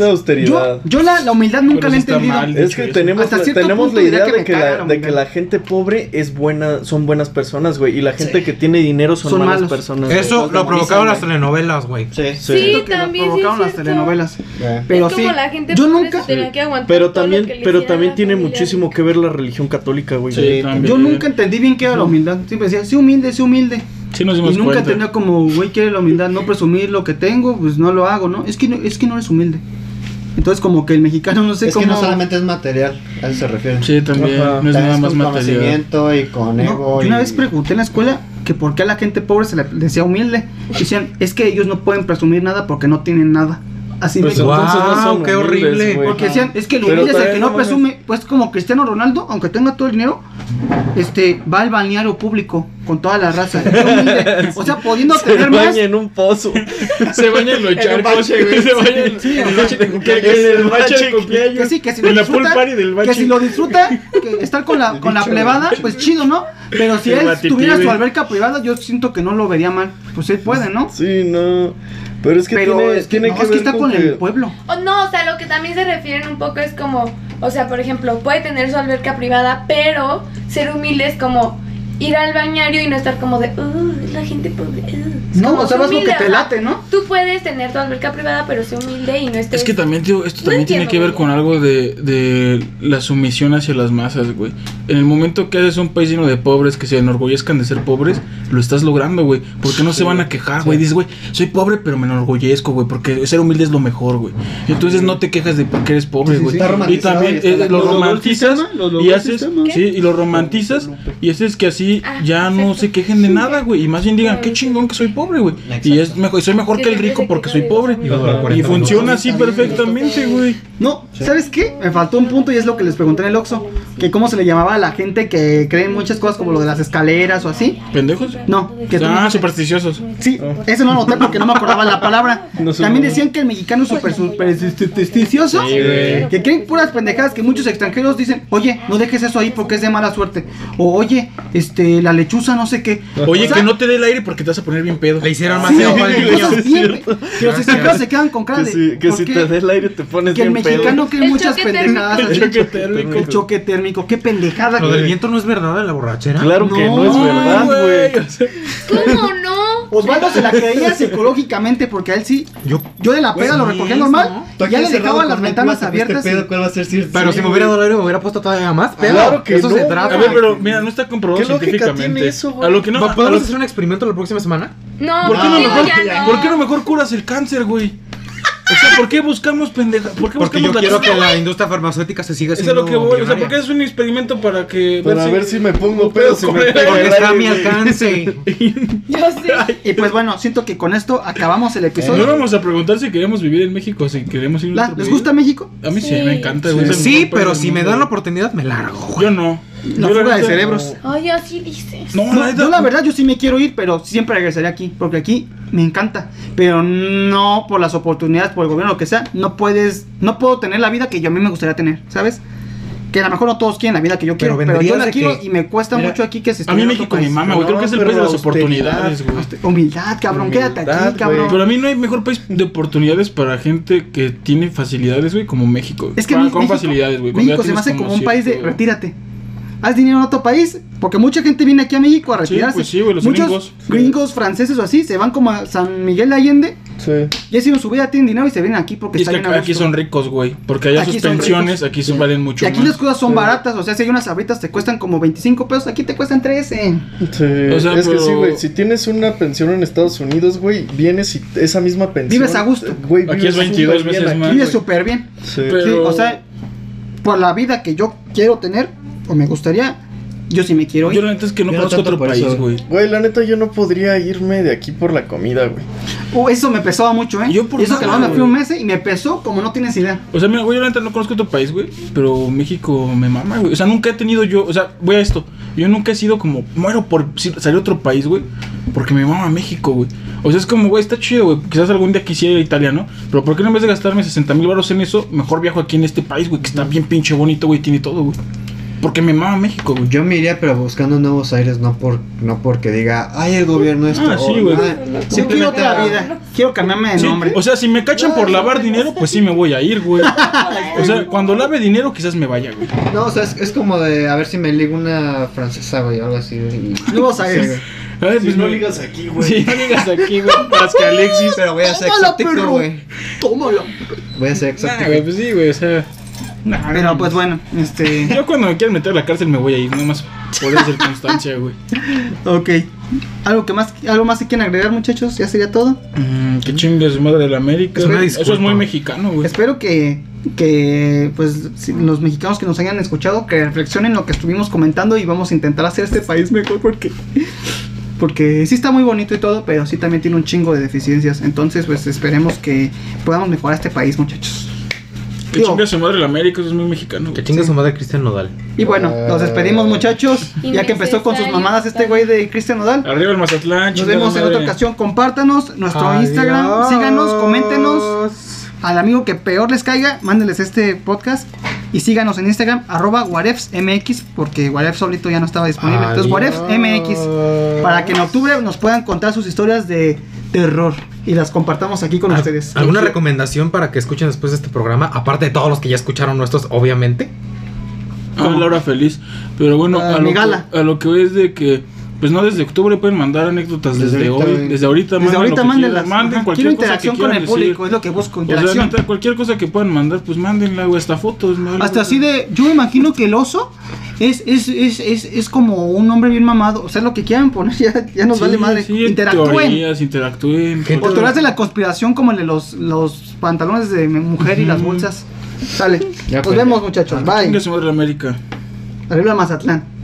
[SPEAKER 1] Yo,
[SPEAKER 4] austeridad.
[SPEAKER 1] yo la, la humildad nunca
[SPEAKER 3] Pero
[SPEAKER 1] la he
[SPEAKER 3] eso está
[SPEAKER 1] entendido.
[SPEAKER 3] mal.
[SPEAKER 4] es que
[SPEAKER 3] Dicho
[SPEAKER 4] tenemos,
[SPEAKER 1] Hasta
[SPEAKER 4] la,
[SPEAKER 1] cierto
[SPEAKER 4] tenemos
[SPEAKER 1] punto
[SPEAKER 4] la
[SPEAKER 1] diría
[SPEAKER 4] idea
[SPEAKER 1] que
[SPEAKER 4] de
[SPEAKER 1] me
[SPEAKER 4] que,
[SPEAKER 1] caga la
[SPEAKER 4] la, de que
[SPEAKER 1] humildad.
[SPEAKER 4] la gente pobre es buena, son buenas personas, güey, y la gente que tiene dinero son,
[SPEAKER 1] Son
[SPEAKER 4] malas
[SPEAKER 1] malos.
[SPEAKER 4] personas. güey.
[SPEAKER 5] Eso lo provocaron las telenovelas, güey.
[SPEAKER 4] Sí,
[SPEAKER 10] Sí.
[SPEAKER 1] Siento que nos
[SPEAKER 10] también, sí,
[SPEAKER 1] provocaron
[SPEAKER 10] es
[SPEAKER 1] las
[SPEAKER 10] cierto.
[SPEAKER 1] telenovelas.
[SPEAKER 6] Ya.
[SPEAKER 1] Pero
[SPEAKER 10] es
[SPEAKER 1] sí,
[SPEAKER 10] como la gente
[SPEAKER 1] yo
[SPEAKER 10] pobre se
[SPEAKER 1] nunca,
[SPEAKER 10] tenía que aguantar
[SPEAKER 4] Pero
[SPEAKER 10] todo lo
[SPEAKER 4] también,
[SPEAKER 10] que le
[SPEAKER 4] pero
[SPEAKER 10] hicieran a
[SPEAKER 4] también
[SPEAKER 10] la
[SPEAKER 4] tiene
[SPEAKER 10] familia.
[SPEAKER 4] muchísimo que ver la religión católica, güey.
[SPEAKER 3] Sí,
[SPEAKER 4] güey.
[SPEAKER 3] también.
[SPEAKER 1] yo nunca entendí bien qué era la humildad. Siempre decía, sé humilde, sé humilde.
[SPEAKER 3] Sí nos
[SPEAKER 1] Y
[SPEAKER 3] dimos
[SPEAKER 1] nunca
[SPEAKER 3] cuenta.
[SPEAKER 1] tenía como, güey, quiere la humildad, no presumir lo que tengo, pues no lo hago, ¿no? Es que no, es que no eres humilde. Entonces como que el mexicano no sé
[SPEAKER 8] es
[SPEAKER 1] cómo...
[SPEAKER 8] que no solamente es material, a eso se refiere.
[SPEAKER 3] Sí, también.
[SPEAKER 8] Ajá.
[SPEAKER 3] No es
[SPEAKER 8] También
[SPEAKER 3] nada más
[SPEAKER 8] con
[SPEAKER 3] material.
[SPEAKER 8] conocimiento y con
[SPEAKER 1] No,
[SPEAKER 8] ego.
[SPEAKER 1] yo una
[SPEAKER 8] y-
[SPEAKER 1] vez pregunté en la escuela que por qué a la gente pobre se le decía humilde. Decían, es que ellos no pueden presumir nada porque no tienen nada. Así
[SPEAKER 4] Pues
[SPEAKER 1] me
[SPEAKER 5] guau,
[SPEAKER 4] entonces no son
[SPEAKER 5] qué
[SPEAKER 4] humildes,
[SPEAKER 5] horrible.
[SPEAKER 4] güey.
[SPEAKER 1] Porque decían, es que el
[SPEAKER 4] Pero
[SPEAKER 1] humilde es el
[SPEAKER 4] también
[SPEAKER 1] que no
[SPEAKER 4] no mames.
[SPEAKER 1] presume, pues como Cristiano Ronaldo, aunque tenga todo el dinero, este, va al balneario público con toda la raza. Es humilde. O sea,
[SPEAKER 4] *laughs*
[SPEAKER 1] pudiendo
[SPEAKER 4] Se
[SPEAKER 1] tener más.
[SPEAKER 4] baña en un pozo.
[SPEAKER 3] Se baña en los charcos. Se baña en en el bache de cumpleaños.
[SPEAKER 4] En el bache
[SPEAKER 3] bache
[SPEAKER 4] de
[SPEAKER 1] Que sí, que si lo
[SPEAKER 3] En la pool
[SPEAKER 1] disfruta,
[SPEAKER 3] party del
[SPEAKER 1] que
[SPEAKER 3] bache.
[SPEAKER 1] si lo disfruta, que estar con la, con la plebada, pues chido, ¿no? Pero si
[SPEAKER 3] El
[SPEAKER 1] él
[SPEAKER 3] batipibe.
[SPEAKER 1] tuviera su alberca privada, yo siento que no lo vería mal. Pues él puede, ¿no?
[SPEAKER 4] Sí, no. Pero es que
[SPEAKER 1] Pero
[SPEAKER 4] tiene,
[SPEAKER 1] es que,
[SPEAKER 4] tiene
[SPEAKER 1] no,
[SPEAKER 4] que
[SPEAKER 1] es que
[SPEAKER 4] ver
[SPEAKER 1] está con,
[SPEAKER 4] con
[SPEAKER 1] el
[SPEAKER 4] que-
[SPEAKER 1] pueblo.
[SPEAKER 10] O no, o sea, lo que también se refieren un poco es como, o sea, por ejemplo, puede tener su alberca privada, pero ser humilde es como ir al bañario y no estar como de, uh, la gente pobre. uh". Es
[SPEAKER 1] No,
[SPEAKER 10] como
[SPEAKER 1] o sea, vas lo
[SPEAKER 10] humilde,
[SPEAKER 1] que te
[SPEAKER 10] ajá.
[SPEAKER 1] late, ¿no?
[SPEAKER 10] Tú puedes tener tu alberca privada, pero sé humilde y no estés.
[SPEAKER 3] Es que también, tío, esto
[SPEAKER 10] No
[SPEAKER 3] también tiene
[SPEAKER 10] entiendo,
[SPEAKER 3] que ver
[SPEAKER 10] güey.
[SPEAKER 3] con algo de, de la sumisión hacia las masas, güey. En el momento que haces un país lleno de pobres que se enorgullezcan de ser pobres, lo estás logrando, güey. Porque no se van a quejar, güey. Dices, güey, soy pobre, pero me enorgullezco, güey. Porque ser humilde es lo mejor, güey. Entonces no te quejas de porque eres pobre, güey.
[SPEAKER 8] Está
[SPEAKER 3] Y
[SPEAKER 8] romantizado
[SPEAKER 3] también
[SPEAKER 8] y está
[SPEAKER 3] eh,
[SPEAKER 8] la-
[SPEAKER 3] lo
[SPEAKER 8] lo logró el
[SPEAKER 3] romantizas
[SPEAKER 1] sistema, lo logró
[SPEAKER 3] y
[SPEAKER 1] el
[SPEAKER 3] haces,
[SPEAKER 1] sistema.
[SPEAKER 3] sí, y lo romantizas y haces que así
[SPEAKER 10] Ah,
[SPEAKER 3] ya no
[SPEAKER 10] perfecto.
[SPEAKER 3] se quejen de nada, güey. Y más bien digan, qué chingón que soy pobre, güey. Y es mejor, y soy mejor
[SPEAKER 10] Sí,
[SPEAKER 3] que el
[SPEAKER 10] siempre
[SPEAKER 3] rico
[SPEAKER 10] se
[SPEAKER 3] porque soy
[SPEAKER 10] queja de
[SPEAKER 3] pobre.
[SPEAKER 10] los
[SPEAKER 5] Y va a durar
[SPEAKER 3] Y
[SPEAKER 5] 40
[SPEAKER 3] funciona
[SPEAKER 5] minutos.
[SPEAKER 3] así perfectamente, güey.
[SPEAKER 1] No, ¿sabes qué? Me faltó un punto y es lo que les pregunté en el Oxxo, que cómo se le llamaba a la gente que cree en muchas cosas como lo de las escaleras o así.
[SPEAKER 3] ¿Pendejos?
[SPEAKER 1] No, que tú-
[SPEAKER 3] Ah, supersticiosos.
[SPEAKER 1] Sí, eso no lo noté porque no me acordaba la palabra.
[SPEAKER 4] *laughs* No sé.
[SPEAKER 1] También decían que el mexicano es este, súper supersticioso,
[SPEAKER 4] güey.
[SPEAKER 1] que creen puras pendejadas que muchos extranjeros dicen, "Oye, no dejes eso ahí porque es de mala suerte." O, "Oye, este la lechuza no sé qué."
[SPEAKER 3] Oye,
[SPEAKER 1] O sea,
[SPEAKER 3] que no te dé el aire porque te vas a poner bien pedo.
[SPEAKER 5] Le hicieron más
[SPEAKER 1] sí,
[SPEAKER 5] enojo *laughs* al niño.
[SPEAKER 1] cosas bien, que los extranjeros se quedan con cara
[SPEAKER 4] Que
[SPEAKER 1] de
[SPEAKER 4] si, que
[SPEAKER 1] "¿Por
[SPEAKER 4] si
[SPEAKER 1] qué?"
[SPEAKER 4] te da el aire te pones
[SPEAKER 1] que el
[SPEAKER 4] bien
[SPEAKER 1] mexicano cree
[SPEAKER 10] El
[SPEAKER 1] muchas
[SPEAKER 10] choque
[SPEAKER 1] pendejadas.
[SPEAKER 3] térmico.
[SPEAKER 1] así,
[SPEAKER 3] El choque
[SPEAKER 4] térmico.
[SPEAKER 1] El choque térmico. Qué pendejada.
[SPEAKER 5] Lo
[SPEAKER 1] güey.
[SPEAKER 5] del viento no es verdad de la borrachera.
[SPEAKER 3] Ah,
[SPEAKER 4] pedo. Claro que no es
[SPEAKER 1] No,
[SPEAKER 4] verdad, güey.
[SPEAKER 3] o sea,
[SPEAKER 10] ¿Cómo no?
[SPEAKER 1] Osvaldo se la creía psicológicamente porque a él sí.
[SPEAKER 5] Yo,
[SPEAKER 1] Yo de la peda
[SPEAKER 5] Pues
[SPEAKER 1] lo
[SPEAKER 5] sí,
[SPEAKER 1] recogía
[SPEAKER 5] es,
[SPEAKER 1] normal.
[SPEAKER 6] Tú aquí
[SPEAKER 1] Ya le
[SPEAKER 6] encerrado
[SPEAKER 1] dejaba
[SPEAKER 6] con
[SPEAKER 1] las
[SPEAKER 6] una
[SPEAKER 1] ventanas
[SPEAKER 6] cuarta, pues,
[SPEAKER 1] abiertas.
[SPEAKER 6] ¿qué pedo? ¿Cuál va a ser si-
[SPEAKER 5] pero si me hubiera dado el aire me hubiera puesto todavía más pedo.
[SPEAKER 4] Claro que
[SPEAKER 5] Eso se
[SPEAKER 4] no,
[SPEAKER 5] trata.
[SPEAKER 3] A ver, pero mira, no está comprobado
[SPEAKER 4] ¿Qué lógica
[SPEAKER 3] científicamente.
[SPEAKER 4] tiene eso, güey?
[SPEAKER 3] a lo que no. a- a lo-
[SPEAKER 5] ¿Podemos hacer un experimento la próxima semana?
[SPEAKER 10] No,
[SPEAKER 3] ¿Por qué no
[SPEAKER 10] contigo
[SPEAKER 3] mejor-
[SPEAKER 10] ya no.
[SPEAKER 3] ¿Por qué no mejor curas el cáncer, güey? O sea, ¿por qué buscamos pendeja? ¿Por qué
[SPEAKER 5] Porque
[SPEAKER 3] buscamos
[SPEAKER 5] yo quiero
[SPEAKER 3] cura?
[SPEAKER 5] que la industria farmacéutica se siga
[SPEAKER 3] Es a
[SPEAKER 5] haciendo
[SPEAKER 3] lo que voy, o sea,
[SPEAKER 5] millonaria.
[SPEAKER 3] porque es un experimento para que.
[SPEAKER 4] Para ver si me pongo
[SPEAKER 3] puedo
[SPEAKER 4] pedo, si me
[SPEAKER 3] correr.
[SPEAKER 4] pego
[SPEAKER 5] Porque
[SPEAKER 4] el
[SPEAKER 5] está a
[SPEAKER 4] aire,
[SPEAKER 5] mi
[SPEAKER 4] güey.
[SPEAKER 5] alcance.
[SPEAKER 1] Y pues bueno, siento que con esto acabamos el
[SPEAKER 3] No
[SPEAKER 1] episodio.
[SPEAKER 3] vamos a preguntar si queremos vivir en México, si queremos ir a
[SPEAKER 1] La-
[SPEAKER 3] otro
[SPEAKER 1] ¿Les
[SPEAKER 3] país.
[SPEAKER 1] gusta México?
[SPEAKER 3] A mí sí,
[SPEAKER 10] Sí.
[SPEAKER 3] me encanta. güey, es el
[SPEAKER 5] Sí,
[SPEAKER 3] mejor país
[SPEAKER 5] pero
[SPEAKER 3] del
[SPEAKER 5] si me
[SPEAKER 3] mundo,
[SPEAKER 5] dan la
[SPEAKER 3] güey.
[SPEAKER 5] oportunidad, me largo. güey.
[SPEAKER 3] Yo no.
[SPEAKER 1] La
[SPEAKER 3] Yo
[SPEAKER 1] fuga de
[SPEAKER 3] neta-
[SPEAKER 1] cerebros.
[SPEAKER 10] Ay, así dices.
[SPEAKER 3] No,
[SPEAKER 1] No,
[SPEAKER 3] neta,
[SPEAKER 1] yo la verdad yo sí me quiero ir, pero siempre regresaré aquí, porque aquí me encanta, pero no por las oportunidades, por el gobierno, lo que sea, no puedes, no puedo tener la vida que yo a mí me gustaría tener, ¿sabes? Que a lo mejor no todos quieren la vida que yo
[SPEAKER 5] Pero
[SPEAKER 1] quiero, pero, yo
[SPEAKER 5] vendrías
[SPEAKER 1] la
[SPEAKER 5] de
[SPEAKER 1] quiero
[SPEAKER 5] que-
[SPEAKER 1] y me cuesta
[SPEAKER 4] Mira,
[SPEAKER 1] mucho aquí que se
[SPEAKER 3] A
[SPEAKER 1] estuviera
[SPEAKER 3] mí
[SPEAKER 1] en
[SPEAKER 3] México
[SPEAKER 1] otro
[SPEAKER 3] me
[SPEAKER 1] país. Este,
[SPEAKER 3] mama, güey. Creo que es el país de las
[SPEAKER 4] No, pero
[SPEAKER 3] oportunidades, güey.
[SPEAKER 1] Humildad, cabrón, quédate
[SPEAKER 4] Humildad,
[SPEAKER 1] aquí, cabrón.
[SPEAKER 4] güey.
[SPEAKER 3] Pero a mí no hay mejor país de oportunidades para gente que tiene facilidades, güey, como México. güey.
[SPEAKER 1] Es que
[SPEAKER 3] Para-
[SPEAKER 1] México,
[SPEAKER 3] con facilidades, güey. cuando
[SPEAKER 1] México
[SPEAKER 3] ya
[SPEAKER 1] se me
[SPEAKER 3] tienes
[SPEAKER 1] hace como un
[SPEAKER 3] cierto-
[SPEAKER 1] país de retírate. haz dinero en otro país, porque mucha gente viene aquí a México a
[SPEAKER 3] Sí,
[SPEAKER 1] retirarse.
[SPEAKER 3] pues sí, güey, los
[SPEAKER 1] Muchos
[SPEAKER 3] gringos.
[SPEAKER 1] franceses o así se van como a San Miguel de Allende
[SPEAKER 4] Sí.
[SPEAKER 1] y así en su vida tienen dinero y se vienen aquí porque
[SPEAKER 3] Y es
[SPEAKER 1] están
[SPEAKER 3] que
[SPEAKER 1] bien a
[SPEAKER 3] aquí
[SPEAKER 1] gusto.
[SPEAKER 3] son ricos, güey. Porque allá
[SPEAKER 1] Aquí
[SPEAKER 3] sus
[SPEAKER 1] son
[SPEAKER 3] pensiones,
[SPEAKER 1] ricos.
[SPEAKER 3] aquí son, valen
[SPEAKER 1] Y
[SPEAKER 3] mucho
[SPEAKER 1] aquí
[SPEAKER 3] más.
[SPEAKER 1] las cosas son baratas, o sea, si hay unas abritas te cuestan como 25 pesos, aquí te cuestan 13.
[SPEAKER 4] Sí,
[SPEAKER 3] O sea,
[SPEAKER 4] es que
[SPEAKER 3] pero-
[SPEAKER 4] sí, güey. Si tienes una pensión en Estados Unidos, güey, vienes y esa misma pensión. eh,
[SPEAKER 1] Vives a gusto.
[SPEAKER 4] Güey,
[SPEAKER 3] Aquí
[SPEAKER 4] vives
[SPEAKER 3] es 22
[SPEAKER 4] súper
[SPEAKER 3] veces
[SPEAKER 4] bien
[SPEAKER 3] más,
[SPEAKER 4] aquí,
[SPEAKER 1] Vive
[SPEAKER 3] Ah, güey.
[SPEAKER 1] súper bien.
[SPEAKER 4] Sí.
[SPEAKER 3] Pero-
[SPEAKER 1] Sí, o sea, por la vida que yo quiero tener, o me gustaría, yo sí me quiero
[SPEAKER 3] Yo
[SPEAKER 1] ir.
[SPEAKER 3] la neta es que no
[SPEAKER 8] Yo no
[SPEAKER 3] conozco
[SPEAKER 8] tanto
[SPEAKER 3] otro
[SPEAKER 8] por
[SPEAKER 3] país,
[SPEAKER 8] eso.
[SPEAKER 3] güey.
[SPEAKER 4] Güey, la neta, yo no podría irme de aquí por la comida, güey.
[SPEAKER 1] Oh, eso me pesaba mucho, ¿eh?
[SPEAKER 3] Yo por
[SPEAKER 1] y eso
[SPEAKER 3] nada,
[SPEAKER 1] que nada más me fui
[SPEAKER 3] güey.
[SPEAKER 1] un mes ¿eh? y me pesó como no tienes idea.
[SPEAKER 3] O sea, mira, güey, yo la neta no conozco otro país, güey. Pero México me mama, güey. O sea, nunca he tenido yo. O sea, voy a esto. Yo nunca he sido como. Muero por si- salir a otro país, güey. Porque me mama México, güey. O sea, es como, güey, está chido, güey. Quizás algún día quisiera ir a Italia, ¿no? Pero ¿por qué no en vez de gastarme 60 mil baros en eso, mejor viajo aquí en este país, güey? Que está bien pinche bonito, güey. Tiene todo, güey. Porque me mama México, güey.
[SPEAKER 8] Yo me iría, pero buscando nuevos aires, no por no porque diga, ay, el gobierno es
[SPEAKER 3] Ah, sí, güey.
[SPEAKER 1] Yo quiero otra vida. Quiero cambiarme de
[SPEAKER 3] Sí,
[SPEAKER 1] nombre.
[SPEAKER 3] o sea, si me cachan por lavar dinero, pues sí me voy a ir, güey. O sea, cuando lave dinero, quizás me vaya, güey.
[SPEAKER 8] No, o sea, es, es como de a ver si me ligo una francesa, güey, o algo así. güey.
[SPEAKER 1] Nuevos aires.
[SPEAKER 8] güey.
[SPEAKER 3] Ay, pues me-
[SPEAKER 4] aquí,
[SPEAKER 3] Sí, no digas aquí, güey. Las que Alexis.
[SPEAKER 8] Pero voy a ser
[SPEAKER 1] Tómala,
[SPEAKER 8] exótico,
[SPEAKER 1] perro.
[SPEAKER 8] güey.
[SPEAKER 1] Tómalo.
[SPEAKER 8] Voy a ser
[SPEAKER 3] Nah,
[SPEAKER 8] exótico.
[SPEAKER 3] güey, pues sí, güey, o sea. nah,
[SPEAKER 1] Pero
[SPEAKER 3] no,
[SPEAKER 1] pues bueno, este.
[SPEAKER 3] Yo cuando me quieran meter a la cárcel me voy a ir, nomás por esa circunstancia, güey.
[SPEAKER 1] Ok. ¿Algo, que más, ¿Algo más que quieran agregar, muchachos? ¿Ya sería todo?
[SPEAKER 3] Mm, que chingue su madre de la América.
[SPEAKER 5] Es una
[SPEAKER 3] güey.
[SPEAKER 5] disculpa.
[SPEAKER 3] Eso es muy mexicano, güey.
[SPEAKER 1] Espero que, que pues si- los mexicanos que nos hayan escuchado que reflexionen lo que estuvimos comentando y vamos a intentar hacer este país mejor porque porque sí está muy bonito y todo, pero sí también tiene un chingo de deficiencias. Entonces, pues esperemos que podamos mejorar este país, muchachos.
[SPEAKER 3] Que
[SPEAKER 1] digo-
[SPEAKER 3] chingue su madre de la América, eso es muy mexicano,
[SPEAKER 5] Que
[SPEAKER 3] güey.
[SPEAKER 5] chingue su madre Cristian Nodal.
[SPEAKER 1] Y bueno,
[SPEAKER 3] Eh,
[SPEAKER 1] nos despedimos, muchachos, ya que empezó con sus
[SPEAKER 2] Innecesario
[SPEAKER 1] mamadas este güey de Cristian Nodal.
[SPEAKER 3] Arriba el Mazatlán,
[SPEAKER 1] Nos
[SPEAKER 3] chingue
[SPEAKER 1] vemos
[SPEAKER 3] su
[SPEAKER 1] en otra
[SPEAKER 3] madre.
[SPEAKER 1] ocasión. Compártanos nuestro Instagram, síganos, coméntenos. al amigo que peor les caiga, mándenles este podcast y síganos en Instagram, arroba warefsmx, porque waref solito ya no estaba disponible. Entonces, warefsmx, para que en octubre nos puedan contar sus historias de terror y las compartamos aquí
[SPEAKER 3] Ah,
[SPEAKER 1] con
[SPEAKER 5] ¿Al-
[SPEAKER 1] ustedes.
[SPEAKER 5] ¿Alguna recomendación para que escuchen después de este programa? Aparte de todos los que ya escucharon nuestros, obviamente.
[SPEAKER 3] Ah, la hora feliz. Pero bueno,
[SPEAKER 1] Ah,
[SPEAKER 3] a,
[SPEAKER 1] mi
[SPEAKER 3] lo
[SPEAKER 1] gala.
[SPEAKER 3] Que, a lo que voy es de que. Pues no, desde octubre pueden mandar anécdotas desde,
[SPEAKER 8] Desde ahorita,
[SPEAKER 3] hoy.
[SPEAKER 8] güey.
[SPEAKER 3] Desde ahorita,
[SPEAKER 1] Desde
[SPEAKER 3] manden lo
[SPEAKER 1] ahorita
[SPEAKER 3] que
[SPEAKER 1] mándenlas.
[SPEAKER 3] quieran, manden
[SPEAKER 1] Ajá.
[SPEAKER 3] cualquier
[SPEAKER 1] Quiero
[SPEAKER 3] cosa que
[SPEAKER 1] interacción con
[SPEAKER 3] quieran
[SPEAKER 1] el público,
[SPEAKER 3] decir.
[SPEAKER 1] es lo que busco,
[SPEAKER 3] O sea,
[SPEAKER 1] interacción.
[SPEAKER 3] neta, cualquier cosa que puedan mandar, pues mándenla, güey, hasta fotos, ¿no?
[SPEAKER 1] Hasta así de, yo me imagino que el oso es, es, es, es, es como un hombre bien mamado, o sea, lo que quieran poner, *laughs* ya, ya nos
[SPEAKER 3] Sí,
[SPEAKER 1] vale madre.
[SPEAKER 3] sí,
[SPEAKER 1] Interactúen.
[SPEAKER 3] Teorías, interactúen.
[SPEAKER 5] Gente-
[SPEAKER 1] O teorías de la conspiración como el de los, los pantalones de mujer y las bolsas. Sale.
[SPEAKER 8] Ya,
[SPEAKER 1] Nos
[SPEAKER 8] pues,
[SPEAKER 1] vemos, muchachos. Bye.
[SPEAKER 3] Chingue su madre la América.
[SPEAKER 1] Arriba Mazatlán.